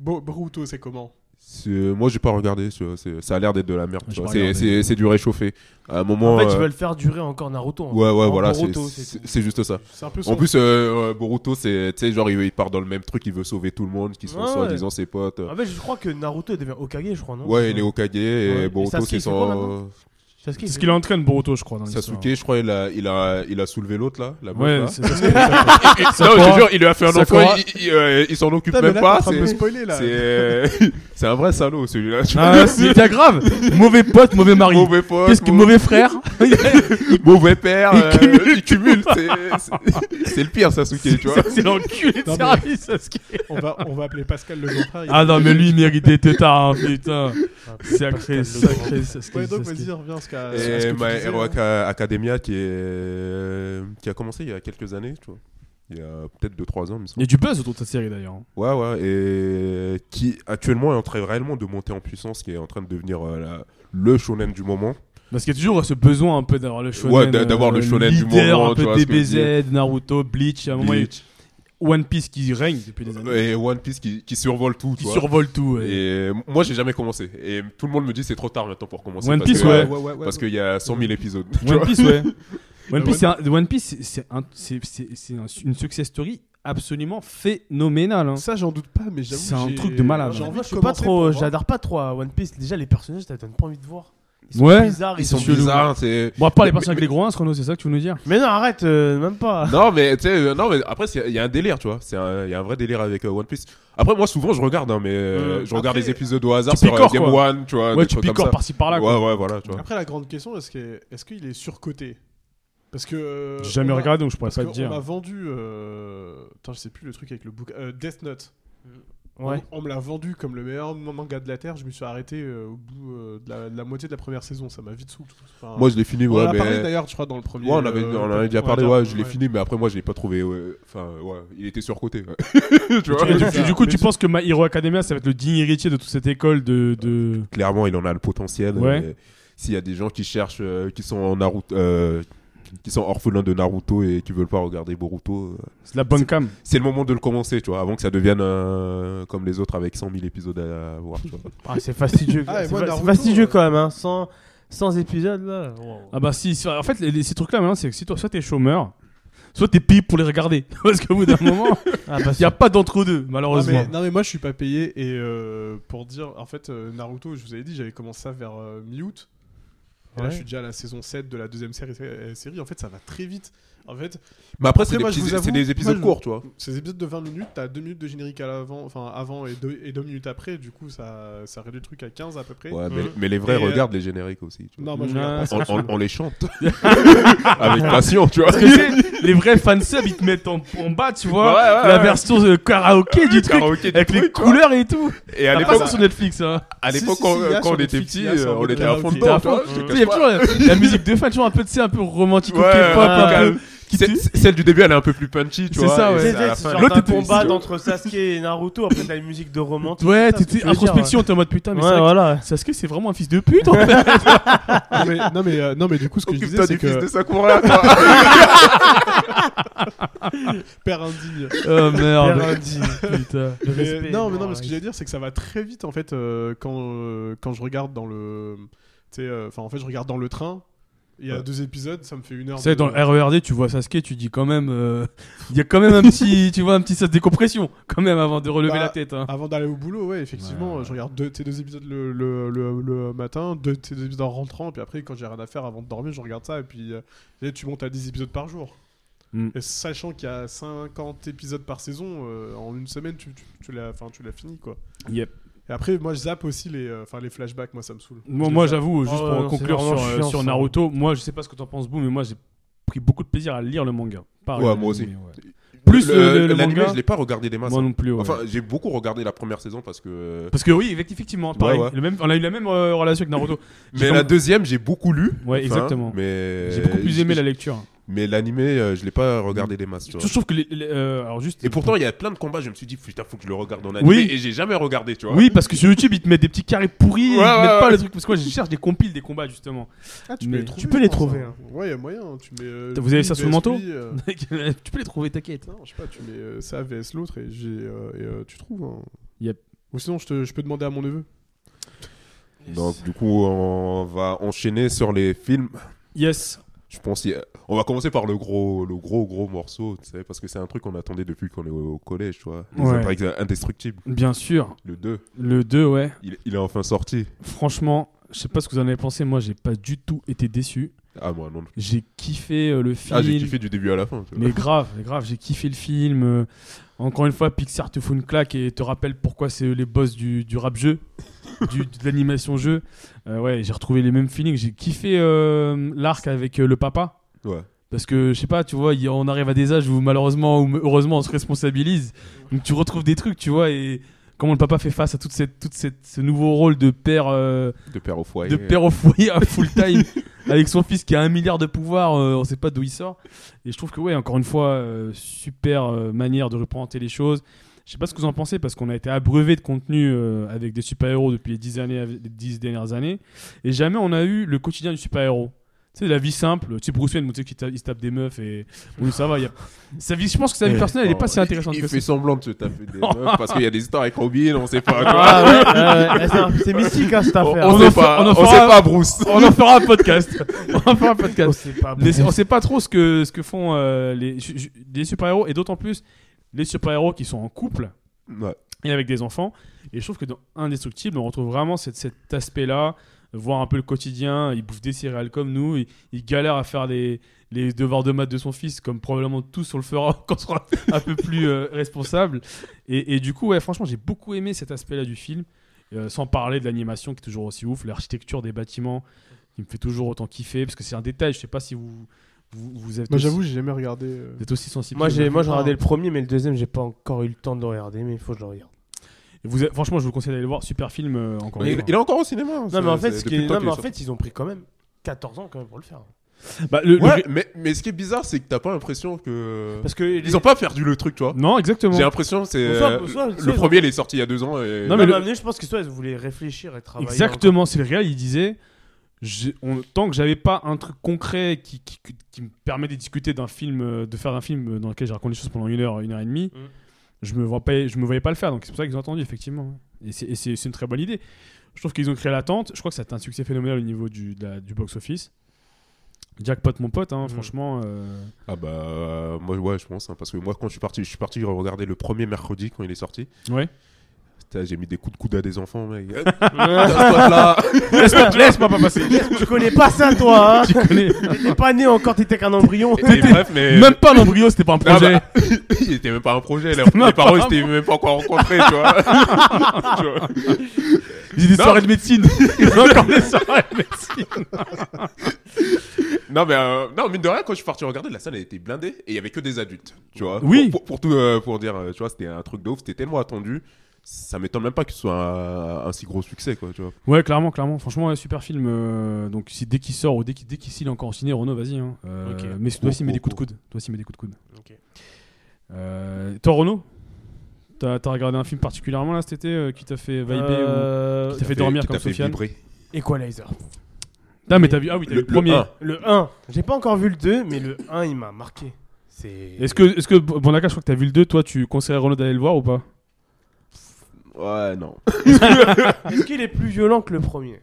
F: Bo- Boruto, c'est comment
C: C'est- Moi, j'ai pas regardé. tu vois, c'est- Ça a l'air d'être de la merde.
D: J'ai
C: tu vois.
D: pas
C: C'est
D: regardé.
C: c'est- c'est du réchauffé. À un moment.
E: En fait, ils
C: euh,
E: veulent faire durer encore Naruto. en fait.
C: Ouais, ouais,
E: En
C: voilà. c'est-
E: Boruto, c'est
C: C'est
E: tout.
C: c'est juste ça.
F: C'est un peu
C: En
F: son-
C: plus, euh, euh, Boruto, c'est, tu sais, genre, il, il part dans le même truc, il veut sauver tout le monde, qui sont
E: Ouais, ouais.
C: soi-disant ses potes.
E: En fait, je crois que Naruto devient Okage, je crois, non
C: ouais, il est Hokage et
E: Ouais. Et
C: Boruto,
E: Sasuke,
C: c'est
E: il fait quoi maintenant
C: son.
E: Sasuke,
D: C'est
E: il
D: ce
E: fait-
D: qu'il entraîne Boruto, je crois, dans l'histoire.
C: Sasuke, je crois, il a, il a, il a soulevé l'autre, là. La meuf,
D: Ouais,
C: là.
D: c'est ça. c'est-
C: non,
D: Sakura-
C: je te jure, il lui a fait un
D: Sakura-
C: enfant, il, il- euh, il s'en occupe
F: Putain, mais
C: même
F: là,
C: pas.
F: t'es en train de me
C: C'est,
F: spoiler là.
C: c'est, <laughs> c'est un vrai salaud, celui-là. tu
D: Ah,
C: vois. <laughs>
D: c'est bien grave. Mauvais pote, mauvais mari.
C: Mauvais pote,
D: Qu'est-ce que
C: mau-
D: mauvais frère
C: <laughs> mauvais père, euh, il cumule, c'est, c'est- c'est le pire Sasuke, tu vois.
D: C'est l'enculé de
F: Non, mais-
D: service, Sasuke.
F: On va, on va appeler Pascal le grand frère. il-
D: Ah non, mais lui, il mérite des têtards, hein, putain.
E: Ah,
D: Sacré, sacré Sasuke.
F: Ouais, donc
D: Sasuke.
F: vas-y, hein. reviens. ce qu'a- Euh, ce que
C: Et
F: tu
C: My
F: disais, hein.
C: Hero
F: là.
C: Aca- Academia qui, est... qui a commencé il y a quelques années, tu vois. Il y a peut-être 2-3 ans, il me
D: Il y
C: semble.
D: a du buzz autour de cette série d'ailleurs. hein.
C: Ouais, ouais. Et qui actuellement est en train réellement de monter en puissance, qui est en train de devenir euh, la- le shonen du moment.
D: Parce qu'il y a toujours ce besoin un peu d'avoir le shonen.
C: Ouais, d'a- d'avoir le
D: euh,
C: shonen du
D: leader,
C: moment,
D: un
C: tu
D: peu
C: vois ce que je veux
D: DBZ, Naruto, Bleach. À un moment, il y a
C: Bleach.
D: One Piece qui règne depuis des années.
C: Et One Piece qui, qui survole tout. tu
D: qui
C: vois.
D: survole tout. ouais.
C: Et moi, j'ai jamais commencé. Et tout le monde me dit c'est trop tard maintenant pour commencer.
D: One
C: parce
D: Piece,
C: que-
D: ouais.
C: Parce qu'il y a 100 000 épisodes. tu
D: One
C: vois.
D: Piece, ouais. One
F: Euh,
D: Piece, c'est un- One Piece, c'est- c'est un- c'est- c'est- c'est un- une success story absolument phénoménale. hein.
F: Ça, j'en doute pas, mais j'avoue.
D: C'est un
F: j'ai-
D: truc de malade. hein.
F: J'ai
E: Genre,
F: envie
E: moi,
F: de
E: je suis pas
F: commencer pour
E: trop, euh,
F: voir.
E: j'adore pas trop à One Piece. Déjà, les personnages, t'as t'as pas envie de voir. Ils sont
D: Ouais,
E: bizarres,
D: ils
E: ils
D: sont
C: <laughs>
E: sont
C: Ils sont
D: chelous.
C: bizarres. c'est-
D: Bon, à part les
C: Mais-
D: personnages avec les gros 1, Renaud, c'est ça que tu veux nous dire
E: Mais non, arrête, euh, même pas.
C: Non mais tu sais euh, non mais après c'est- il y a un délire tu vois c'est un- il y a un vrai délire avec euh, One Piece après moi souvent je regarde hein, mais euh,
F: Euh,
C: je regarde
F: après,
C: les épisodes au hasard
D: tu
C: sur euh,
D: picores,
C: Game
D: quoi.
C: One tu vois
D: Ouais,
C: des
D: tu
C: trucs comme
D: picores
C: ça.
D: par-ci par-là. quoi.
C: ouais ouais voilà tu vois
F: Après, la grande question, est-ce que- est-ce qu'il est surcoté Parce que. euh,
D: J'ai jamais
F: on a-
D: regardé donc je pourrais
F: Parce
D: pas te
F: qu'on
D: dire.
F: m'a vendu. euh, Putain, je sais plus le truc avec le bouquin. euh, Death Note.
D: Mm.
E: Ouais.
F: On, on me l'a vendu comme le meilleur manga de la Terre. Je me suis arrêté euh, au bout euh, de, la, de la moitié de la première saison. Ça m'a vite saoulé. Enfin,
C: moi je l'ai fini
F: on
C: ouais
F: en a
C: mais
F: parlé d'ailleurs, je crois, dans le premier.
C: Ouais, on avait,
F: euh,
C: on en avait déjà
F: on
C: parlé,
F: va
C: ouais,
F: dire,
C: je l'ai fini, mais après, moi, je l'ai pas trouvé. ouais. Enfin, ouais, il était surcoté. ouais. <laughs> tu vois
D: Et du,
F: Ouais,
D: du- du coup, tu penses que My Hero Academia, ça va être le digne héritier de toute cette école de. de...
C: Clairement, il en a le potentiel.
D: Ouais.
C: mais S'il y a des gens qui cherchent, euh, qui sont en Naruto, euh, qui sont orphelins de Naruto et qui veulent pas regarder Boruto, euh,
D: C'est la bonne cam.
C: c'est le moment de le commencer, tu vois, avant que ça devienne euh, comme les autres avec 100 000 épisodes à voir. tu vois.
E: Ah, c'est fastidieux.
F: Ah, et
E: c'est
F: moi,
E: fa-
F: Naruto,
E: c'est fastidieux
F: euh,
E: quand même, hein. Sans, sans épisode, là. Wow.
D: Ah bah si, si- en fait, les- les- ces trucs-là maintenant, c'est que si toi, soit t'es chômeur, soit t'es payé pour les regarder. <laughs> Parce qu'au bout d'un moment,
E: Ah, bah,
D: il n'y a pas d'entre-deux,
F: Non
D: malheureusement.
F: mais,
C: Ah,
F: non, mais moi je suis pas payé et euh, pour dire en fait euh, Naruto je vous avais dit j'avais commencé ça vers euh, mi-août et là
E: Ouais.
F: je suis déjà à la saison 7 de la deuxième série, euh, série. en fait ça va très vite en fait
C: Mais après,
F: Après,
C: c'est des,
F: moi, je
C: petits-
F: vous avoue,
C: c'est des épisodes
F: moi, je-
C: courts, tu vois.
F: ces épisodes de 20 minutes t'as 2 minutes de générique à l'avant enfin avant et 2 et deux minutes après du coup ça, ça réduit le truc à 15 à peu près
C: Ouais,
E: Mhm.
C: mais, mais les vrais
F: Et, euh,
C: regardent les génériques aussi. tu vois.
F: non moi je regarde
D: Ouais,
F: pas
D: c'est-
F: ça.
C: On, on- on les chante <laughs> avec passion, tu vois.
D: Parce que tu sais, les vrais fansub, ils te mettent en, en bas, tu vois,
C: Ouais, ouais,
D: la
C: ouais.
D: version euh, karaoké du truc,
C: Karaoké du
D: avec
C: truc,
D: les
C: quoi.
D: couleurs et tout.
C: Et à
D: T'as pas
C: l'époque,
D: ça sur Netflix, hein.
C: à
F: Si,
C: l'époque,
F: si, si,
C: quand,
F: il y a
C: quand
F: sur
C: on était
F: Netflix, il
C: petit, euh,
F: y a sur
C: on était à
F: Netflix.
C: fond
F: T'es
C: dedans,
D: à
C: tu vois.
D: fond.
C: Je te
D: Tu sais,
C: cache
D: Il y a
C: pas.
D: toujours la, la musique de fan, toujours un peu, tu sais, un peu romantique,
C: Ouais,
D: pop, un
C: ouais,
D: peu.
C: ouais.
D: qui
C: C'est-
D: te-
C: c'est- Celle du début, elle est un peu plus punchy, tu
D: C'est
C: vois.
D: ça,
C: et
D: ouais.
C: c'est
E: C'est
C: à la
E: c'est
C: fin-
E: genre
D: L'autre
E: un
D: était-
C: <laughs>
E: combat
D: c'est-
E: entre Sasuke et Naruto. Après, t'as une musique de romance.
D: Ouais,
E: tout ça, c'est
D: t'étais
E: ce que je veux dire,
D: introspection, t'es en mode putain,
E: Ouais,
D: mais
E: Ouais,
D: c'est vrai
E: voilà.
D: que Sasuke, c'est vraiment un fils
C: <laughs>
D: de pute en fait.
F: non mais non mais, euh, non, mais du coup ce que je disais
C: Occupe-toi
F: c'est
C: du fils
F: que
C: de Sakura, quoi.
F: père indigne
D: oh merde,
E: Perdi.
D: putain.
E: Le
F: Mais,
E: respect,
F: non, mais non,
E: genre,
F: mais ce que j'allais dire, c'est que ça va très vite en fait euh, quand, euh, quand je regarde dans le. tu sais, euh, Enfin, en fait, je regarde dans le train. Il y a
C: Ouais.
F: deux épisodes, ça me fait une heure.
D: Tu sais,
F: de-
D: dans le RERD, tu vois Sasuke, tu dis quand même. euh, <laughs> Il y a quand même un petit, tu vois, un petit sas de décompression, quand même, avant de relever
F: Bah,
D: la tête. hein.
F: Avant d'aller au boulot, ouais, effectivement,
A: Ouais.
F: je regarde deux, tes deux épisodes le, le, le, le matin, deux, tes deux épisodes en rentrant, puis après, quand j'ai rien à faire avant de dormir, je regarde ça, et puis euh, et tu montes à 10 épisodes par jour.
D: Mm.
F: Et sachant qu'il y a 50 épisodes par saison, euh, en une semaine, tu, tu, tu l'as enfin, tu l'as fini, quoi.
D: Yep.
F: Et après, moi, je zappe aussi les, euh, enfin, les flashbacks, moi, ça me saoule.
D: Moi,
F: Je
D: moi,
F: les zappe.
D: j'avoue, juste
E: Oh,
D: pour
E: non, c'est
D: conclure
E: vraiment
D: sur, euh,
E: chiant,
D: sur
E: ça.
D: Naruto, moi, je sais pas ce que t'en penses, Bou, mais moi, j'ai pris beaucoup de plaisir à lire le manga. Pas
C: Ouais,
D: regarder
C: moi
D: le
C: aussi.
D: anime, ouais. Plus euh, le- le- le
C: l'anime,
D: manga.
C: je l'ai pas regardé des masses.
D: Moi non plus. ouais.
C: Enfin, euh, j'ai beaucoup regardé la première saison parce que.
D: Parce que oui, effect- effectivement, pareil.
C: Ouais, ouais.
D: le même- on a eu la même euh, relation avec Naruto. J'ai
C: Mais
D: pas-
C: la euh, deuxième, j'ai beaucoup lu.
D: Ouais,
C: Enfin,
D: exactement.
C: Mais
D: J'ai beaucoup plus aimé la lecture.
C: Mais l'animé, euh, je l'ai pas regardé des masses. tu vois.
D: Je trouve que les- les- euh, alors juste.
C: Et pourtant, il y a plein de combats. Je me suis dit, putain, faut que je le regarde en animé.
D: Oui.
C: Et j'ai jamais regardé, tu vois.
D: Oui, parce que sur YouTube, ils te mettent des petits carrés pourris, et ils
C: Ouais,
D: te mettent
C: ouais,
D: pas
C: ouais.
D: le truc. Parce que moi, je cherche des compiles des combats, justement.
F: Ah,
D: Mais-
E: tu peux les
F: je pense,
E: trouver,
F: hein. Ouais, il y a moyen. Tu mets, euh,
D: Vous avez ça
F: lui,
D: sous le
F: VS
D: manteau
F: lui, <laughs> euh,
D: tu peux les trouver, t'inquiète.
F: Non, je sais pas, tu mets euh, ça VS l'autre et, j'ai, euh, et euh, tu trouves. hein.
D: Yep.
F: Ou sinon, je, te- je peux demander à mon neveu.
C: Donc, du coup, on va enchaîner sur les films.
D: Yes.
C: Je pense, qu'il y a- on va commencer par le gros, le gros, gros morceau, tu sais, parce que c'est un truc qu'on attendait depuis qu'on est au au collège, tu vois. Les
D: Ouais.
C: Impacts indestructibles,
D: Bien sûr.
C: le 2,
D: Le 2, ouais.
C: il, il est enfin sorti.
D: Franchement, je sais pas ce que vous en avez pensé. Moi, j'ai pas du tout été déçu.
C: Ah, moi, non.
D: J'ai kiffé euh, le film.
C: Ah, j'ai kiffé du début à la fin. tu vois.
D: Mais grave, mais grave, j'ai kiffé le film. Euh, Encore une fois, Pixar te fout une claque et te rappelle pourquoi c'est eux les boss du, du rap jeu, du, de l'animation jeu. Euh, ouais, j'ai retrouvé les mêmes feelings. J'ai kiffé euh, l'arc avec euh, le papa.
C: Ouais.
D: Parce que je sais pas, tu vois, il y a- on arrive à des âges où malheureusement ou heureusement on se responsabilise. Donc tu retrouves des trucs, tu vois, et comment le papa fait face à toute cette, toute cette, ce nouveau rôle de père, euh,
C: De père au foyer.
D: de père au foyer à full time avec son fils qui a un milliard de pouvoirs, euh, on sait pas d'où il sort. Et je trouve que ouais, encore une fois, euh, super euh, manière de représenter les choses. Je sais pas ce que vous en pensez parce qu'on a été abreuvé de contenu euh, avec des super-héros depuis les 10, années, les 10 dernières années et jamais on a eu le quotidien du super-héros. Tu sais, la vie simple, tu sais, Bruce Wayne, tu sais, qu'il ta- il se tape des meufs et. Oui, ça va, il y a- sa vie, je pense que sa vie personnelle, elle est pas si intéressante
C: Eh, oh, Il,
D: que
C: il
D: ça.
C: fait semblant de se taper
E: <laughs>
C: des meufs parce qu'il y a des histoires avec Robin, on sait pas. quoi.
E: Ah ouais, ouais, ouais, c'est un- c'est mystique hein, cette
C: On,
E: affaire.
C: on
D: On en
C: sait
D: fa-
C: pas,
D: on en
C: on
D: fera-
C: sait pas, Bruce.
D: On en fera un podcast. <laughs> On en fera un podcast.
E: Oh, c'est pas bon.
D: Mais on sait pas trop ce que, ce que font euh, les, ju- ju- les super-héros, et d'autant plus les super-héros qui sont en couple
C: Ouais.
D: et avec des enfants. Et je trouve que dans Indestructible, on retrouve vraiment cette- cet aspect-là, voir un peu le quotidien. Il bouffe des céréales comme nous, il, il galère à faire les, les devoirs de maths de son fils, comme probablement tous on le fera <laughs> quand on sera un peu plus euh, responsable. Et, et du coup, ouais, franchement, j'ai beaucoup aimé cet aspect-là du film, Euh, sans parler de l'animation qui est toujours aussi ouf, l'architecture des bâtiments qui me fait toujours autant kiffer, parce que c'est un détail, je sais pas si vous, vous, vous êtes
F: Moi,
D: aussi-
F: j'avoue, j'ai jamais regardé. euh,
D: vous êtes aussi sensible.
E: Moi
D: que
E: j'ai
D: moi.
E: moi j'ai regardé le premier mais le deuxième j'ai pas encore eu le temps de le regarder mais il faut que je le regarde.
D: Et vous- franchement, je vous conseille d'aller le voir, super film euh, encore une
C: Il,
D: fois.
C: il est encore au cinéma. hein,
E: Non
C: c'est-
E: mais en fait
C: c'est
E: ce qui
C: depuis
E: est-
C: le temps
E: non,
C: qu'il
E: mais en
C: est sorti.
E: fait ils ont pris quand même 14 ans quand même pour le faire.
D: Bah, le- le
C: Ouais,
D: ré-
C: mais, mais ce qui est bizarre, c'est que t'as pas l'impression que.
E: Parce que les...
C: Ils ont pas perdu le truc, tu vois.
D: Non, exactement.
C: J'ai l'impression que c'est.
E: Soit-
C: euh,
E: soit- soit ils
C: le
E: ont-
C: premier, il est sorti il y a deux ans. Et...
D: Non,
E: non
D: mais
E: mais
D: le-
E: je pense que soit ils voulaient réfléchir et travailler.
D: Exactement, c'est le réel. Il disait j'ai- on- tant que j'avais pas un truc concret qui, qui, qui- qui me permet de discuter d'un film, euh, de faire d'un film euh, dans lequel j'ai raconté des choses pendant une heure, une heure et demie,
E: Mm.
D: je me vois pas, je me voyais pas le faire. Donc c'est pour ça qu'ils ont attendu effectivement. Et c'est- et c'est c'est une très bonne idée. Je trouve qu'ils ont créé l'attente. Je crois que ça a été un succès phénoménal au niveau du, de la- du box office. Jackpot mon pote, hein,
E: Mm.
D: franchement. euh,
C: Ah bah, euh, moi, ouais, je pense. hein, parce que moi, quand je suis parti, je suis parti regarder le premier mercredi quand il est sorti.
D: Ouais.
C: Putain, J'ai mis des coups de coude à des enfants,
E: <laughs>
C: mec. Eh, Tasse-toi de là.
D: Laisse-moi laisse-moi pas passer.
E: encore. Tu connais pas ça toi hein
C: <laughs>
D: Tu connais.
E: T'étais pas né encore t'étais qu'un embryon.
C: Et bref, mais.
D: Même pas l'embryo, c'était pas un
C: Ah
D: projet.
C: bah, <laughs> il était même pas un projet. là. Les parents, ils s'étaient même pas encore rencontrés, tu vois.
D: <laughs>
C: Tu vois.
D: J'ai des
C: Non.
D: soirées
C: <laughs>
D: de médecine. J'ai encore des soirées de médecine.
C: Non, mais euh, non, mine de rien, quand je suis parti regarder, la salle elle était blindée et il y avait que des adultes, tu vois.
D: Oui.
C: Pour, pour- pour tout, euh, pour dire, euh, tu vois, c'était un truc de ouf, c'était tellement attendu. Ça m'étonne même pas que ce soit un, un si gros succès, quoi, tu vois.
D: Ouais, clairement, clairement. Franchement, ouais, super film. euh, donc, si, dès qu'il sort ou dès qu'il dès qu'il s'il est encore en ciné, Renault, vas-y. Hein. Euh,
E: Ok.
D: Mais toi aussi,
C: Oh,
D: mets des
C: oh,
D: coups de
C: oh.
D: coude. Toi aussi, mets des coups de coude.
E: Ok.
D: Euh, toi, Renaud T'as t'as regardé un film particulièrement là cet été euh, qui t'a fait vibrer ou...
E: Euh,
D: qui t'a fait dormir
C: qui t'a
D: comme
C: fait
D: Sofiane
C: vibrer.
E: Equalizer.
D: Ah, mais t'as vu, ah oui, t'as vu
C: Le-
D: le premier.
C: le un.
E: Le 1, j'ai pas encore vu le 2 mais le 1 il m'a marqué. C'est
D: Est-ce que, est que, Bonaka, je crois que t'as vu le 2, toi, tu conseillerais Renaud d'aller le voir ou pas
C: Ouais, non.
E: Est-ce qu'il est plus violent que le premier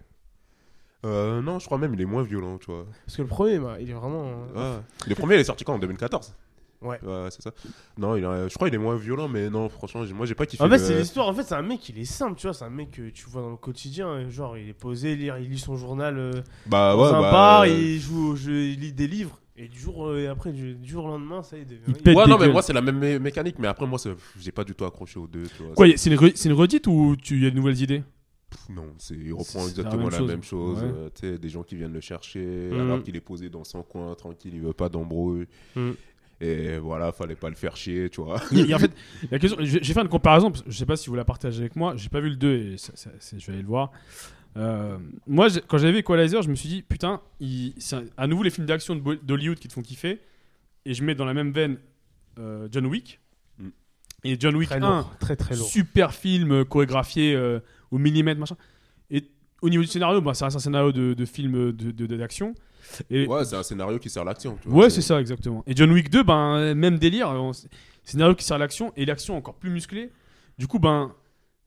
C: Euh, non, je crois même il est moins violent, tu vois.
E: Parce que le premier, bah, il est vraiment.
C: Ouais. Le premier, il est sorti quand En 2014
E: Ouais.
C: c'est ça. Non, il a- je crois qu'il est moins violent, mais non, franchement, j'ai- moi, j'ai pas kiffé.
E: En fait,
C: le-
E: Ah, c'est l'histoire. En fait, c'est un mec, il est simple, tu vois. C'est un mec que tu vois dans le quotidien. Genre, il est posé, lire, il lit son journal euh,
C: Bah
E: dans
C: ouais,
E: un
C: bah,
E: bar,
C: euh,
E: il joue au jeu, il lit des livres. Et du jour, euh, et après, du, du jour au lendemain, ça y est. devient-
D: Il pète.
C: Ouais, non, mais
D: dégueule.
C: moi, c'est la même mé- mécanique, mais après, moi, c'est- j'ai pas du tout accroché aux deux, tu vois.
D: Quoi, y a- c'est une, re- c'est une redite ou tu y a de nouvelles idées
C: Pff, Non, c'est- il reprend
D: C'est la
C: exactement
D: même
C: la
D: chose.
C: même chose.
D: Ouais.
C: euh, tu sais, des gens qui viennent le chercher,
E: Mm.
C: alors qu'il est posé dans son coin, tranquille, il veut pas d'embrouille.
E: Mm.
C: Et voilà, fallait pas le faire chier, tu vois.
D: Il y a- il y a en fait, la question, je vais- j'ai fait une comparaison, parce que je sais pas si vous la partagez avec moi, j'ai pas vu le 2 et ça- ça- c'est- je vais aller le voir. Euh, moi, j'ai- quand j'avais vu Equalizer, je me suis dit, putain, il- c'est un- à nouveau les films d'action de Bo- d'Hollywood qui te font kiffer, et je mets dans la même veine euh, John Wick.
C: Mm.
D: Et John Wick
E: Très
D: 1,
E: lourd, très très lourd.
D: super film euh, chorégraphié euh, au millimètre, machin. Et au niveau du scénario, bah, ça reste un scénario de, de film d'action. De, de- d'action. et
C: Ouais, c'est un scénario qui sert l'action, tu vois.
D: Ouais, c'est ça, exactement. Et John Wick 2, ben, euh, même délire. euh, on- Scénario qui sert à l'action et l'action encore plus musclée. Du coup, ben,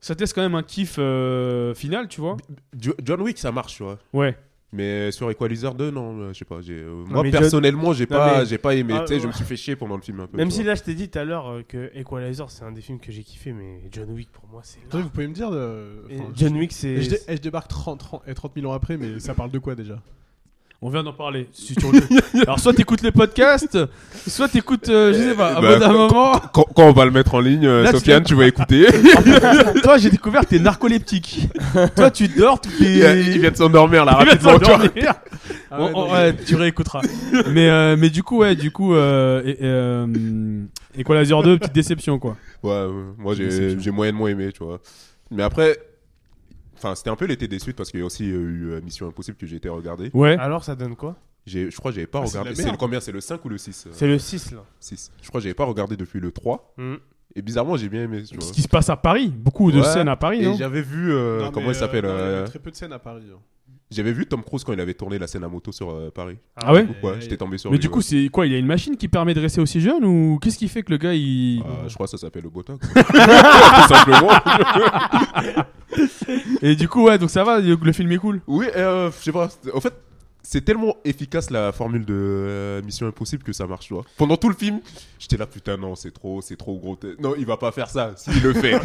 D: ça te laisse quand même un kiff euh, final, tu vois.
C: Jo- John Wick, ça marche, tu vois.
D: Ouais.
C: Mais sur Equalizer 2, non, euh, je sais pas. j'ai- euh, moi,
E: mais John-
C: personnellement, j'ai pas,
E: mais-
C: j'ai pas aimé.
E: Ah,
C: tu sais, je
E: ouais.
C: me suis fait chier pendant le film un peu.
E: Même
C: tu
E: si
C: vois.
E: là, je t'ai dit tout à l'heure euh, que Equalizer, c'est un des films que j'ai kiffé, mais John Wick, pour moi, c'est.
F: Attendez, vous pouvez me dire. euh,
E: Et
F: enfin,
E: John
F: je-
E: Wick,
F: Et
E: c'est.
F: je, dé-
D: eh.
F: et je débarque 30, 30 et 30 000 ans après, mais ça parle de quoi déjà
D: On vient d'en parler. Si tu <laughs> reconnais. Alors, soit t'écoutes les podcasts, soit t'écoutes, euh, je sais pas, à
C: Bah,
D: bout d'un moment.
C: quand, quand on va le mettre en ligne, euh,
D: Là, tu
C: Sofiane, tu vas écouter.
D: <laughs> Toi, j'ai découvert que t'es narcoleptique. Toi, tu dors Ah, toutes
C: il, il vient de s'endormir là,
D: Il vient de
C: rapidement. tu vois.
D: s'endormir.
F: Ah
D: On-
F: ouais,
D: on-
F: non,
D: ouais, tu réécouteras. mais, euh, mais du coup, ouais, du coup, euh, et, et, euh, Equalizer 2, petite déception, quoi.
C: Ouais, euh, moi j'ai
D: Déception.
C: j'ai moyennement aimé, tu vois. Mais après, enfin, c'était un peu l'été des suites parce qu'il y a aussi euh, eu euh, Mission Impossible que j'ai été regarder.
D: Ouais.
E: Alors, ça donne quoi
C: J'ai- Je crois que j'avais pas
F: Ah, c'est de la
C: regardé. C'est
F: merde.
C: le combien C'est le 5 ou le 6 euh,
E: C'est le 6, là.
C: 6. Je crois que j'avais pas regardé depuis le 3.
E: Mm.
C: Et bizarrement, j'ai bien aimé, tu vois.
D: ce qui se passe à Paris. Beaucoup de
C: Ouais.
D: scènes à Paris,
C: Et
D: non
C: j'avais vu. euh,
F: Non,
C: comment
F: mais,
C: il s'appelle
F: euh, non, y a
C: euh,
F: Très peu de scènes à Paris. hein.
C: J'avais vu Tom Cruise quand il avait tourné la scène à moto sur euh, Paris.
D: Ah ouais
C: Du coup, ouais,
F: Et-
C: j'étais tombé sur
D: Mais
C: lui,
D: du coup,
C: ouais.
D: c'est quoi Il y a une machine qui permet de rester aussi jeune ou qu'est-ce qui fait que le gars il
E: Ah,
C: Euh, je crois que ça s'appelle le Botox. <laughs> Tout simplement.
D: Et du coup, ouais, donc ça va, le film est cool.
C: Oui, euh, je sais pas. c'est- En fait, c'est tellement efficace la formule de euh, Mission Impossible que ça marche, tu vois. Pendant tout le film, j'étais là, putain, non, c'est trop, c'est trop gros. t'es- Non, il va pas faire ça, s'il le
D: <laughs>
C: fait.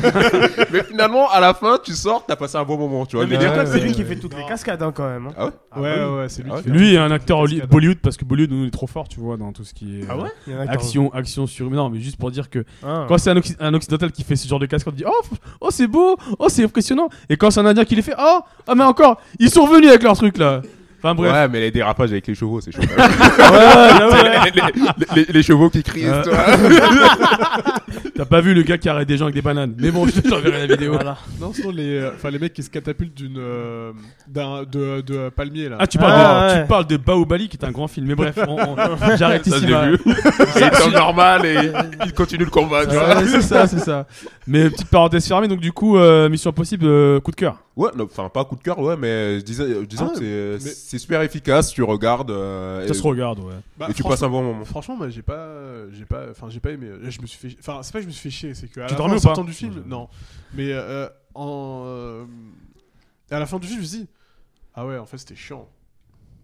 C: Mais finalement, à la fin, tu sors, t'as passé un bon moment, tu vois.
E: Non, mais
C: le délire.
E: dis-toi que c'est
D: ouais,
E: lui
D: ouais,
E: qui fait toutes
F: Non.
E: les cascades, hein, quand même. hein.
C: Ah ouais
E: Ah
F: ouais,
E: oui.
F: ouais, ouais, c'est lui
C: Ah
F: qui fait
D: Lui est un acteur
F: Cascade.
D: holly- Bollywood parce que Bollywood nous, il est trop fort, tu vois, dans tout ce qui est
E: Ah ouais
D: euh,
E: Il y en a qui-
D: action, action sur. Non, mais juste pour dire que
E: Ah.
D: quand c'est un, occ- un occidental qui fait ce genre de casque, on te dit oh, f- oh c'est beau, oh c'est impressionnant. Et quand c'est un indien qui les fait oh, ah mais encore, ils sont revenus avec leur truc là. Enfin bref.
C: Ouais, mais les dérapages avec les chevaux, c'est chaud.
D: Ouais, ouais, ouais.
C: <laughs> les, les- les- les chevaux qui crient,
D: Euh.
C: tu vois.
D: T'as pas vu le gars qui arrête des gens avec des bananes. Mais bon, je t'enverrai la vidéo.
E: <laughs> Voilà.
F: Non, sinon les, euh, enfin les mecs qui se catapultent d'une, euh, d'un, de, de euh, palmier là.
D: Ah, tu parles,
E: Ah,
D: de,
E: ouais.
D: tu parles de Baobali qui est un grand film, mais bref, on- <laughs> on- j'arrête
C: Ça, je
D: ici.
C: l'ai
D: ma-
C: vu. Et il est normal et il continue le combat, tu vois.
D: Ouais, c'est ça, c'est ça. Mais petite parenthèse fermée, donc du coup, euh, Mission Impossible, euh, coup de cœur.
C: Ouais, non, enfin pas coup de cœur, ouais, mais je disais, euh, disons
F: Ah,
C: que c'est, euh,
F: mais-
C: c'est super efficace, tu regardes euh,
D: Ça
C: et,
D: se regarde, ouais.
F: Bah,
C: et tu
F: franchement-
C: passes un bon moment.
F: Franchement, moi j'ai pas, j'ai pas, enfin j'ai pas aimé. Euh, Je me suis fait, enfin c'est pas que je me suis fait chier, c'est que à
D: Tu
F: la
D: dormais
F: fin, en
D: ou pas
F: sortant du film, non. Mais euh, en, euh, à la fin du film, je me suis dit, ah ouais, en fait c'était chiant.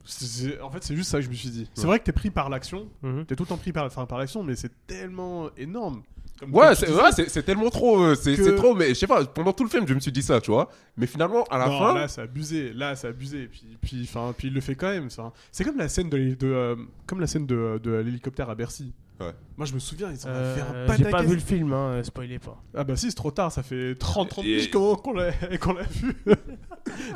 F: C'est- c'est- en fait, c'est juste ça que je me suis dit. C'est
C: Ouais.
F: vrai que t'es pris par l'action,
E: Mhm.
F: t'es tout le temps pris par, enfin, par l'action, mais c'est tellement énorme. Comme- comme
C: Ouais,
F: tu
C: c'est,
F: disais.
C: ouais, c'est, c'est tellement trop, euh, c'est,
F: Que-
C: c'est trop, mais je sais pas, pendant tout le film je me suis dit ça, tu vois, mais finalement à la
F: non,
C: fin,
F: là c'est abusé, là c'est abusé, puis puis enfin puis il le fait quand même ça. hein. C'est comme la scène de, l'hé- de, euh, comme la scène de, de l'hélicoptère à Bercy.
C: Ouais.
F: Moi je me souviens, ils s'en
E: Euh,
F: ont fait un
E: J'ai pas
F: pataquès.
E: vu le film, hein, euh, spoilez pas.
F: Ah bah si, c'est trop tard, ça fait 30 30
C: Et-
F: minutes qu'on qu'on l'a <laughs> qu'on l'a vu.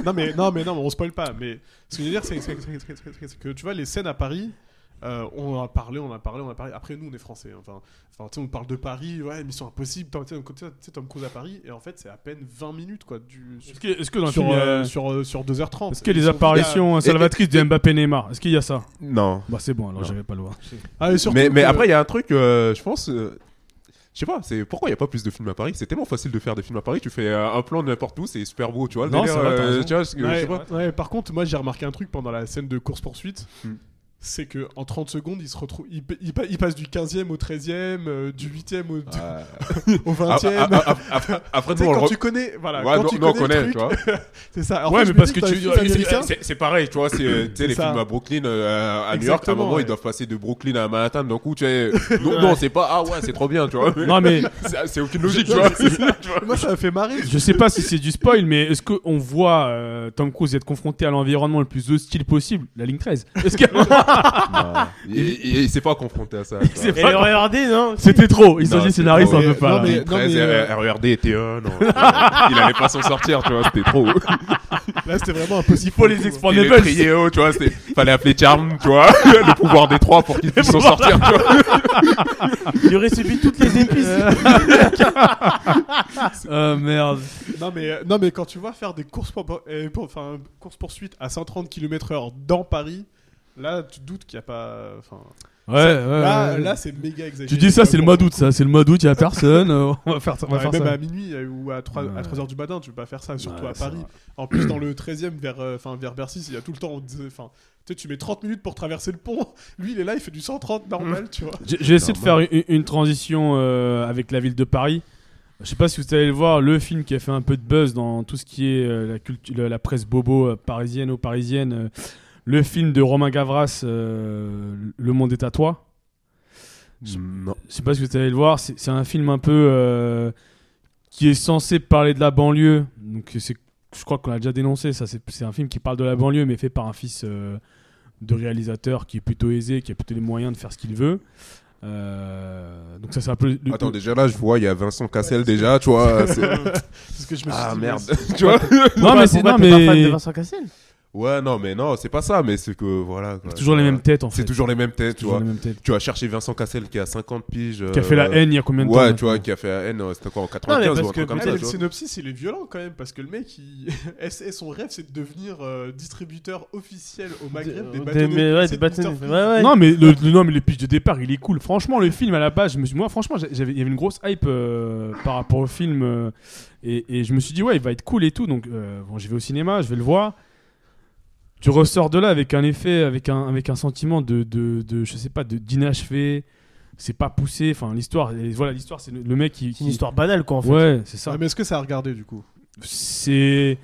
F: non mais non mais non, mais on spoil pas, mais ce que je veux dire c'est c'est- c'est- c'est- c'est- c'est- c'est que tu vois les scènes à Paris euh, on en a parlé, on en a parlé, on en a parlé. Après, nous, on est français. hein, Enfin, enfin tu sais, on parle de Paris, ouais, mission impossible. Tu sais, tu sais, Tom Cruise à Paris, et en fait, c'est à peine 20 minutes, quoi. Du,
D: Est-ce que, est-ce que dans le
F: sur,
D: film,
F: euh,
D: euh,
F: sur, euh, sur 2h30.
D: est-ce que
F: Ils
D: les
F: sont-
D: apparitions salvatrices de Mbappé Neymar, est-ce qu'il y a ça
C: non.
D: Bah c'est bon, alors
C: Non.
D: j'avais pas le voir.
F: Ah, et surtout
C: mais mais
F: que-
C: après il y a un truc, euh, je pense, euh, je sais pas, c'est pourquoi il y a pas plus de films à Paris, c'est tellement facile de faire des films à Paris, tu fais euh, un plan de n'importe où, c'est super beau, tu vois, le
D: Non,
C: délire,
D: c'est vrai, t'as
C: euh,
D: raison.
C: tu vois, ce que- je
F: Ouais,
C: sais pas.
F: ouais, par contre, moi, j'ai remarqué un truc pendant la scène de course-poursuite.
C: Hmm.
F: c'est que en 30 secondes, il se retrouve, il, pa- il pa- il passe du 15e au 13e, euh, <laughs> du 8e au,
C: Ah,
F: au
C: ah,
F: 20e.
C: ah, ah, ah, Après, après,
F: Tu sais,
C: nous, on le
F: quand
C: re-
F: tu connais, voilà,
C: Ouais,
F: quand
C: non,
F: tu
C: non, on
F: connais, le
C: connaît,
F: truc,
C: tu vois.
F: <laughs> c'est ça. En
D: Ouais,
F: fait,
D: mais
F: je me
D: parce
F: dis,
D: que
F: dans
D: tu-
F: les
D: c'est-
F: films américains,
C: C'est- C'est pareil, tu vois, c'est euh, tu sais, les
F: ça.
C: films à Brooklyn, euh, à New York, à un
F: Exactement,
C: moment,
F: ouais.
C: ils doivent passer de Brooklyn à Manhattan, d'un coup, tu sais, non, non, c'est pas, ah ouais, c'est trop bien, tu vois.
D: Non, mais
C: <laughs>
D: <laughs>
C: C'est- C'est aucune logique, tu vois.
F: moi, ça m'a fait marrer.
D: je sais pas si c'est du spoil, mais est-ce qu'on voit euh, Tom Cruise être confronté à l'environnement le plus hostile possible La ligne 13. Est-ce <laughs> qu'il y a-
C: Non, <laughs> Il il- il s'est pas confronté à ça. tu vois.
D: s'est
E: Et
D: pas-
E: le regardez, non
D: C'était trop. Ils
C: Non,
D: ont dit
C: c'est
D: scénariste,
C: trop.
D: on peut
F: Mais-
D: pas.
F: non, mais-
D: là.
C: Ligne 13, R- RERD était un, non. Euh, Il allait pas s'en sortir, tu vois, c'était trop.
F: Là, c'était vraiment impossible.
D: Il faut
F: pour
D: les
F: le
C: Il
F: coup,
D: expandables.
C: crié haut, tu vois, c'était- fallait appeler Charm, tu vois, <laughs> le pouvoir des trois pour qu'il puisse s'en sortir, tu vois.
E: Il aurait subi toutes les épices. <laughs>
D: Euh, merde.
F: hein. Non mais, non, mais quand tu vois faire des courses, pour, euh, pour- enfin, courses poursuites à 130 km/h dans Paris, là, tu doutes qu'il n'y a pas. enfin,
D: Ouais,
C: Euh,
D: ouais.
F: là,
D: ouais.
F: là, c'est méga exagéré.
D: tu dis ça, c'est le mois
F: mode
D: d'août, ça. C'est le mois d'août, il y a personne. euh, On va faire ça. on va faire
F: même
D: ça.
F: à minuit euh, ou à 3, à 3 heures du matin, tu peux pas faire ça, surtout
D: Ouais,
F: à
D: c'est
F: Paris.
D: vrai.
F: En plus, dans le 13 e vers, euh, enfin, vers Bercy, il y a tout le temps. on disait, Enfin, tu sais, tu mets 30 minutes pour traverser le pont. <laughs> Lui, il est là, il fait du 130 normal, tu vois.
D: J'ai j'ai essayé de faire une, une transition euh, avec la ville de Paris. Je sais pas si vous allez le voir, le film qui a fait un peu de buzz dans tout ce qui est euh, la, cultu- la, la presse bobo euh, parisienne ou parisienne, euh, le film de Romain Gavras, euh, Le monde est à toi.
C: Non.
D: Je sais pas si vous allez le voir, c'est c'est un film un peu euh, qui est censé parler de la banlieue. Donc euh, c'est, je crois qu'on l'a déjà dénoncé. Ça, c'est c'est un film qui parle de la banlieue, mais fait par un fils euh, de réalisateur qui est plutôt aisé, qui a plutôt les moyens de faire ce qu'il veut. Euh, donc ça, c'est un peu. le-
C: Attends, déjà là, je vois, il y a Vincent Cassel déjà, tu vois. c'est-
F: Parce que je me suis
C: Ah <laughs>
F: dit,
C: merde,
F: mais
C: tu vois.
D: Non mais c'est non
E: Pourquoi t'es pas fan de
D: mais
E: Vincent Cassel
C: Ouais, non, mais non, c'est pas ça, mais c'est que voilà. quoi.
D: c'est toujours les mêmes têtes en fait.
C: euh, C'est toujours les mêmes têtes, tu
D: Toujours
C: vois.
D: les mêmes têtes.
C: Tu vas chercher Vincent Cassel qui a 50 piges.
D: Qui a fait la
C: euh,
D: haine il y a combien de temps
C: Ouais, tu vois,
D: maintenant
C: qui a fait la haine, euh, c'était quoi, en
E: mais
C: 95
E: parce
C: ou un truc
E: que
C: comme
F: Ah,
C: ça,
F: mais
C: tu
F: le
C: vois.
F: synopsis, il est violent quand même parce que le mec, il... <laughs> et son rêve, c'est de devenir euh, distributeur officiel au Maghreb
E: Euh, Des-
F: des bâtonnets.
E: mais ouais,
F: de
E: des
F: pizza de
E: bâtonnets,
F: Mr. Freeze.
E: ouais, ouais.
D: Non mais le, le- non mais le pitch de départ il est cool. Franchement le film à la base je me suis moi franchement j'a- j'avais il y avait une grosse hype euh, par rapport au film euh, et, et je me suis dit ouais il va être cool et tout donc euh, bon j'y vais au cinéma je vais le voir. Tu ressors de là avec un effet avec un avec un sentiment de de, de je sais pas de d'inachevé. C'est pas poussé. Enfin l'histoire et voilà l'histoire c'est le, le mec qui,
E: C'est une
D: qui-
E: histoire banale, quoi, en fait.
D: Ouais c'est ça.
F: Ah, mais est-ce que ça a regardé du coup
D: C'est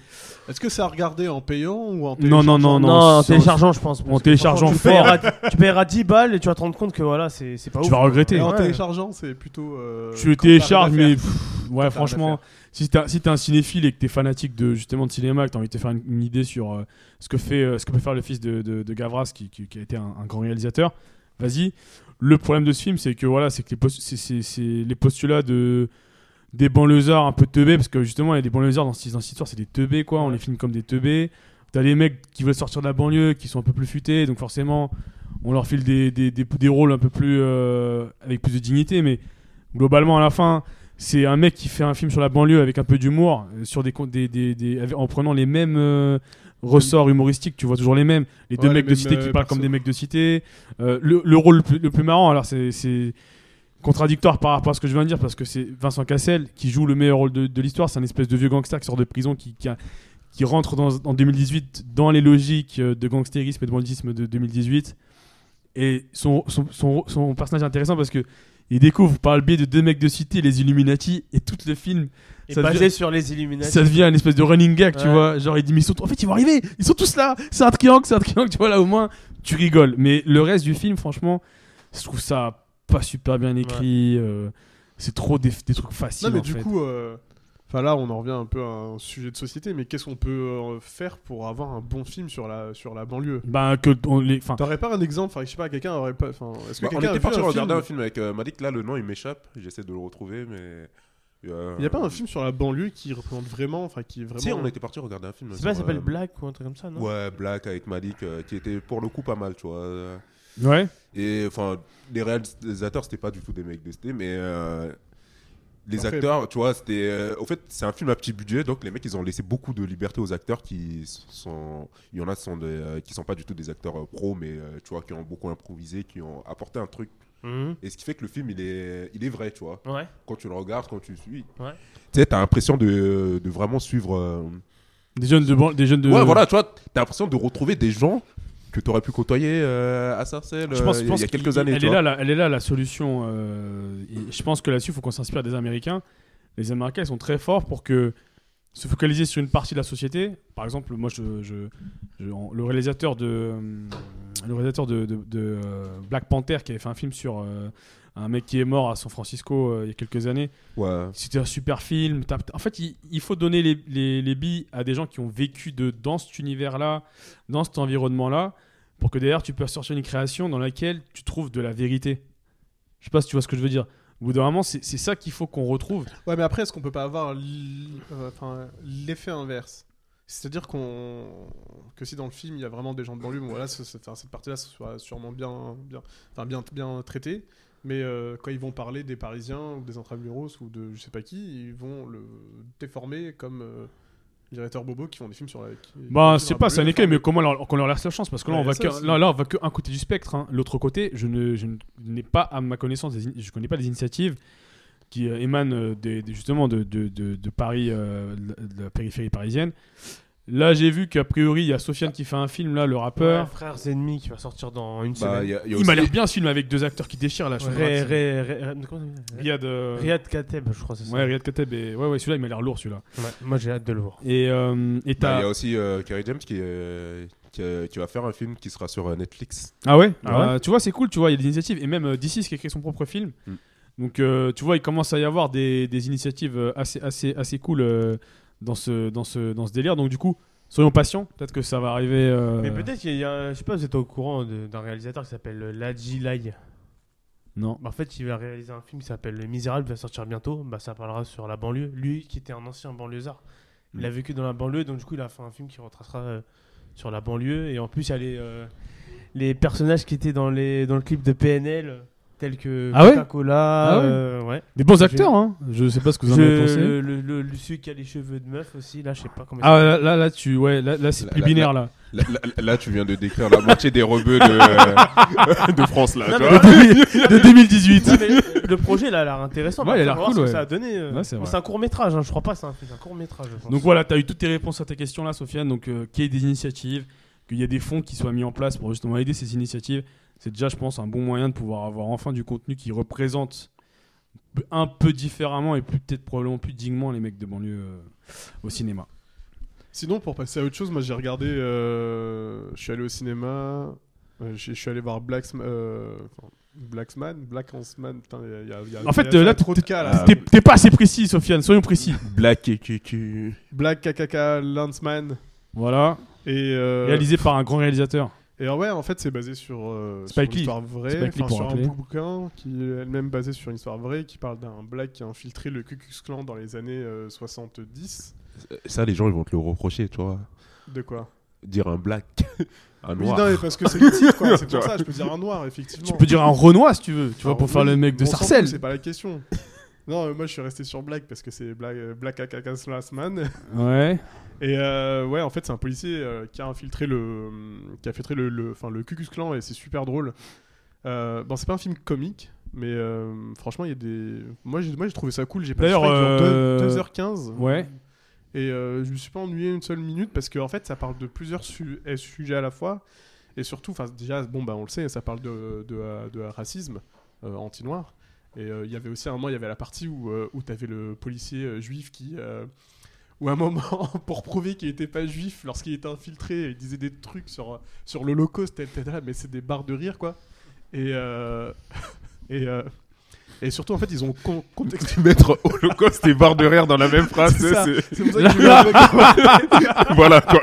F: Est-ce que ça a regardé en payant ou en
D: non non non non.
E: Non, en
D: c'est-
E: téléchargeant, je pense. parce
D: en
E: que
D: téléchargeant
E: franchement,
D: fort.
E: Tu paieras, tu paieras 10 balles et tu vas te rendre compte que voilà, c'est c'est pas
D: Tu
E: ouf.
D: vas
E: quoi.
D: regretter.
F: Et en
E: Ouais.
F: téléchargeant, c'est plutôt. euh,
D: tu le
F: quand t'as rien à
D: télécharges,
F: faire.
D: mais pff, ouais,
F: à
D: franchement, si t'es un- si t'es un cinéphile et que t'es fanatique de justement de cinéma, que t'as envie de te faire une, une idée sur euh, ce que fait, euh, ce que peut faire le fils de, de- de Gavras, qui, qui- qui a été un, un grand réalisateur, vas-y. Le problème de ce film, c'est que voilà, c'est que les, post- c'est- c'est- c'est les postulats de des banlieusards un peu teubés, parce que justement, il y a des banlieusards dans, ce- dans cette histoire, c'est des teubés quoi. On les filme comme des teubés. T'as les mecs qui veulent sortir de la banlieue, qui sont un peu plus futés, donc forcément, on leur file des, des, des- des rôles un peu plus euh, avec plus de dignité, mais globalement à la fin c'est un mec qui fait un film sur la banlieue avec un peu d'humour euh, sur des, con- des, des, des- avec- en prenant les mêmes euh, ressorts humoristiques tu vois toujours les mêmes les deux
F: Ouais,
D: mecs
F: les
D: de cité
F: mêmes,
D: qui
F: euh,
D: parlent comme
F: persos.
D: des mecs de cité Euh, le, le rôle le plus, le plus marrant alors c'est- c'est contradictoire par rapport à ce que je viens de dire parce que c'est Vincent Cassel qui joue le meilleur rôle de, de l'histoire c'est un espèce de vieux gangster qui sort de prison qui, qui, a- qui rentre dans, en 2018 dans les logiques euh, de gangstérisme et de banditisme de 2018 et son, son, son, son personnage est intéressant parce que il découvre par le biais de deux mecs de cité les Illuminati et tout le film
E: Et
D: Ça
E: basé
D: devient-
E: sur les Illuminati.
D: ça devient une espèce de running gag tu
E: Ouais.
D: vois genre il dit mais ils sont en fait ils vont arriver ils sont tous là c'est un triangle c'est un triangle tu vois là au moins tu rigoles mais le reste du film franchement je trouve ça pas super bien écrit euh, c'est trop des, des trucs faciles
F: Non, mais
D: en
F: du
D: fait.
F: coup, euh, enfin là, on en revient un peu à un sujet de société, mais qu'est-ce qu'on peut euh, faire pour avoir un bon film sur la, sur la banlieue
D: bah que on les enfin
F: T'aurais pas un exemple Enfin, je sais pas, quelqu'un aurait pas. Enfin, est-ce que
C: Bah, on
F: quelqu'un a
C: était
F: vu
C: parti
F: un
C: regarder
F: film
C: un film avec euh, Malik, là, le nom il m'échappe, j'essaie de le retrouver, mais. euh,
F: Il y a pas un film sur la banlieue qui représente vraiment, enfin qui est vraiment.
C: Si, on était parti regarder un film.
E: C'est pas, ça
C: sur,
E: s'appelle
C: euh,
E: Black ou un truc comme ça, non
C: Ouais, Black avec Malik, euh, qui était pour le coup pas mal, tu vois. euh,
D: ouais
C: Et enfin, les réalisateurs, c'était pas du tout des mecs de ST, mais euh, les
F: Après-
C: acteurs, tu vois, c'était. euh, au fait, c'est un film à petit budget, donc les mecs, ils ont laissé beaucoup de liberté aux acteurs qui sont. Il y en a qui sont des, euh, qui sont pas du tout des acteurs euh, pros, mais euh, tu vois, qui ont beaucoup improvisé, qui ont apporté un truc.
E: Mhm.
C: Et ce qui fait que le film, il est, il est vrai, tu vois.
E: Ouais.
C: Quand tu le regardes, quand tu le suis,
E: Ouais.
C: tu sais, t'as l'impression de, de vraiment suivre. euh,
D: des jeunes de ban- des jeunes de
C: Ouais, voilà, tu vois, t'as l'impression de retrouver des gens que tu aurais pu côtoyer euh, à Sarcelles
D: Je pense,
C: euh,
D: je
C: il y a-
D: pense
C: il y a quelques
D: qu'il-
C: années.
D: Elle
C: tu
D: est,
C: vois.
D: là, la, elle est là la solution. euh, et je pense que là-dessus, il faut qu'on s'inspire des Américains. Les Américains, ils sont très forts pour que se focaliser sur une partie de la société. Par exemple, moi, je, je- je- en- le réalisateur de euh, le réalisateur de, de- de, euh, Black Panther qui avait fait un film sur euh, un mec qui est mort à San Francisco euh, il y a quelques années.
C: Ouais.
D: C'était un super film. T'as- t'as- En fait, il, il faut donner les, les- les billes à des gens qui ont vécu de, dans cet univers-là, dans cet environnement-là, pour que derrière, tu puisses sortir une création dans laquelle tu trouves de la vérité. Je sais pas si tu vois ce que je veux dire. Au bout d'un moment, c'est c'est ça qu'il faut qu'on retrouve.
F: Ouais, mais après, est-ce qu'on peut pas avoir l- euh, enfin, l'effet inverse C'est-à-dire qu'on que si dans le film il y a vraiment des gens de banlieue, bon, voilà, ce- ce- enfin, cette partie-là ce soit sûrement bien, bien, enfin, bien, bien traitée. Mais euh, quand ils vont parler des Parisiens ou des intramuros ou de je sais pas qui, ils vont le déformer comme euh, les directeurs Bobo qui font des films sur la. qui-
D: Bah,
F: qui
D: c'est
F: font
D: pas,
F: la
D: c'est un
F: banlieue,
D: écueil,
F: enfin,
D: mais comment leur- qu'on leur laisse la chance Parce que là,
F: Ouais,
D: on va
F: ça
D: que,
F: aussi.
D: là, là, on va que un côté du spectre. hein. L'autre côté, je ne, je ne- je n'ai pas, à ma connaissance, des in- je connais pas des initiatives qui euh, émanent euh, des- des- justement de, de- de- de Paris, euh, de la- de la périphérie parisienne. Là, j'ai vu qu'a priori, il y a Sofiane qui fait un film, là, le rappeur.
E: Ouais, Frères ennemis qui va sortir dans une
C: Bah, il
E: semaine.
C: y a- il y a
D: il m'a
C: aussi-
D: l'air bien ce film avec deux acteurs qui déchirent là. je me
E: Ré-
D: rappelle.
E: Ré- Ré- Ré- comment ça s'appelle
D: Riyad. euh,
E: Riyad Kateb, je crois que c'est ça.
D: Ouais, Riyad Kateb. et- Ouais, ouais, celui-là, il m'a l'air lourd, celui-là.
E: Ouais, Moi j'ai hâte de le voir.
D: Et euh, et
C: bah,
D: t'as.
C: il y a aussi euh, Kerry James qui, euh, qui, euh, qui va faire un film qui sera sur euh, Netflix.
D: Ah ouais,
E: Ah
D: Bah, Tu vois, c'est cool, tu vois, il y a des initiatives. Et même euh, DC qui a créé son propre film.
C: Mm.
D: Donc, euh, tu vois, il commence à y avoir des, des initiatives euh, assez, assez, assez cool euh, dans, ce, dans, ce, dans ce délire. Donc, du coup, soyons patients. Peut-être que ça va arriver. euh,
E: Mais peut-être qu'il y a, je sais pas, vous êtes au courant de- d'un réalisateur qui s'appelle euh, Ladji Lai.
D: Non.
E: Bah, En fait, il va réaliser un film qui s'appelle Le Misérable, qui va sortir bientôt. Bah, ça parlera sur la banlieue. Lui, qui était un ancien banlieusard, il
D: Mm.
E: a vécu dans la banlieue, donc du coup, il a fait un film qui retracera euh, sur la banlieue. Et en plus, il y a les, euh, les personnages qui étaient dans, les, dans le clip de PNL, tels que
D: Ah ouais
E: Coca-Cola.
D: Ah ouais
E: euh, ouais.
D: Des bons acteurs, hein. Je sais pas ce que vous en avez
E: Je-
D: pensé.
E: le, le, le- le- celui qui a les cheveux de meuf aussi, là, je sais pas comment il
D: Ah,
E: s'appelle.
D: là, là, là, tu. Ouais, là, là, c'est
C: Là,
D: plus
C: là,
D: binaire, là.
C: Là, là- là, tu viens de décrire la moitié des rebeux de,
F: <laughs>
C: euh, de France, là. tu
D: Ah,
C: vois.
E: <laughs>
D: De 2018.
E: Non, mais, euh, le projet là a l'air intéressant.
D: Ouais, il a l'air
E: On va voir
D: cool,
E: ce que
D: ouais.
E: Ça a donné. euh.
D: Ouais, c'est
E: Bon,
D: vrai.
E: c'est un court métrage, hein, je crois pas. C'est un, c'est un court métrage. je pense.
D: Donc voilà, tu as eu toutes tes réponses à tes questions là, Sofiane. Donc, euh, qu'il y ait des initiatives, qu'il y ait des fonds qui soient mis en place pour justement aider ces initiatives, c'est déjà, je pense, un bon moyen de pouvoir avoir enfin du contenu qui représente un peu différemment et plus- peut-être probablement plus dignement les mecs de banlieue euh, au cinéma.
F: Sinon, pour passer à autre chose, moi j'ai regardé. euh, je suis allé au cinéma. euh, Je je suis allé voir Blacksman. Euh, enfin, Blacksman Blackhansman. Putain, il y a, il y a-
D: En fait,
F: il
D: euh,
F: y a- il y a
D: là,
F: trop de cas là.
C: Ah,
D: T'es t'es pas assez précis, Sofiane, soyons précis.
C: Black et Cucu.
F: Black KKK Lanceman.
D: voilà,
F: Et, euh,
D: réalisé par un grand réalisateur.
F: et euh, ouais, en fait, c'est basé sur, euh, sur
D: Spike
F: une
D: Lee.
F: histoire vraie,
D: Spike Lee,
F: enfin,
D: pour
F: sur un
D: rappeler.
F: bou- bouquin qui est elle-même basée sur une histoire vraie, qui parle d'un black qui a infiltré le Ku Klux Klan dans les années euh, 70.
C: Ça, les gens, ils vont te le reprocher, tu vois.
F: De quoi
C: Dire un black, un
F: Oui,
C: noir.
F: non, mais parce que c'est le titre, quoi. C'est
C: Tu
F: pour
C: vois.
F: ça, je peux dire un noir, effectivement.
D: Tu peux dire un Renoir si tu veux, tu vois,
F: Alors,
D: pour faire
F: oui,
D: le mec de
F: bon sang,
D: Sarcelles.
F: C'est pas la question. <laughs> non, euh, moi je suis resté sur Black parce que c'est Black, euh, Black Akaka Slassman.
D: Ouais.
F: Et euh, ouais, en fait, c'est un policier euh, qui a infiltré le. qui a filtré le, le, enfin, le Ku Klux Klan et c'est super drôle. Euh, bon, c'est pas un film comique, mais euh, franchement, il y a des. Moi j'ai moi, j'ai trouvé ça cool. J'ai passé
D: D'ailleurs, euh,
F: 2h15.
D: Ouais.
F: Et euh, je me suis pas ennuyé une seule minute parce qu'en en fait, ça parle de plusieurs su- euh, sujets à la fois. Et surtout, enfin, déjà, bon, bah, on le sait, ça parle de, de, de racisme euh, anti-noir. Et euh, il y avait aussi à un moment, il y avait la partie où, euh, où tu avais le policier euh, juif qui. euh, où à un moment, <laughs> pour prouver qu'il était pas juif, lorsqu'il était infiltré, il disait des trucs sur, sur l'Holocauste, tel, tel, tel, mais c'est des barres de rire, quoi. Et. euh, <laughs> et, euh, et surtout, en fait, ils ont con-
C: <laughs>
D: <laughs>
F: contextualisé-
C: Mettre Holocauste et barre de rire dans la
F: <laughs>
C: même phrase,
F: C'est ça.
C: c'est-
F: C'est pour ça que je voulais le
D: <laughs>
F: mec-
C: voilà quoi.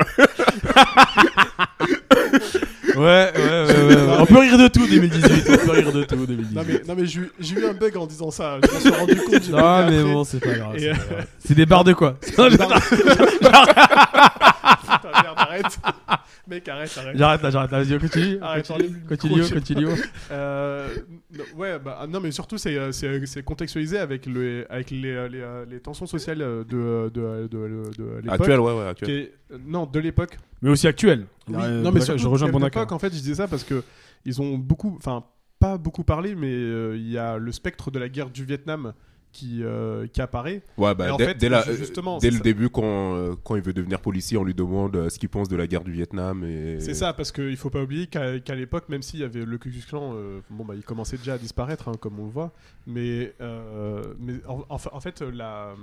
D: Ouais, ouais, ouais, ouais, ouais. <laughs> On peut rire de tout 2018, on peut rire de tout 2018.
F: Non mais, non mais j'ai eu- j'ai eu un bug en disant ça, je me suis rendu compte. j'ai bugué
D: Non mais
F: après.
D: bon, c'est pas grave.
F: Et,
D: c'est
F: euh,
D: pas grave. C'est des barres de
F: <laughs>
D: quoi
F: Putain, merde, arrête. <laughs> Mec,
D: <laughs>
F: arrête, arrête.
D: J'arrête là, j'arrête là, vas-y, continue.
F: Arrête,
D: continue,
F: enlève le
D: continue,
F: micro,
D: continue.
F: Euh, non, ouais, bah, non mais surtout c'est, euh, c'est, c'est contextualisé avec, le, avec les, euh, les, euh, les tensions sociales euh, de, de, de, de, de
D: Ah,
F: l'époque.
C: Actuel, ouais, ouais,
F: qui
C: actuel.
F: est- euh, non, de l'époque.
D: Mais aussi actuel.
F: Oui,
D: Euh,
F: non mais
D: Bonac-
F: surtout,
D: je rejoins
F: de
D: Bonac.
F: l'époque, en fait, je disais ça parce que ils ont beaucoup, enfin pas beaucoup parlé, mais euh, il y a le spectre de la guerre du Vietnam qui, euh, qui apparaît.
C: Ouais, bah,
F: Et en
C: dès,
F: fait,
C: dès la-
F: justement,
C: dès
F: c'est
C: le
F: ça.
C: début, quand, euh, quand il veut devenir policier, on lui demande euh, ce qu'il pense de la guerre du Vietnam. Et...
F: C'est ça, parce qu'il faut pas oublier qu'à qu'à l'époque, même s'il y avait le Ku Klux Klan, euh, bon, bah, il commençait déjà à disparaître, hein, comme on le voit, mais, euh, mais en, en fa- en fait, la,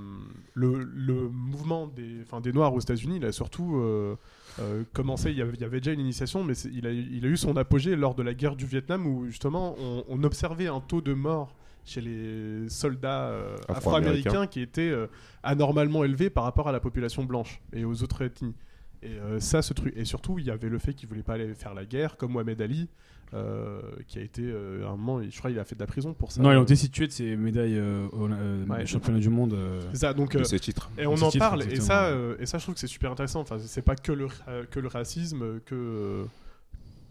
F: le, le mouvement des, enfin, des Noirs aux États-Unis, il a surtout euh, euh, commencé, il y, avait, il y avait déjà une initiation, mais c'est- il a, il a eu son apogée lors de la guerre du Vietnam, où justement, on, on observait un taux de mort chez les soldats euh,
C: Afro-américains.
F: afro-américains qui était euh, anormalement élevé par rapport à la population blanche et aux autres ethnies. Et euh, ça, ce truc. Et surtout, il y avait le fait qu'il voulait pas aller faire la guerre, comme Mohamed Ali, euh, qui a été euh, à un moment, je crois, il a fait de la prison pour ça.
D: Non, ils ont été situés de ces médailles euh, au euh,
F: Ouais.
D: championnat du monde. euh,
F: C'est ça. Donc,
C: De
F: euh,
C: ce titre.
F: et on
D: ce
F: en
D: titre,
F: parle. Et
D: exactement.
F: ça, euh, et ça, je trouve que c'est super intéressant. Enfin, c'est pas que le ra- que le racisme, euh, que euh,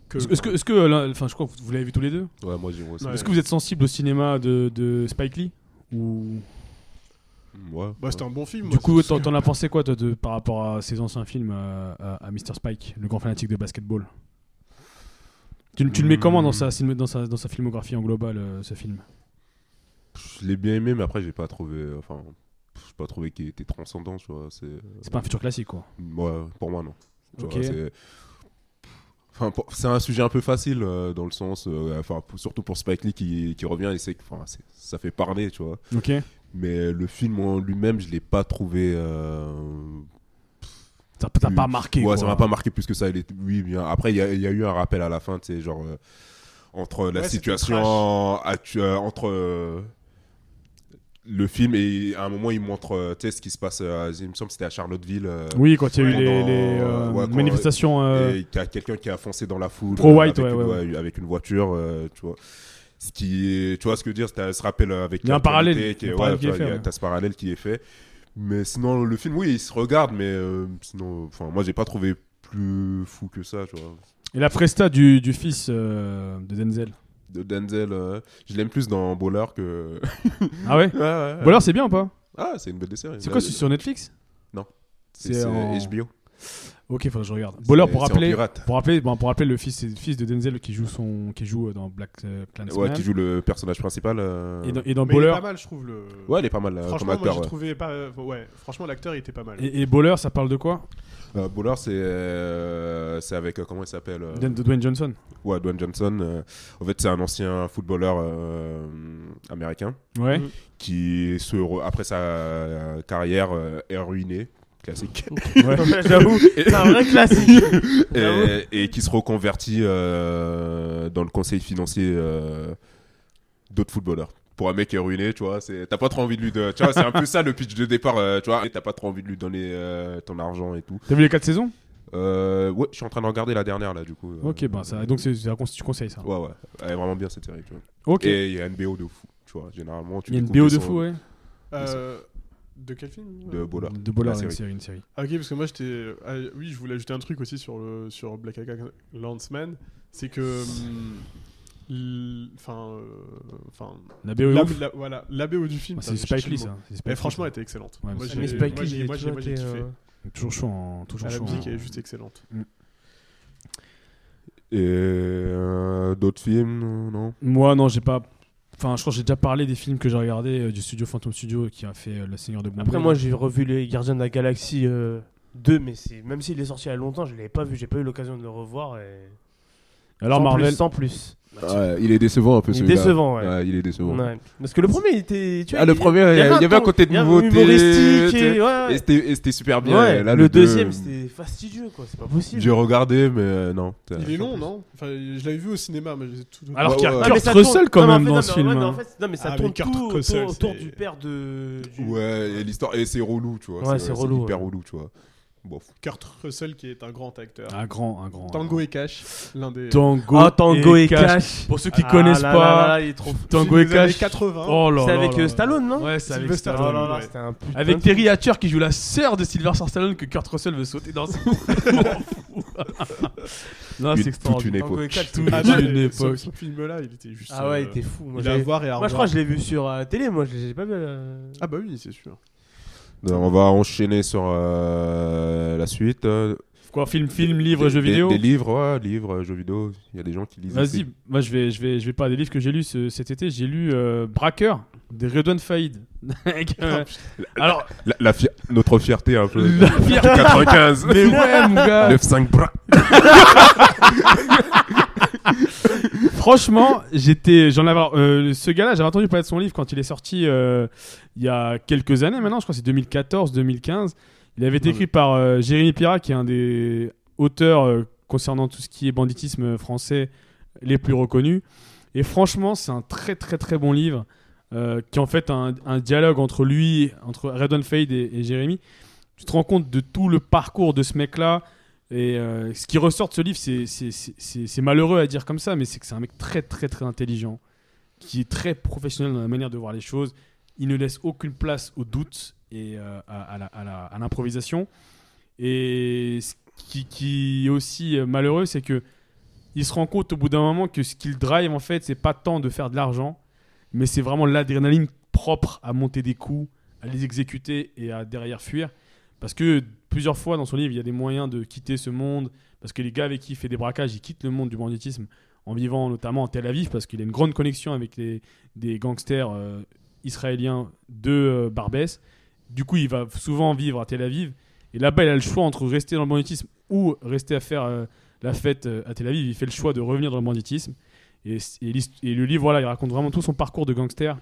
F: que.
D: Est-ce que, est-ce que, euh, là, enfin, je crois que vous- vous l'avez vu tous les deux.
C: Ouais, moi, j'ai moi aussi.
F: Ouais.
D: Est-ce que vous êtes sensible au cinéma de, de Spike Lee ou
C: Ouais.
F: Bah, c'était un bon film.
D: Du
F: moi,
D: coup,
F: c'est-
D: t'en t'en as pensé quoi toi de- par rapport à ces anciens films euh, à, à Mr Spike, le grand fanatique de basketball tu, tu le mets comment dans
F: Hmm.
D: sa, cinéma- dans sa, dans sa filmographie en global, euh, ce film
C: Je l'ai bien aimé, mais après, j'ai pas trouvé. euh, Enfin, pff, j'ai pas trouvé qu'il était transcendant, tu vois. C'est.
D: C'est pas un futur classique, quoi.
C: Ouais, pour moi, non. Tu
D: Ok.
C: vois, c'est- Enfin, pour- c'est un sujet un peu facile euh, dans le sens, euh, enfin pour- surtout pour Spike Lee qui, qui revient et c'est, enfin, c'est- ça fait parler, tu vois.
D: Ok.
C: Mais le film en lui-même, je l'ai pas trouvé. euh,
D: T'as t'as
C: plus-
D: pas marqué.
C: Mm. Ouais,
D: quoi.
C: ça m'a pas marqué plus que ça. Il est- oui, bien. Après, il y, a- il y a eu un rappel à la fin, tu sais, genre euh, entre la
F: Ouais, c'était
C: situation, actu- euh, entre euh, le film et à un moment, il montre, euh, tu sais, ce qui se passe. euh, il me semble que c'était à Charlottesville. euh,
D: Oui, quand il y a eu
C: Ouais.
D: les,
C: Pendant-
D: les, euh,
C: ouais, quand-
D: manifestations. euh,
C: et qu'il y a quelqu'un qui a foncé dans la foule
D: Pro
C: euh,
D: white,
C: avec,
D: ouais,
C: une,
D: ouais,
C: avec une voiture euh, tu vois ce qui est- tu vois ce que je veux dire ça se rappelle avec
D: Il y a un
C: l'actualité
D: parallèle,
C: qui
D: il y
C: est,
D: a un
C: ouais,
D: parallèle
C: tu
D: qui est
C: vois,
D: fait,
C: il y a-
D: ouais.
C: t'as ce parallèle qui est fait mais sinon le film oui il se regarde mais euh, sinon enfin moi j'ai pas trouvé plus fou que ça tu vois
D: Et la presta du, du fils euh, de Denzel.
C: <laughs> de Denzel euh, je l'aime plus dans Bowler que <laughs>
D: Ah ouais
C: Ouais, ouais, ouais.
D: Bon alors c'est bien ou pas
C: ah c'est une belle série
D: C'est quoi, c'est sur Netflix
C: c'est
D: c'est
C: c'est
D: en-
C: HBO
D: Ok, faudrait que je regarde. Bon alors pour
C: C'est- c'est en
D: rappeler,
C: pirate.
D: pour rappeler, bon, pour rappeler le fils, c'est le fils de Denzel qui joue son, qui joue euh, dans Black euh, Clansman.
C: ouais qui joue le personnage principal euh,
D: Et dans, et dans
F: mais il est
D: Bowler,
F: pas mal, je trouve le.
C: ouais il est pas mal euh, comme
F: Franchement, moi,
C: acteur
F: j'ai
C: ouais.
F: trouvé pas. Ouais, franchement, l'acteur il était pas mal.
D: et, et Bowler, ça parle de quoi
C: Euh, Bowler, c'est euh, c'est avec euh, comment il s'appelle euh,
D: de, de Dwayne Johnson.
C: Ouais, Dwayne Johnson. euh, en fait, c'est un ancien footballeur euh, américain
D: Ouais.
F: Mm.
C: qui, se re- après sa euh, carrière, euh, est ruiné, classique,
D: ouais.
C: <laughs>
E: J'avoue, c'est un
D: <laughs>
E: vrai classique.
C: et, et qui se reconvertit euh, dans le conseil financier euh, d'autres footballeurs. Pour un mec qui est ruiné, tu vois, c'est- t'as pas trop envie de lui donner. Tu vois, c'est un peu ça le pitch de départ, euh, tu vois. et T'as pas trop envie de lui donner euh, ton argent et tout.
D: T'as vu les 4 saisons
C: Euh, ouais, je suis en train de regarder la dernière là, du coup. euh,
D: Ok, ben ça. Donc c'est c'est un conseil- tu conseilles ça.
C: Ouais, ouais. Elle est vraiment bien cette série, tu vois.
D: Ok.
C: Et il y a une BO de fou, tu vois. Généralement, tu
D: Il y a une
C: découvres
D: BO
C: qu'ils
D: de
C: sont
D: fou, ouais.
F: Euh, de quel film euh,
C: De Bola.
D: De Bowler,
C: La
D: une
C: série.
D: série, une série.
F: Ah, Ok, parce que moi j'étais. ah, oui, je voulais ajouter un truc aussi sur, le, sur Black Hawk Landsman. C'est que. hum, l- Enfin. euh, Enfin.
D: La BO est
F: la-
D: ouf.
F: la- voilà, la BO du film.
D: Ah,
F: ça,
D: C'est
F: je
D: Spike
F: cherche
D: Lee,
F: le mot.
D: ça. C'est Spike
F: Mais
D: Lee,
F: franchement,
D: ça.
F: elle était excellente.
D: Ouais,
F: moi,
D: mais
F: j'ai
E: Mais
D: c'est-
E: Spike
F: moi,
E: Lee,
F: j'ai
E: j'ai
F: moi, j'ai-
E: toujours
F: moi, j'ai
E: été,
F: kiffé.
E: euh,
D: Toujours chaud, en- toujours
F: la
D: chaud.
F: musique
D: en-
F: est juste excellente.
C: Et euh, d'autres films, non
D: Moi, non, j'ai pas. Enfin, je crois que j'ai déjà parlé des films que j'ai regardés euh, du studio Phantom Studio qui a fait euh, La Seigneur de Bombay.
E: Après, moi, j'ai revu les Gardiens de la Galaxie euh, 2, mais c'est même s'il est sorti il y a longtemps, je l'avais pas vu, j'ai pas eu l'occasion de le revoir. Et...
D: alors
E: sans
D: Marvel.
E: Plus, sans plus.
C: Il est décevant un peu
E: Il est décevant, ouais.
C: il est décevant.
E: Ouais. Parce que le premier, il était. Tu vois,
C: Ah, le
E: il-
C: premier, il y,
E: un
C: avait un
E: ton-
C: côté de
E: il y avait
C: nouveauté.
E: Humoristique.
C: tu sais,
E: Et, ouais,
C: et c'était- et c'était super bien.
E: Ouais,
C: Et là,
E: le,
C: deux,
E: deuxième, c'était fastidieux, quoi. C'est pas possible.
C: J'ai regardé, mais euh, non.
F: Il est long, non Enfin, je l'avais vu au cinéma, mais j'ai tout.
D: Alors
C: Ouais,
D: qu'il y a
C: ouais, ouais.
E: Ah, mais
D: Kurt
E: ça
D: Russell
E: tourne-
D: quand
E: non, mais
D: même
E: en
D: dans
E: fait,
D: ce
E: non, ouais,
D: film.
E: mais en
D: hein.
E: fait, non, mais ça
F: Ah,
E: tourne
F: mais Kurt
E: tout
F: Russell,
E: autour, autour
F: c'est-
E: du père de. du-
C: Ouais, et l'histoire. Et c'est relou, tu vois.
E: Ouais, c'est relou,
C: hyper
E: ouais.
C: relou, tu vois. Bon,
F: Kurt Russell, qui est un grand acteur.
D: Un grand, un grand.
F: Tango et Cash, l'un des.
D: Ah, Tango,
E: Ah, Tango et Cash.
D: Pour ceux qui
E: Ah
D: connaissent
E: là
D: pas,
E: là là, il est trop-
D: Tango et
F: Film des années
D: Cash.
F: 80.
D: Oh là
E: C'est
D: là
E: avec
D: là
E: euh,
D: là.
E: Stallone, non
D: Ouais, c'est avec
F: Sylvester
E: Oh là
D: Stallone.
E: là,
F: ouais.
E: c'était un putain
D: Avec
E: de-
D: Terry Hatcher qui joue la sœur de Sylvester Stallone que Kurt Russell veut sauter dans.
C: Une-
D: non, Ah, c'est
C: toute une
D: extraordinaire.
E: Tango et
C: époque.
E: Cash,
D: Toute
F: Ah non,
D: une
F: mais
D: époque.
F: Ce, ce film-là, il était juste.
E: Ah ouais, il
F: euh,
E: était fou. Moi,
F: Il a à
E: j'avais-
F: voir et à
E: moi, je
F: revoir.
E: crois que je l'ai vu sur euh, télé. Moi, je l'ai pas vu. euh,
F: Ah bah oui, c'est sûr.
C: Donc, on va enchaîner sur euh, la suite. euh,
D: Quoi, film, film, livre,
C: Des-
D: jeux
C: des-
D: vidéo
C: Des livres, ouais, livres, euh, jeux vidéo. Il y a des gens qui lisent.
D: Vas-y, moi je vais, je vais, je vais pas des livres que j'ai lus ce- cet été. J'ai lu euh, Braqueur de Redouane Faïd. <laughs> Avec, euh, Alors,
C: La- la fi- notre fierté un peu.
D: la
C: <laughs>
D: fière-
C: 95.
D: Mais ouais, mon gars.
C: 9-5 bras.
D: Franchement, j'étais, j'en avais, euh, ce gars-là, j'avais entendu parler de son livre quand il est sorti euh, il y a quelques années maintenant. Je crois que c'est 2014-2015. Il avait été écrit par euh, Jérémy Pira, qui est un des auteurs euh, concernant tout ce qui est banditisme français les plus reconnus. Et franchement, c'est un très très très bon livre euh, qui est en fait un, un dialogue entre lui, entre Redon Fade et, et Jérémy. Tu te rends compte de tout le parcours de ce mec-là. Et euh, ce qui ressort de ce livre, c'est- c'est- c'est c'est- c'est malheureux à dire comme ça, mais c'est que c'est un mec très très très intelligent, qui est très professionnel dans la manière de voir les choses. Il ne laisse aucune place au doute et euh, à, à la- à la- à l'improvisation. Et ce qui, qui est aussi euh, malheureux, c'est que il se rend compte au bout d'un moment que ce qu'il drive en fait, c'est pas tant de faire de l'argent, mais c'est vraiment l'adrénaline propre à monter des coups, à les exécuter et à derrière fuir. Parce que plusieurs fois dans son livre, il y a des moyens de quitter ce monde. Parce que les gars avec qui il fait des braquages, ils quittent le monde du banditisme en vivant notamment à Tel Aviv, parce qu'il a une grande connexion avec les, des gangsters euh, israéliens de euh, Barbès. Du coup, il va souvent vivre à Tel Aviv. Et là-bas, il a le choix entre rester dans le banditisme ou rester à faire euh, la fête euh, à Tel Aviv. Il fait le choix de revenir dans le banditisme. Et, c- et l'hist- et le livre, voilà, il raconte vraiment tout son parcours de gangster.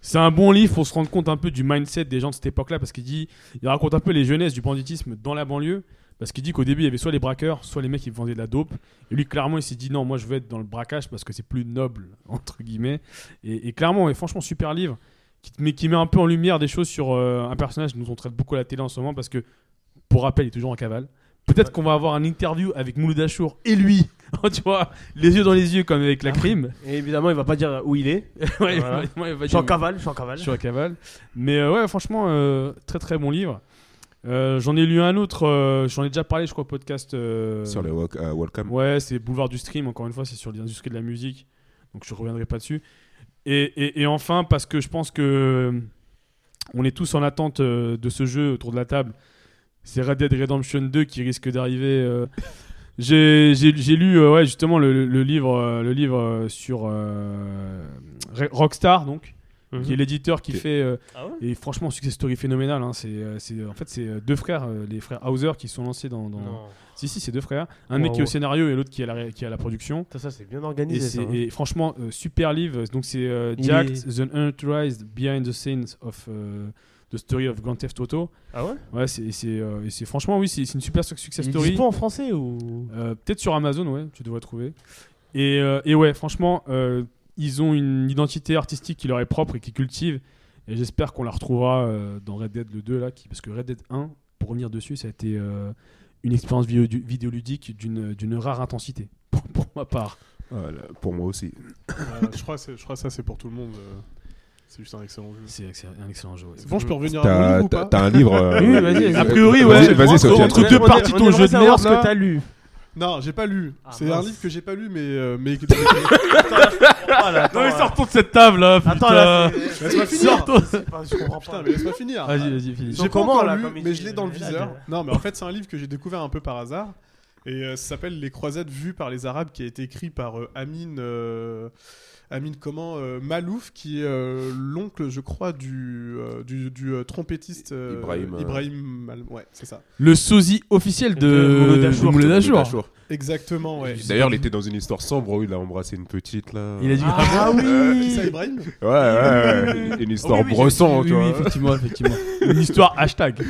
D: C'est un bon livre pour se rendre compte un peu du mindset des gens de cette époque-là, parce qu'il dit il raconte un peu les jeunesses du banditisme dans la banlieue. Parce qu'il dit qu'au début, il y avait soit les braqueurs, soit les mecs qui vendaient de la dope. Et lui, clairement, il s'est dit non, moi, je veux être dans le braquage parce que c'est plus noble, <laughs> entre guillemets. Et, et clairement, et franchement, super livre, qui, te met- qui met un peu en lumière des choses sur euh, un personnage dont on traite beaucoup à la télé en ce moment parce que, pour rappel, il est toujours en cavale. Peut-être qu'on va avoir un interview avec Mouloud Achour et lui, <laughs> tu vois, les yeux dans les yeux, comme avec la crime.
E: Et évidemment, il va pas dire où il est.
D: Ah <laughs> Ouais,
E: Voilà.
D: il va- il va
E: Je suis
D: dire-
E: en cavale, je suis en cavale.
D: sur la cavale. Mais euh, ouais, franchement, euh, très très bon livre. Euh, j'en ai lu un autre, euh, j'en ai déjà parlé, je crois, au podcast. euh,
C: Sur le walk- euh, Welcome.
D: Ouais, c'est Boulevard du Stream, encore une fois, c'est sur l'industrie de la musique. Donc je reviendrai pas dessus. Et, et- et enfin, parce que je pense que euh, on est tous en attente euh, de ce jeu autour de la table. C'est Red Dead Redemption 2 qui risque d'arriver. euh. J'ai j'ai- j'ai lu euh, ouais, justement le, le livre, euh, le livre euh, sur euh, Re- Rockstar, donc,
E: Mhm.
D: qui est l'éditeur qui
C: Ok.
D: fait. euh,
E: Ah ouais
D: et franchement, success story phénoménal. hein. C'est, euh, c'est- en fait, c'est euh, deux frères, euh, les frères Hauser, qui sont lancés dans. dans-
E: Non.
D: Si, si, c'est deux frères. Un mec qui est au
E: Waouh.
D: scénario et l'autre qui est à la, ré- qui est à la production.
E: Ça, ça, c'est bien
D: Et,
E: organisé.
D: c'est-
E: ça, hein.
D: et franchement, euh, super livre. Donc, c'est euh,
E: Il
D: Jacked,
E: est-
D: The Unauthorized Behind the Scenes of euh, the Story of Grand Theft Auto.
E: Ah ouais
D: Ouais, c'est, c'est, euh, et c'est- franchement, oui, c'est, c'est une super success
E: Il
D: story.
E: pas en français ou
D: Euh, peut-être sur Amazon, ouais, tu devrais trouver. Et, euh, et ouais, franchement, euh, ils ont une identité artistique qui leur est propre et qui cultive. Et j'espère qu'on la retrouvera euh, dans Red Dead le 2, là, qui- parce que Red Dead 1, pour revenir dessus, ça a été euh, une expérience vidéo- vidéoludique d'une d'une rare intensité, <laughs> pour, pour ma part.
C: Voilà, pour moi aussi.
F: Euh, je, crois que c'est- je crois que ça, c'est pour tout le monde. euh, C'est juste un excellent jeu.
D: C'est ex- un excellent jeu. ouais.
F: C'est bon, je peux revenir à mon
C: T'as
F: livre ou
C: t'as-
F: pas
C: t'as un livre. euh,
E: Oui, vas-y, vas-y.
D: A priori,
C: Vas-y,
D: ouais.
C: Vas-y, Sofiane.
D: Entre deux parties de ton jeu de merde,
E: ce
D: là.
E: que t'as lu.
F: Non, j'ai pas lu.
E: Ah,
F: c'est un
E: mince.
F: livre que j'ai pas lu, mais. euh, mais...
E: <laughs>
D: Non, mais sortons de cette table, hein, là,
E: Attends, là, c'est-
F: Laisse-moi
E: c'est-
F: finir
D: Sortons-
E: c'est pas- je comprends pas.
F: Putain, mais laisse-moi finir
D: Vas-y, vas-y, finis.
E: Ils sont
F: J'ai pas
E: comment,
F: encore
E: là,
F: lu,
E: comme ils
F: mais
E: disent,
F: je l'ai dans le
E: les
F: viseur.
E: blagues
F: Non, mais en fait, c'est un livre que j'ai découvert un peu par hasard. Et euh, ça s'appelle Les croisades vues par les Arabes, qui a été écrit par euh, Amine. euh, Amine, comment euh, Malouf, qui est euh, l'oncle, je crois, du, euh, du, du, euh, trompettiste euh,
C: Ibrahim, euh,
F: Ibrahim Mal- Ouais, c'est ça.
D: Le sosie officiel de,
E: De Mouloud
D: de
E: Achour.
D: Mouloud
C: de
D: Achour.
C: Dachour.
F: Exactement, ouais.
C: D'ailleurs, il était dans une histoire sombre où il a embrassé une petite là.
D: Il a dit-
E: Ah
F: C'est
E: oui
F: ça, Ibrahim
C: Ouais, ouais, ouais. Une histoire
E: Oui, oui, j'ai-
C: brossante,
D: Oui,
C: tu
D: oui,
C: vois.
D: effectivement, <laughs> effectivement. Une histoire hashtag.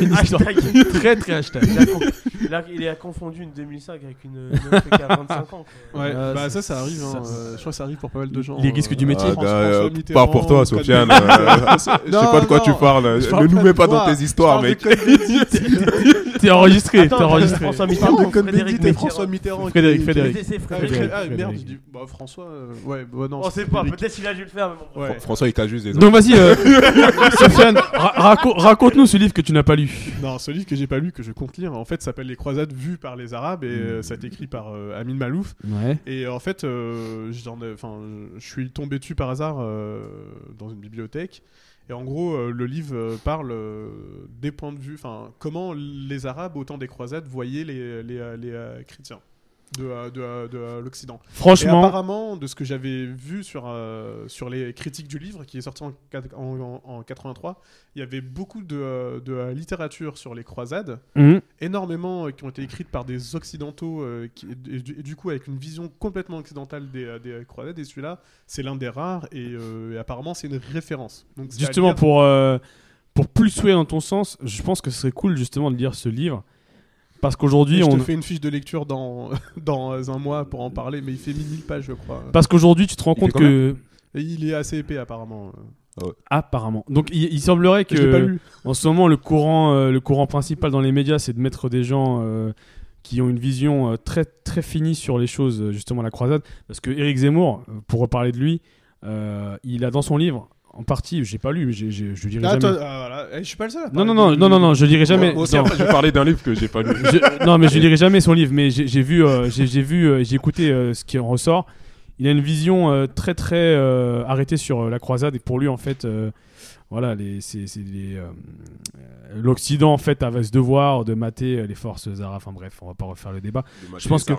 D: Une histoire
E: Hashtag.
D: très très hashtag.
E: Il a con- il a- Il a confondu une 2005 avec une une meuf qui a 25 ans. <laughs> quoi.
F: Ouais,
D: Euh,
F: bah
D: ça-
F: ça, ça arrive. hein,
D: ça-
F: euh, je crois que ça arrive pour pas mal de gens.
D: Les risques du métier.
C: Ah,
F: François
C: euh,
F: hein, Mitterrand,
C: Pas pour toi,
F: Code <laughs>
C: Sofiane.
F: Bélier.
C: euh, Je sais pas de quoi
F: Non,
C: tu
F: non,
C: parles.
F: je parle
C: Ne nous
F: pas
C: mets
F: de
C: pas dans
F: toi.
C: tes histoires,
F: parle de
C: mec. <laughs>
D: T'es enregistré, t'es
E: Attends,
D: enregistré.
E: François
F: Il parle
E: Mitterrand,
F: de Code
E: Frédéric
F: Bélier et
E: Mitterrand.
F: François Mitterrand.
D: Frédéric,
F: qui-
D: Frédéric.
E: C'est
F: Ah,
E: Frédéric.
F: Frédéric. Ah,
D: Frédéric.
F: merde, il dit. Bah, François. euh, Ouais, bah non.
E: On
F: c'est
E: sait pas,
F: Frédéric.
E: peut-être qu'il a dû le faire, mais bon.
F: Ouais.
C: François, il hein. cache juste des
D: Donc vas-y, <laughs> euh, Sofiane, ra- raco- raconte-nous ce livre que tu n'as pas lu.
F: Non, ce livre que j'ai pas lu, que je compte lire, en fait, s'appelle Les Croisades vues par les Arabes et euh, ça a été écrit par euh, Amin Malouf.
D: Ouais.
F: Et euh, en fait, euh, j'en ai- enfin, je suis tombé dessus par hasard euh, dans une bibliothèque. Et Et en gros, euh, le livre euh, parle euh, des points de vue, enfin, comment les Arabes, au temps des croisades, voyaient les, les, euh, les, euh, chrétiens de, euh, de, euh, de, euh, l'Occident. Et
D: Franchement,
F: apparemment, de ce que j'avais vu sur, euh, sur les critiques du livre, qui est sorti en, quat- en, en- en 83, il y avait beaucoup de, euh, de euh, littérature sur les croisades,
D: hum,
F: énormément euh, qui ont été écrites par des occidentaux, euh, qui, et, du, et du coup avec une vision complètement occidentale des, euh, des croisades, et celui-là, c'est l'un des rares, et, euh, et apparemment c'est une référence. Donc, c'est à
D: justement
F: lire.
D: pour euh, pour plus souhaiter dans ton sens, je pense que ce serait cool justement de lire ce livre parce qu'aujourd'hui
F: je
D: on
F: te fais une fiche de lecture dans, <laughs> dans euh, un mois pour en parler, mais il fait 1000 pages, je crois.
D: parce qu'aujourd'hui tu te rends
C: Il
D: compte
C: fait combien
D: que
F: Et il est assez épais, apparemment.
D: apparemment. Donc il, il semblerait
F: Je l'ai pas
D: que
F: lu.
D: En ce moment, le courant, euh, le courant principal dans les médias, c'est de mettre des gens euh, qui ont une vision euh, très très finie sur les choses, euh, justement la croisade. Parce que Éric Zemmour, euh, pour reparler de lui, euh, il a dans son livre, en partie, j'ai pas lu, mais j'ai- j'ai- je le lirai
F: Ah, toi,
D: jamais.
F: ah, voilà. Eh, je suis pas le seul. à
D: Non
F: parler
D: non non
F: de-
D: non non non, je lirai jamais.
C: Moi aussi,
D: non.
C: après, je vais parler d'un livre que j'ai pas lu.
D: Je- non, mais je lirai jamais son livre, mais j'ai j'ai vu, euh, j'ai j'ai vu, euh, j'ai écouté euh, ce qui en ressort. Il a une vision euh, très très euh, arrêtée sur euh, la croisade et pour lui en fait, euh, voilà, les- c'est- c'est les, euh, euh, l'Occident en fait avait ce devoir de mater euh, les forces arabes. Enfin bref, on va pas refaire le débat. Je pense que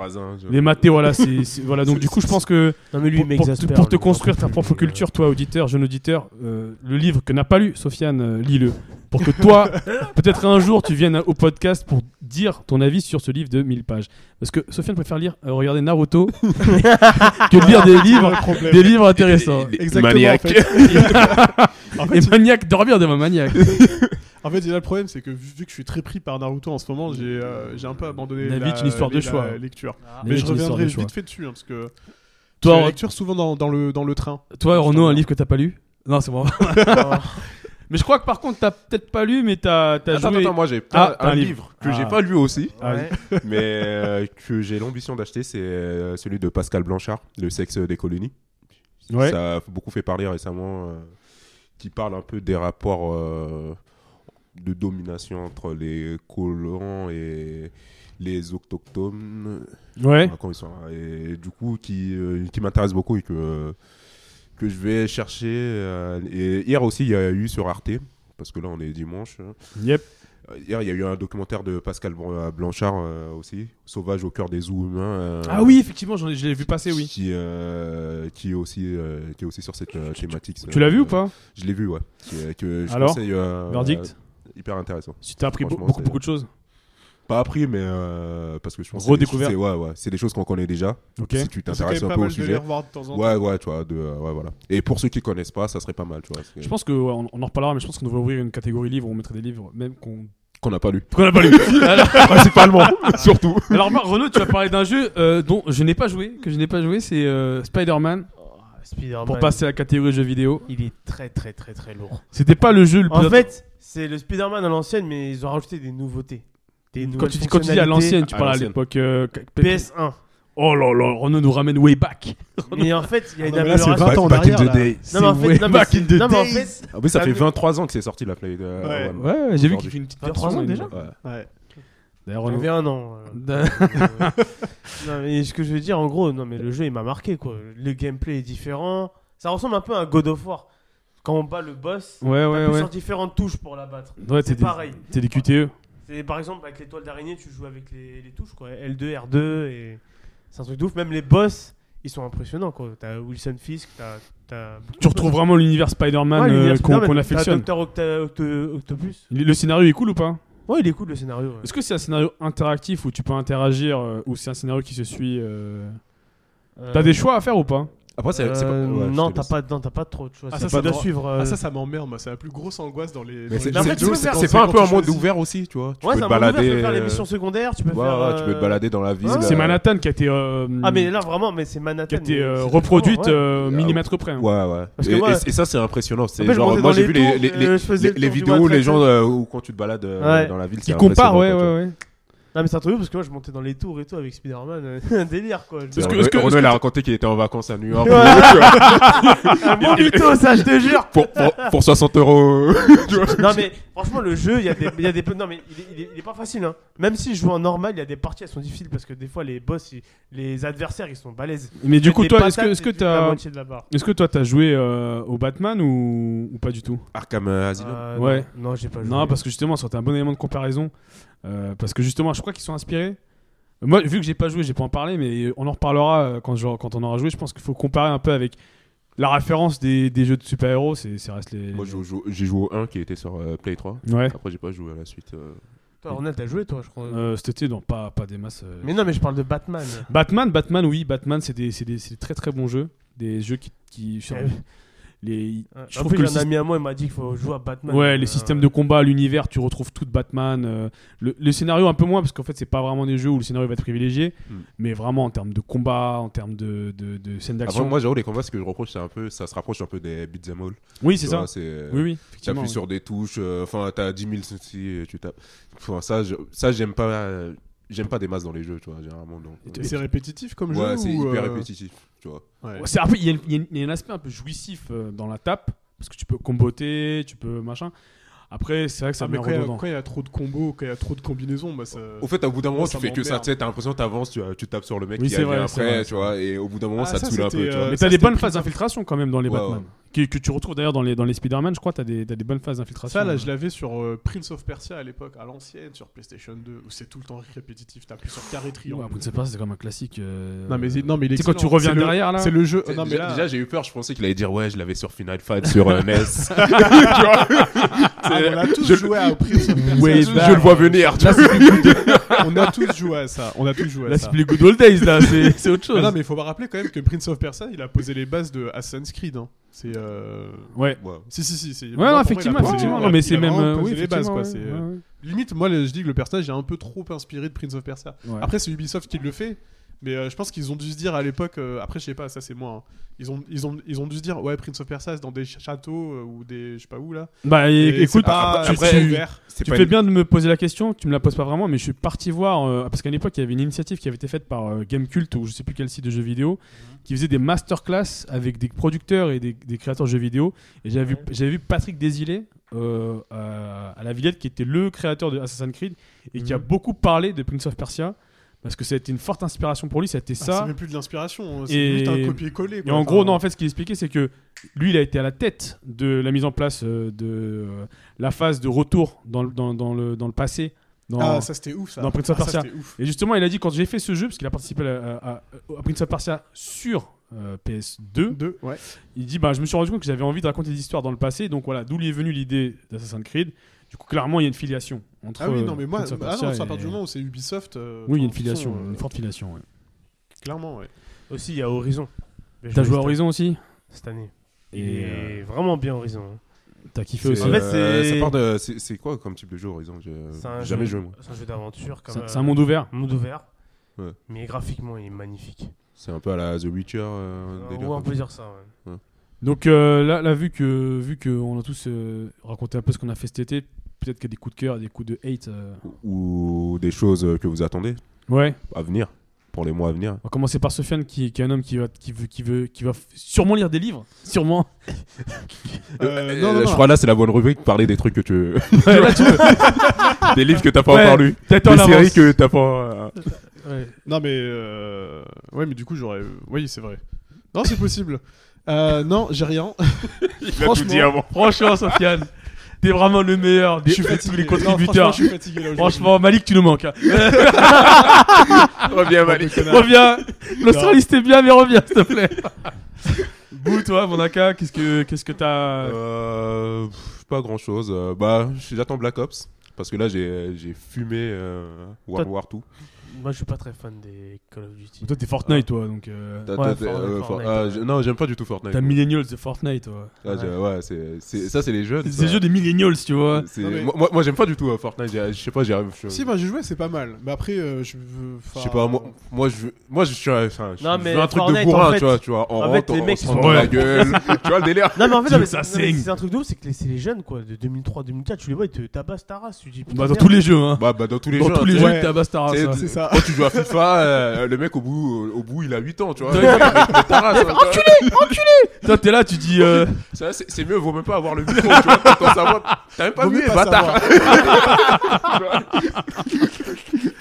D: Les mater, voilà, c'est Euh, c'est- voilà. Donc du coup, je pense que
E: Non, mais lui,
D: pour,
E: il
D: pour te-
E: m'exaspère,
D: pour te
E: lui, j'en
D: construire
E: peux
D: ta
E: plus,
D: propre
E: mais, euh,
D: culture, toi auditeur, jeune auditeur, euh, le livre que n'a pas lu Sofiane, euh, lis-le. Pour que toi, peut-être un jour, tu viennes au podcast pour dire ton avis sur ce livre de 1000 pages. Parce que Sofiane préfère lire, euh, regarder Naruto que de lire des livres, des livres intéressants.
F: Exactement.
C: Maniaque.
F: En fait,
D: <laughs>
F: En fait,
D: Et maniaque, dormir devant maniaque.
F: en fait, là, le problème, c'est que vu que je suis très pris par Naruto en ce moment, j'ai euh, j'ai un peu abandonné
D: La
F: la,
D: vie est une histoire de
F: la
D: choix.
F: lecture.
D: Les
F: Mais
D: mecs,
F: je
D: c'est une histoire
F: reviendrai
D: de choix.
F: vite fait dessus, hein, parce que
D: Toi,
F: je
D: Ro-
F: lecture souvent dans, dans le, dans le train.
D: toi, Renaud, un livre que t'as pas lu Non, c'est bon. <laughs> mais je crois que par contre, t'as peut-être pas lu, mais t'as as
C: Attends,
D: joué.
C: attends, moi j'ai
D: Ah,
C: pas
D: t'as
C: un livre que j'ai
D: Ah.
C: pas lu aussi, <laughs>
D: Ah,
E: Ouais.
C: mais euh, que j'ai l'ambition d'acheter, c'est euh, celui de Pascal Blanchard, Le sexe des colonies.
D: Ouais.
C: Ça a beaucoup fait parler récemment, euh, qui parle un peu des rapports euh, de domination entre les colons et les autochtones.
D: Ouais.
C: Ah, quand ils sont là. Et du coup, qui, euh, qui m'intéresse beaucoup et que, que je vais chercher. euh, et hier aussi, il y a eu sur Arte, parce que là, on est dimanche. hein.
D: Yep.
C: Euh, Hier, il y a eu un documentaire de Pascal Br- Blanchard euh, aussi, Sauvage au cœur des zoos humains. euh,
D: Ah oui, effectivement, j'en ai- je l'ai vu passer, oui.
C: Qui, euh, qui, est aussi, euh, qui est aussi sur cette euh, thématique.
D: Tu l'as vu
C: Euh,
D: ou pas
C: Je l'ai vu, ouais. Qui est- que je
D: Alors
C: conseille, euh,
D: Verdict
C: euh, Hyper intéressant.
D: Si t'as appris be-
C: franchement,
D: beaucoup,
C: c'est-
D: beaucoup de choses.
C: Pas appris, mais euh, parce que je pense que
D: Redécouvert.
C: c'est- ouais, ouais, c'est des choses qu'on connaît déjà. Si
D: Ok.
C: tu
F: C'est quand
C: t'intéresses
F: même
C: un
F: pas
C: peu au
F: mal de les
C: sujet.
F: revoir de temps en temps.
C: Ouais, ouais, tu vois, de, euh, ouais, voilà. Et pour ceux qui connaissent pas, ça serait pas mal, tu vois. parce que-
D: Je pense que ouais, on, on en reparlera, mais je pense qu'on devrait ouvrir une catégorie livre où on mettrait des livres même qu'on <laughs>
C: Qu'on n'a pas lu.
D: qu'on
C: <laughs>
D: n'a pas lu. alors, <laughs>
C: Principalement, <laughs> surtout.
D: alors remarque, Renaud, tu as parlé d'un jeu euh, dont je n'ai pas joué, que je n'ai pas joué, c'est euh, Spider-Man
E: Oh, Spider-Man,
D: pour passer à la catégorie jeux vidéo.
E: Il est très, très, très, très lourd.
D: C'était pas le jeu le plus
E: En fait, c'est le Spider-man à l'ancienne, mais ils ont rajouté des nouveautés. Des
D: quand
E: nouvelles
D: tu dis quand tu dis à
E: fonctionnalités.
D: l'ancienne, tu
C: À
D: parles à
C: l'ancienne.
D: l'époque euh, que- <laughs>
E: PS1.
D: Oh là là, Renaud nous ramène way back.
E: Mais en fait, il y a une
F: Non, mais là, c'est
E: amélioration.
F: Back- 20 ans en
C: back in
F: arrière,
C: the
F: là.
C: day.
E: Non, mais en
D: C'est
E: fait-
D: way
E: non, mais
D: back
E: c'est-
D: in the
E: non, mais en
D: days.
E: fait,
C: Ah oui, ça
E: Ça
C: fait
E: me-
C: 23 ans que c'est sorti la Play. euh,
F: Ouais.
C: ouais.
D: Ouais, ouais, j'ai vu
C: Aujourd'hui.
D: qu'il fait une petite
E: 23
D: version,
E: ans
D: là,
E: déjà
C: Ouais.
F: Ouais.
D: D'ailleurs
E: On
D: Renaud.
E: avait un an. euh.
D: D'un-
E: <laughs> non, mais ce que je veux dire, en gros, non, mais le jeu, il m'a marqué, quoi. Le gameplay est différent. Ça ressemble un peu à un God of War. Quand on bat le boss,
D: Ouais
E: on
D: ouais ouais.
E: sur différentes touches pour l'abattre.
D: Ouais, t'es
E: C'est
D: des-
E: pareil.
D: T'es des QTE.
E: C'est par exemple avec l'étoile d'araignée, tu joues avec les, les touches quoi, L2, R2 et c'est un truc de ouf. Même les boss, ils sont impressionnants quoi. T'as Wilson Fisk, t'as t'as
D: Tu retrouves vraiment l'univers
E: Ouais,
D: Spider-Man euh,
E: l'univers
D: qu'on
E: Spider-Man, Bah,
D: qu'on
E: t'as
D: affectionne.
E: Docteur Octa- Octo- Octopus.
D: Le le scénario est cool ou pas
E: Ouais, il est cool le scénario. ouais.
D: Est-ce que c'est un scénario interactif où tu peux interagir euh, ou c'est un scénario qui se suit euh, T'as
E: Euh,
D: des choix à faire ou pas
C: Après, c'est c'est pas.
E: euh,
C: ouais,
E: non,
C: je te
E: t'as
C: laisse.
E: pas, non, t'as pas trop de choix.
F: Ah,
E: ça,
F: ça,
E: tu dois
F: c'est-
E: suivre. euh,
F: Ah, ça, ça m'emmerde, moi. C'est la plus grosse angoisse dans les.
C: Mais
F: dans
C: c'est-
F: les
E: en fait,
C: c'est-
E: tu peux
C: c'est-
F: <laughs>
E: faire-
C: c'est pas un peu un monde ouvert aussi, tu vois Tu
E: ouais,
C: peux
E: c'est
C: te
E: un moment ouvert, tu peux
C: balader.
E: faire les
C: euh,
E: missions secondaires, tu peux
C: Ouais,
E: faire.
C: ouais, tu peux
E: euh,
C: te balader dans la ville.
E: ouais.
D: C'est
C: euh,
D: Manhattan qui a été, euh,
E: Ah mais là vraiment, mais c'est Manhattan.
D: qui a été
E: mais
D: euh,
E: c'est
D: reproduite
E: vraiment, ouais.
D: euh, millimètre près. hein.
C: Ouais, ouais.
E: Parce que
C: Et,
E: moi-
C: et- et ça, c'est impressionnant.
E: En
C: C'est
E: fait, je
C: genre,
E: montais
C: moi,
E: dans
C: j'ai
E: les
C: vu les,
E: tours,
C: les,
E: euh, je faisais
C: les-
E: le
C: les
E: tour du
C: vidéos, les
E: Manhattan.
C: gens euh, où quand tu te balades euh,
E: Ouais.
C: dans la ville, c'est
D: Qui compare, ouais,
C: impressionnant, tu vois.
D: ouais, ouais.
E: Non, mais c'est un truc parce que moi je montais dans les tours et tout avec Spider-Man. Un délire quoi. Je-
D: Parce que-
C: Renaud-
D: parce que-
C: Renaud, il a raconté qu'il était en vacances à New York.
E: Un bon mytho, ça, je te jure.
C: pour, pour, pour 60 euros.
E: Non, mais franchement, le jeu, il y a des. il Y a des non, mais il est, il est- il est pas facile. Hein. Même si je joue en normal, il y a des parties, elles sont difficiles parce que des fois, les boss, ils- les adversaires, ils sont balèzes.
D: Mais du coup,
E: Des
D: toi, est-ce que
E: patates,
D: est-ce que
E: tu fais la
D: t'as
E: moitié de la barre.
D: est-ce que toi t'as joué euh, au Batman ou, ou pas du tout
C: <laughs> Arkham euh, Asylum.
E: Euh,
D: Ouais.
E: Non, non, j'ai pas joué.
D: Non, parce que justement, ça aurait été un bon élément de comparaison. Euh, parce que justement, je crois qu'ils sont inspirés. Euh, Moi, vu que j'ai pas joué, j'ai pas en parlé, mais on en reparlera euh, quand, je- quand on aura joué. Je pense qu'il faut comparer un peu avec la référence des, des jeux de super-héros. C'est, ça reste les.
C: Moi, je- je- j'ai joué au 1 qui était sur euh, Play 3.
D: Ouais.
C: Après, j'ai pas joué à la suite. euh.
E: Toi, Ronald, t'as joué, toi, je crois.
D: Euh, cet été, non, pas, pas des masses. euh,
E: Mais non, mais je parle de Batman.
D: Batman, Batman, oui, Batman, c'est des, c'est des, c'est des très très bons jeux. Des jeux qui. qui sur-
E: Ouais.
D: les,
E: Ouais.
D: je
E: Euh, en
D: trouve
E: plus,
D: que le
E: j'ai un ami à moi, il m'a dit qu'il faut jouer à Batman.
D: Ouais, les
E: Euh,
D: systèmes de combat, l'univers, tu retrouves tout de Batman. euh, le, le scénario un peu moins parce qu'en fait c'est pas vraiment des jeux où le scénario va être privilégié,
C: Hmm.
D: mais vraiment en termes de combat, en termes de, de, de scènes
C: Après,
D: d'action.
C: moi, j'avoue, les combats, ce que je reproche, c'est un peu, ça se rapproche un peu des beat'em all.
D: oui, c'est
C: Tu
D: ça.
C: vois, c'est- euh,
D: Oui,
F: euh,
D: oui.
C: T'appuies
D: effectivement, ouais.
C: sur des touches, euh, enfin t'as 10 000 soucis et tu tapes. Enfin, ça, je- ça j'aime pas, euh, j'aime pas des masses dans les jeux, tu vois, généralement. Donc,
D: Et
C: euh,
D: tu-
F: Et C'est répétitif comme jeu
C: ouais, c'est
F: ou,
C: hyper
F: euh,
C: répétitif, tu vois.
F: ouais.
D: Ouais, c'est un peu- Il y, a une- il y a une- il y a un aspect un peu jouissif euh, dans la tape parce que tu peux comboter, tu peux machin. Après, c'est vrai que ça
F: Ah,
D: met
F: mais
D: en
F: quand il y a-
D: dedans.
F: quand il y a trop de combos, quand il y a trop de combinaisons, bah ça.
C: Au fait, au bout d'un moment,
F: moi,
C: tu
F: ça
C: fais que ça,
F: m'emmerde.
C: tu sais, t'as l'impression que t'avances, tu, tu tapes sur le mec
D: Oui,
C: qui
D: c'est
C: vient
D: vrai, c'est
C: après,
D: vrai,
C: tu vois, et au bout d'un moment,
F: Ah,
C: ça te
F: ça,
C: saoule un peu,
F: c'était,
C: tu
F: euh,
C: vois.
D: Mais
F: ça,
D: t'as des
F: c'était
D: bonnes
F: plus
D: phases
F: tard.
D: d'infiltration quand même dans les
C: Ouais,
D: Batman. Que, que tu retrouves d'ailleurs dans les, dans les Spider-Man, je crois, t'as des, t'as des bonnes phases d'infiltration.
F: Ça, là, je l'avais sur euh, Prince of Persia à l'époque, à l'ancienne, sur PlayStation 2, où c'est tout le temps répétitif. T'appuies sur carré
D: Ouais,
F: triangle.
D: Prince of Persia, c'est comme un classique. euh,
F: non, mais, il- non, mais il est
D: Tu sais, quand tu
F: excellent.
D: reviens
F: C'est le-
D: derrière, là.
F: C'est le jeu.
C: T'sais,
F: Non, mais
C: déjà,
F: là, euh,
C: déjà, j'ai eu peur, je pensais qu'il allait dire ouais, je l'avais sur Final Fight sur euh, NES.
F: ah, on a
D: <laughs>
F: tous joué à Prince of Persia.
D: Way
C: je, je le vois venir, tu vois.
F: on a tous joué à ça. On a tous joué à
D: Là,
F: ça.
D: c'est plus les good old days, là, c'est <laughs> c'est autre chose.
F: Mais non, mais il faut pas rappeler quand même que Prince of Persia, il a posé les bases de Assassin's Creed. hein. C'est. euh,
D: Ouais.
C: Ouais.
F: Si, si, si. c'est-
D: Ouais, non,
F: moi, pour moi, il a
D: effectivement,
F: posé-
D: effectivement.
F: il a-
D: Non, mais
F: il
D: c'est
F: a
D: même.
F: vraiment
D: euh, oui,
F: posé les bases,
D: effectivement,
F: quoi.
D: ouais,
F: c'est,
D: ouais,
F: euh,
D: ouais.
F: Limite, moi, le- je dis que le personnage est un peu trop inspiré de Prince of Persia.
D: Ouais.
F: Après, c'est Ubisoft qui le fait. Mais euh, je pense qu'ils ont dû se dire à l'époque, euh, après je sais pas, ça c'est moi, hein. ils, ont, ils, ont, ils ont dû se dire, ouais, Prince of Persia c'est dans des ch- châteaux euh, ou des je sais pas où là.
D: Bah
F: Et c'est
D: écoute,
F: pas-
D: tu,
F: après,
D: tu-
F: ouvert.
C: C'est
D: tu
C: pas
D: fais
C: une-
D: bien de me poser la question, tu me la poses pas vraiment, mais je suis parti voir. euh, parce qu'à l'époque, il y avait une initiative qui avait été faite par euh, Gamecult ou je sais plus quel site de jeux vidéo qui faisait des masterclass avec des producteurs et des, des créateurs de jeux vidéo. Et j'avais vu,
E: Ouais.
D: j'avais vu Patrick Desilets euh, à, à la Villette qui était le créateur de Assassin's Creed et qui a
E: Mhm.
D: beaucoup parlé de Prince of Persia parce que ça a été une forte inspiration pour lui. Ça a été
F: Ah,
D: ça.
F: c'est même plus de l'inspiration, hein. c'est
D: Et-
F: limite un copier-coller.
D: Et
F: quoi.
D: en
F: Enfin, euh,
D: gros, non, en fait, ce qu'il expliquait, c'est que lui, il a été à la tête de la mise en place euh, de euh, la phase de retour dans le, dans, dans le, dans le passé. dans-
F: Ah, ça c'était ouf ça.
D: Dans Prince of
F: Ah, ça,
D: Persia.
F: c'était ouf.
D: Et justement, il a dit quand j'ai fait ce jeu, parce qu'il a participé à, à, à- à Prince of Persia sur euh, PS2,
F: Deux, ouais.
D: il dit bah, Je me suis rendu compte que j'avais envie de raconter des histoires dans le passé, donc voilà, d'où lui est venue l'idée d'Assassin's Creed. Du coup, clairement, il y a une filiation entre.
F: Ah oui, non,
D: euh,
F: mais moi,
D: Prince of
F: ah
D: Persia
F: non, ça part
D: et-
F: du moment où c'est Ubisoft. euh,
D: Oui, il y a une
F: enfin,
D: filiation,
F: de toute façon,
D: une
F: euh,
D: forte filiation. Ouais.
F: Clairement, ouais.
E: Euh, Aussi, il y a Horizon. J'ai
D: T'as joué à
E: cette-
D: Horizon aussi
E: Cette année. Il
D: Et euh,
E: est vraiment bien Horizon. hein.
D: t'as kiffé
C: C'est
D: aussi
E: En fait,
C: euh,
E: c'est-
C: ça part de- c'est- c'est quoi comme type de jeu Horizon J'ai
E: C'est un
C: Jamais
E: jeu-
C: joué moi.
E: C'est un jeu d'aventure. comme,
D: C'est
E: euh,
D: c'est un monde ouvert.
E: monde ouvert.
C: Ouais.
E: Mais graphiquement, il est magnifique.
C: C'est un peu à la The Witcher. euh,
E: Euh,
C: délire
E: ouais, on
C: comme
E: peut
C: ça.
E: dire ça. ouais.
D: Donc euh, là, là, vu que vu qu'on a tous euh, raconté un peu ce qu'on a fait cet été, peut-être qu'il y a des coups de cœur, des coups de hate. euh.
C: Ou des choses euh, que vous attendez
D: Ouais.
C: à venir, pour les mois à venir.
D: On va commencer par Sofiane qui, qui est un homme qui va qui veut qui veut qui va f- sûrement lire des livres, <laughs> sûrement.
F: Euh, non, non,
C: je
F: non.
C: crois là c'est la bonne rubrique, parler des trucs que tu. <laughs> des livres que t'as pas
D: Ouais,
C: encore lu.
D: Peut-être
C: Des séries que t'as <laughs> pas. euh,
F: Non mais euh, ouais mais du coup j'aurais oui c'est vrai non c'est possible Euh, non j'ai rien <laughs> Franchement,
D: avant. Franchement, Sofiane, t'es vraiment le meilleur des
F: je suis
D: de
F: fatigué
D: tous les
F: Non, franchement,
D: contributeurs.
F: je suis fatigué là aujourd'hui.
D: Franchement, Malik, tu nous manques. hein.
C: <laughs> Reviens,
D: reviens. L'Australie, c'était bien, mais reviens, s'il te plaît. <laughs> Bou, toi, Monaka, qu'est-ce que qu'est-ce que t'as
C: Euh, pff, pas grand chose. bah, j'attends Black Ops. Parce que là, j'ai j'ai fumé euh, World
D: T'as-
C: War 2.
E: Moi, je suis pas très fan des Call of Duty.
D: Toi, t'es Fortnite, toi, donc. euh,
C: T'as-
E: Ouais,
C: t'as-
E: Fortnite,
C: t'as- euh,
E: Fortnite,
C: ah,
E: ouais.
C: je- Non, j'aime pas du tout Fortnite.
D: T'as Millennials de Fortnite, toi.
C: Ah, je- ouais, c'est- c'est- ça, c'est les jeunes.
D: C'est
C: ça.
D: le jeu des Millennials, tu vois.
C: C'est-
F: Non, mais-
C: Moi, moi- moi, j'aime pas du tout euh, Fortnite. j'ai- Je sais pas, j'y
D: euh,
C: arrive. Je
F: Si, moi j'ai joué, c'est pas mal. Mais après, euh, je veux.
C: je sais pas, moi, moi, je, moi je suis un, enfin, je
E: Non,
C: suis
E: mais
C: un truc
E: Fortnite,
C: de bourrin,
E: en fait-
C: tu vois. Tu vois on
E: en fait,
C: rentre,
E: les
C: on
E: mecs,
C: se
E: ils
C: prend
E: sont
C: dans la
D: Ouais.
C: gueule.
D: <laughs>
C: tu vois le délire
E: Non, mais en fait,
D: Du
E: non, mais- non, mais
D: passing.
E: c'est un truc de ouf, c'est que les- c'est les jeunes, quoi, de 2003, 2004, tu les vois, ils te tabassent ta race. Tu dis, putain,
D: Bah, dans
E: merde.
D: tous les jeux, hein.
C: bah, bah, dans tous les
D: Dans
C: jeux.
D: tous les
C: hein,
F: ouais.
D: jeux, t'as Bastara,
C: C'est-
D: ça.
F: C'est ça.
C: Quand tu joues à FIFA, euh, le mec au bout, au bout, il a 8 ans, tu vois.
D: Ouais.
C: Il fait ta race, hein, tu vois.
D: Toi, t'es là, tu dis. euh,
C: Ça, c'est c'est mieux, vaut même pas avoir le micro, tu vois. T'entends sa voix, T'as même pas
F: Vaut
C: vu,
F: mieux pas
C: bâtard.
B: <laughs>
D: <laughs>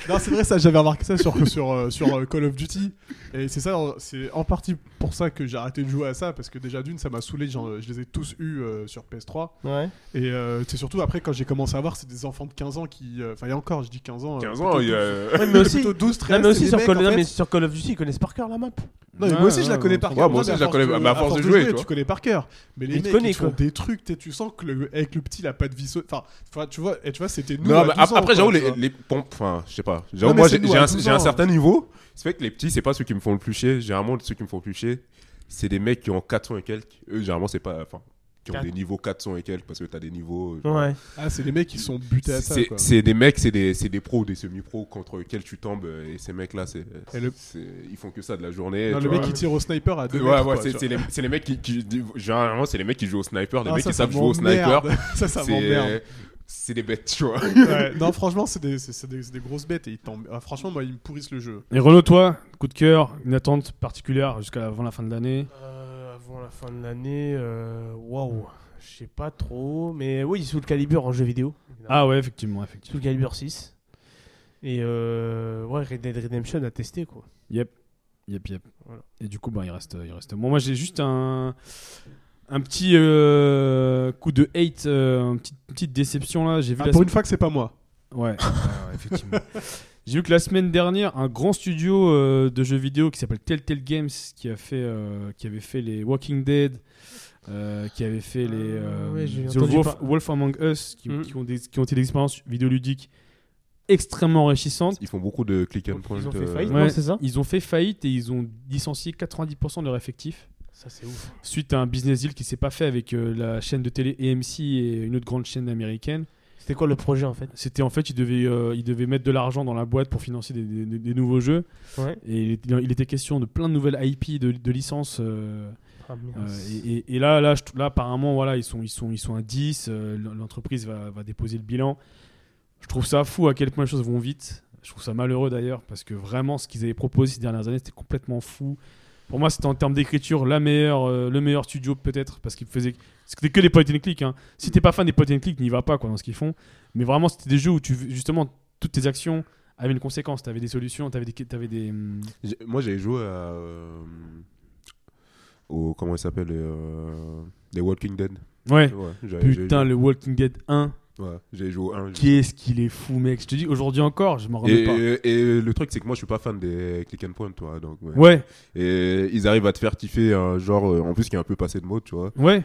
F: Non, c'est vrai, ça, j'avais remarqué ça sur, sur, euh, sur euh, Call of Duty. Et c'est ça, euh, c'est en partie pour ça que j'ai arrêté de jouer à ça, parce que déjà d'une, ça m'a saoulé, genre, euh, je les ai tous eus euh, sur PS3.
E: Ouais.
F: Et euh, c'est surtout après, quand j'ai commencé à voir, c'est des enfants de 15 ans qui. euh, Enfin, il y a encore, je dis 15 ans. euh,
C: 15
F: plutôt
C: ans, il y
F: 12,
C: a.
E: Ouais, mais aussi,
F: plutôt 12, 13.
E: non, mais aussi
F: c'est des
E: sur,
F: mecs,
E: Call...
F: en
E: non,
F: fait.
E: mais sur Call of Duty, ils connaissent par cœur la map.
F: Non, mais
D: Ouais,
F: moi aussi, je la
D: ouais,
F: connais
D: ouais,
F: par
D: ouais,
F: cœur.
C: moi aussi,
F: mais à
C: je la
F: force
C: connais-
F: de-
C: bah, à force de jouer, tu vois.
F: tu connais par cœur. Mais les
E: Mais tu
F: mecs,
E: connais,
F: ils font
E: quoi.
F: des trucs, t'es- tu sens que le, avec le petit, la patte visseuse. Enfin, enfin, tu vois, et tu vois, c'était nous.
C: Non,
F: à
C: mais
F: 12 ans,
C: après,
F: quoi,
C: j'avoue,
F: tu
C: les,
F: vois.
C: les pompes, enfin, je sais pas. J'avoue,
F: mais
C: moi,
F: c'est
C: j'ai
F: nous,
C: j'ai
F: à
C: un,
F: 12
C: j'ai un
F: ans.
C: certain niveau. C'est fait que les petits, c'est pas ceux qui me font le plus chier. Généralement, ceux qui me font le plus chier, c'est des mecs qui ont 400 et quelques. Eux, généralement, c'est pas. Enfin, qui ont
E: Quatre-
C: des niveaux 400 et quelques parce que t'as des niveaux. euh,
E: Ouais.
F: Ah, c'est les mecs qui sont butés à ça.
C: C'est
F: quoi.
C: c'est des mecs, c'est des, c'est des pros, des semi-pros contre lesquels tu tombes. euh, Et ces mecs-là, c'est
F: Et le-
C: c'est- ils font que ça de la journée.
F: Non,
C: tu
F: le
C: vois.
F: mec qui tire au sniper à deux
C: Ouais,
F: mètres,
C: ouais,
F: quoi,
C: c'est
F: tu
C: c'est
F: vois.
C: les, c'est les mecs qui, qui- Généralement, c'est les mecs qui jouent au sniper, les
F: Ah,
C: mecs
F: ça,
C: qui
F: ça
C: savent jouer au sniper.
F: m'emmerde. <laughs> Ça, ça m'emmerde.
C: C'est c'est des bêtes, tu vois.
F: Ouais, Non, franchement, c'est des, c'est- c'est des, c'est des grosses bêtes. Et ils t'emmerdent. Ah, franchement, moi, ils me pourrissent le jeu.
D: Et Renaud, toi, coup de cœur, une attente particulière jusqu'à avant la fin de l'année.
E: Euh, avant la fin de l'année, euh, waouh, je sais pas trop, mais oui, sous le calibre en jeu vidéo.
D: Ah ouais, effectivement, effectivement.
E: Sous le calibre 6. Et euh, ouais, Red Dead Redemption à tester quoi.
D: Yep, yep, yep.
E: Voilà.
D: Et du coup, ben, il reste, il reste. Moi, moi, j'ai juste un, un petit euh, coup de hate, euh, une petite, petite déception là. J'ai vu
F: Ah,
D: la
F: pour une fois que c'est pas moi.
D: <laughs> Ouais, ouais, ouais, effectivement. J'ai vu que la semaine dernière, un grand studio euh, de jeux vidéo qui s'appelle Telltale Games, qui, a fait, euh, qui avait fait les Walking Dead, euh, qui avait fait les
E: Ah,
D: euh,
E: ouais, j'ai
D: The
E: entendu
D: Wolf,
E: par-
D: Wolf Among Us, qui,
E: Mm.
D: qui ont des, qui ont été des expériences vidéoludiques extrêmement enrichissantes.
C: Ils font beaucoup de click and point.
E: Ils ont fait
C: euh,
E: faillite,
D: ouais.
E: non, c'est ça
D: Ils ont fait faillite et ils ont licencié 90% de leur effectif
E: Ça c'est ouf.
D: suite à un business deal qui s'est pas fait avec euh, la chaîne de télé AMC et une autre grande chaîne américaine.
E: C'était quoi le projet en fait
D: C'était en fait, ils devaient, euh, ils devaient mettre de l'argent dans la boîte pour financer des- des- des- des nouveaux jeux.
E: Ouais.
D: Et il est- il était question de plein de nouvelles IP, de, de licences. euh,
E: Ah, merde.
D: euh, et, et- et là, là, je- là, apparemment, voilà, ils sont, ils sont, ils sont à 10. euh, L'entreprise va, va déposer le bilan. Je trouve ça fou à quel point les choses vont vite. Je trouve ça malheureux d'ailleurs, parce que vraiment, ce qu'ils avaient proposé ces dernières années, c'était complètement fou. Pour moi, c'était en termes d'écriture la meilleure, euh, le meilleur studio peut-être, parce qu'ils faisaient, c'était que des point and click. Hein. Si t'es pas fan des point and click, n'y va pas quoi dans ce qu'ils font. Mais vraiment, c'était des jeux où tu, justement, toutes tes actions avaient une conséquence. T'avais des solutions, t'avais des, t'avais des. hum,
C: j'ai- Moi, j'avais joué à. euh, au, comment il s'appelle euh, Les Walking Dead. Ouais,
D: Ouais.
C: j'avais- j'avais
D: Eh, Putain,
C: joué.
D: le Walking Dead 1,
C: Ouais, j'avais joué au 1. j'ai-
D: qu'est-ce qu'il est fou, mec. Je te dis, aujourd'hui encore, je m'en remets
C: Et, euh,
D: pas.
C: et- et le truc, c'est que moi, je suis pas fan des click and point, toi. Donc, ouais.
D: Ouais,
C: Et ils arrivent à te faire kiffer un genre, euh, en plus, qui est un peu passé de mode, tu vois.
D: ouais.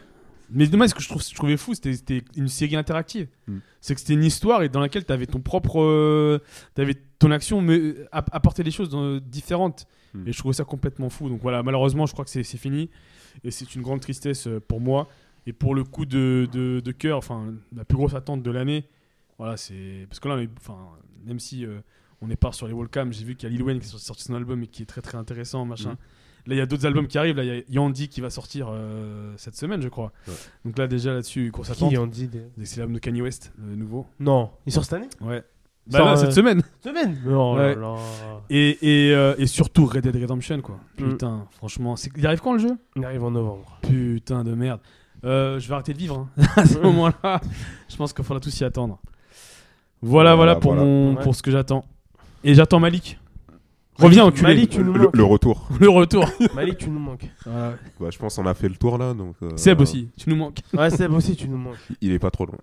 D: Mais demain, ce que je, trouve, je trouvais fou, c'était- c'était une série interactive.
C: Mm.
D: C'est que c'était une histoire et dans laquelle t'avais ton propre. euh, t'avais ton action, mais euh, app- apportait des choses euh, différentes.
C: Mm.
D: Et je trouvais ça complètement fou. Donc voilà, malheureusement, je crois que c'est c'est fini. Et c'est une grande tristesse euh, pour moi. Et pour le coup de, de, de cœur, enfin, la plus grosse attente de l'année, voilà, c'est. Parce que là, on est- enfin, même si euh, on est pas sur les wallcams, j'ai vu qu'il y a Lil Wayne qui a sorti son album et qui est très très intéressant, machin.
C: Mhm.
D: Là, il y a d'autres albums qui arrivent. Là, il y a Yandy qui va sortir euh, cette semaine, je crois.
C: Ouais.
D: Donc là, déjà là-dessus, grosse attente.
E: Qui en dit des-
D: C'est l'album de Kanye West, le nouveau.
E: Non, il sort cette année
D: Ouais.
E: Il
D: Bah
E: sort,
D: là,
E: euh,
D: cette semaine.
E: Semaine Oh
D: Ouais.
E: là là.
D: Et, et, euh, et surtout Red Dead Redemption, quoi.
E: Mm.
D: Putain, franchement, c'est- il arrive quand le jeu
E: On arrive en novembre.
D: Putain de merde. Euh, je vais arrêter de vivre hein. <laughs> à ce moment-là. Je pense qu'il faudra tous s'y attendre. Voilà,
C: Voilà,
D: voilà, pour,
C: voilà.
D: Mon,
E: Ouais.
D: pour ce que j'attends. Et j'attends Malik. Reviens, enculé.
E: Malik, tu nous
C: Le,
E: manques.
C: le retour.
D: Le retour.
E: Malik, tu nous manques.
D: Voilà.
C: Bah, je pense qu'on a fait le tour là. Donc, euh,
D: Seb aussi, tu nous <laughs> manques.
E: Ouais, Seb aussi, tu nous manques.
C: Il est pas trop loin.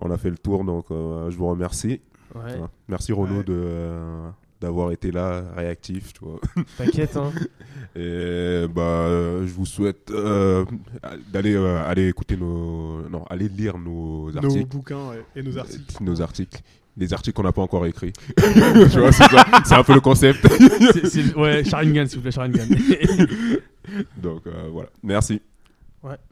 C: On a fait le tour, donc euh, je vous remercie.
E: Ouais,
C: Voilà. Merci Renaud
F: Ouais.
C: de, euh, d'avoir été là, réactif.
F: <laughs>
C: Tu vois.
E: t'inquiète, hein.
C: Et bah, euh, je vous souhaite euh, d'aller euh, aller écouter nos. Non, aller lire nos
F: Nos
C: articles.
F: bouquins ouais, et nos articles.
C: Nos articles. des articles qu'on n'a pas encore écrits. <laughs> tu vois, c'est ça. C'est un peu le concept. <laughs>
D: C'est- c'est- ouais, Sharingan, s'il vous plaît, Sharingan.
C: Donc euh, voilà. Merci.
E: Ouais,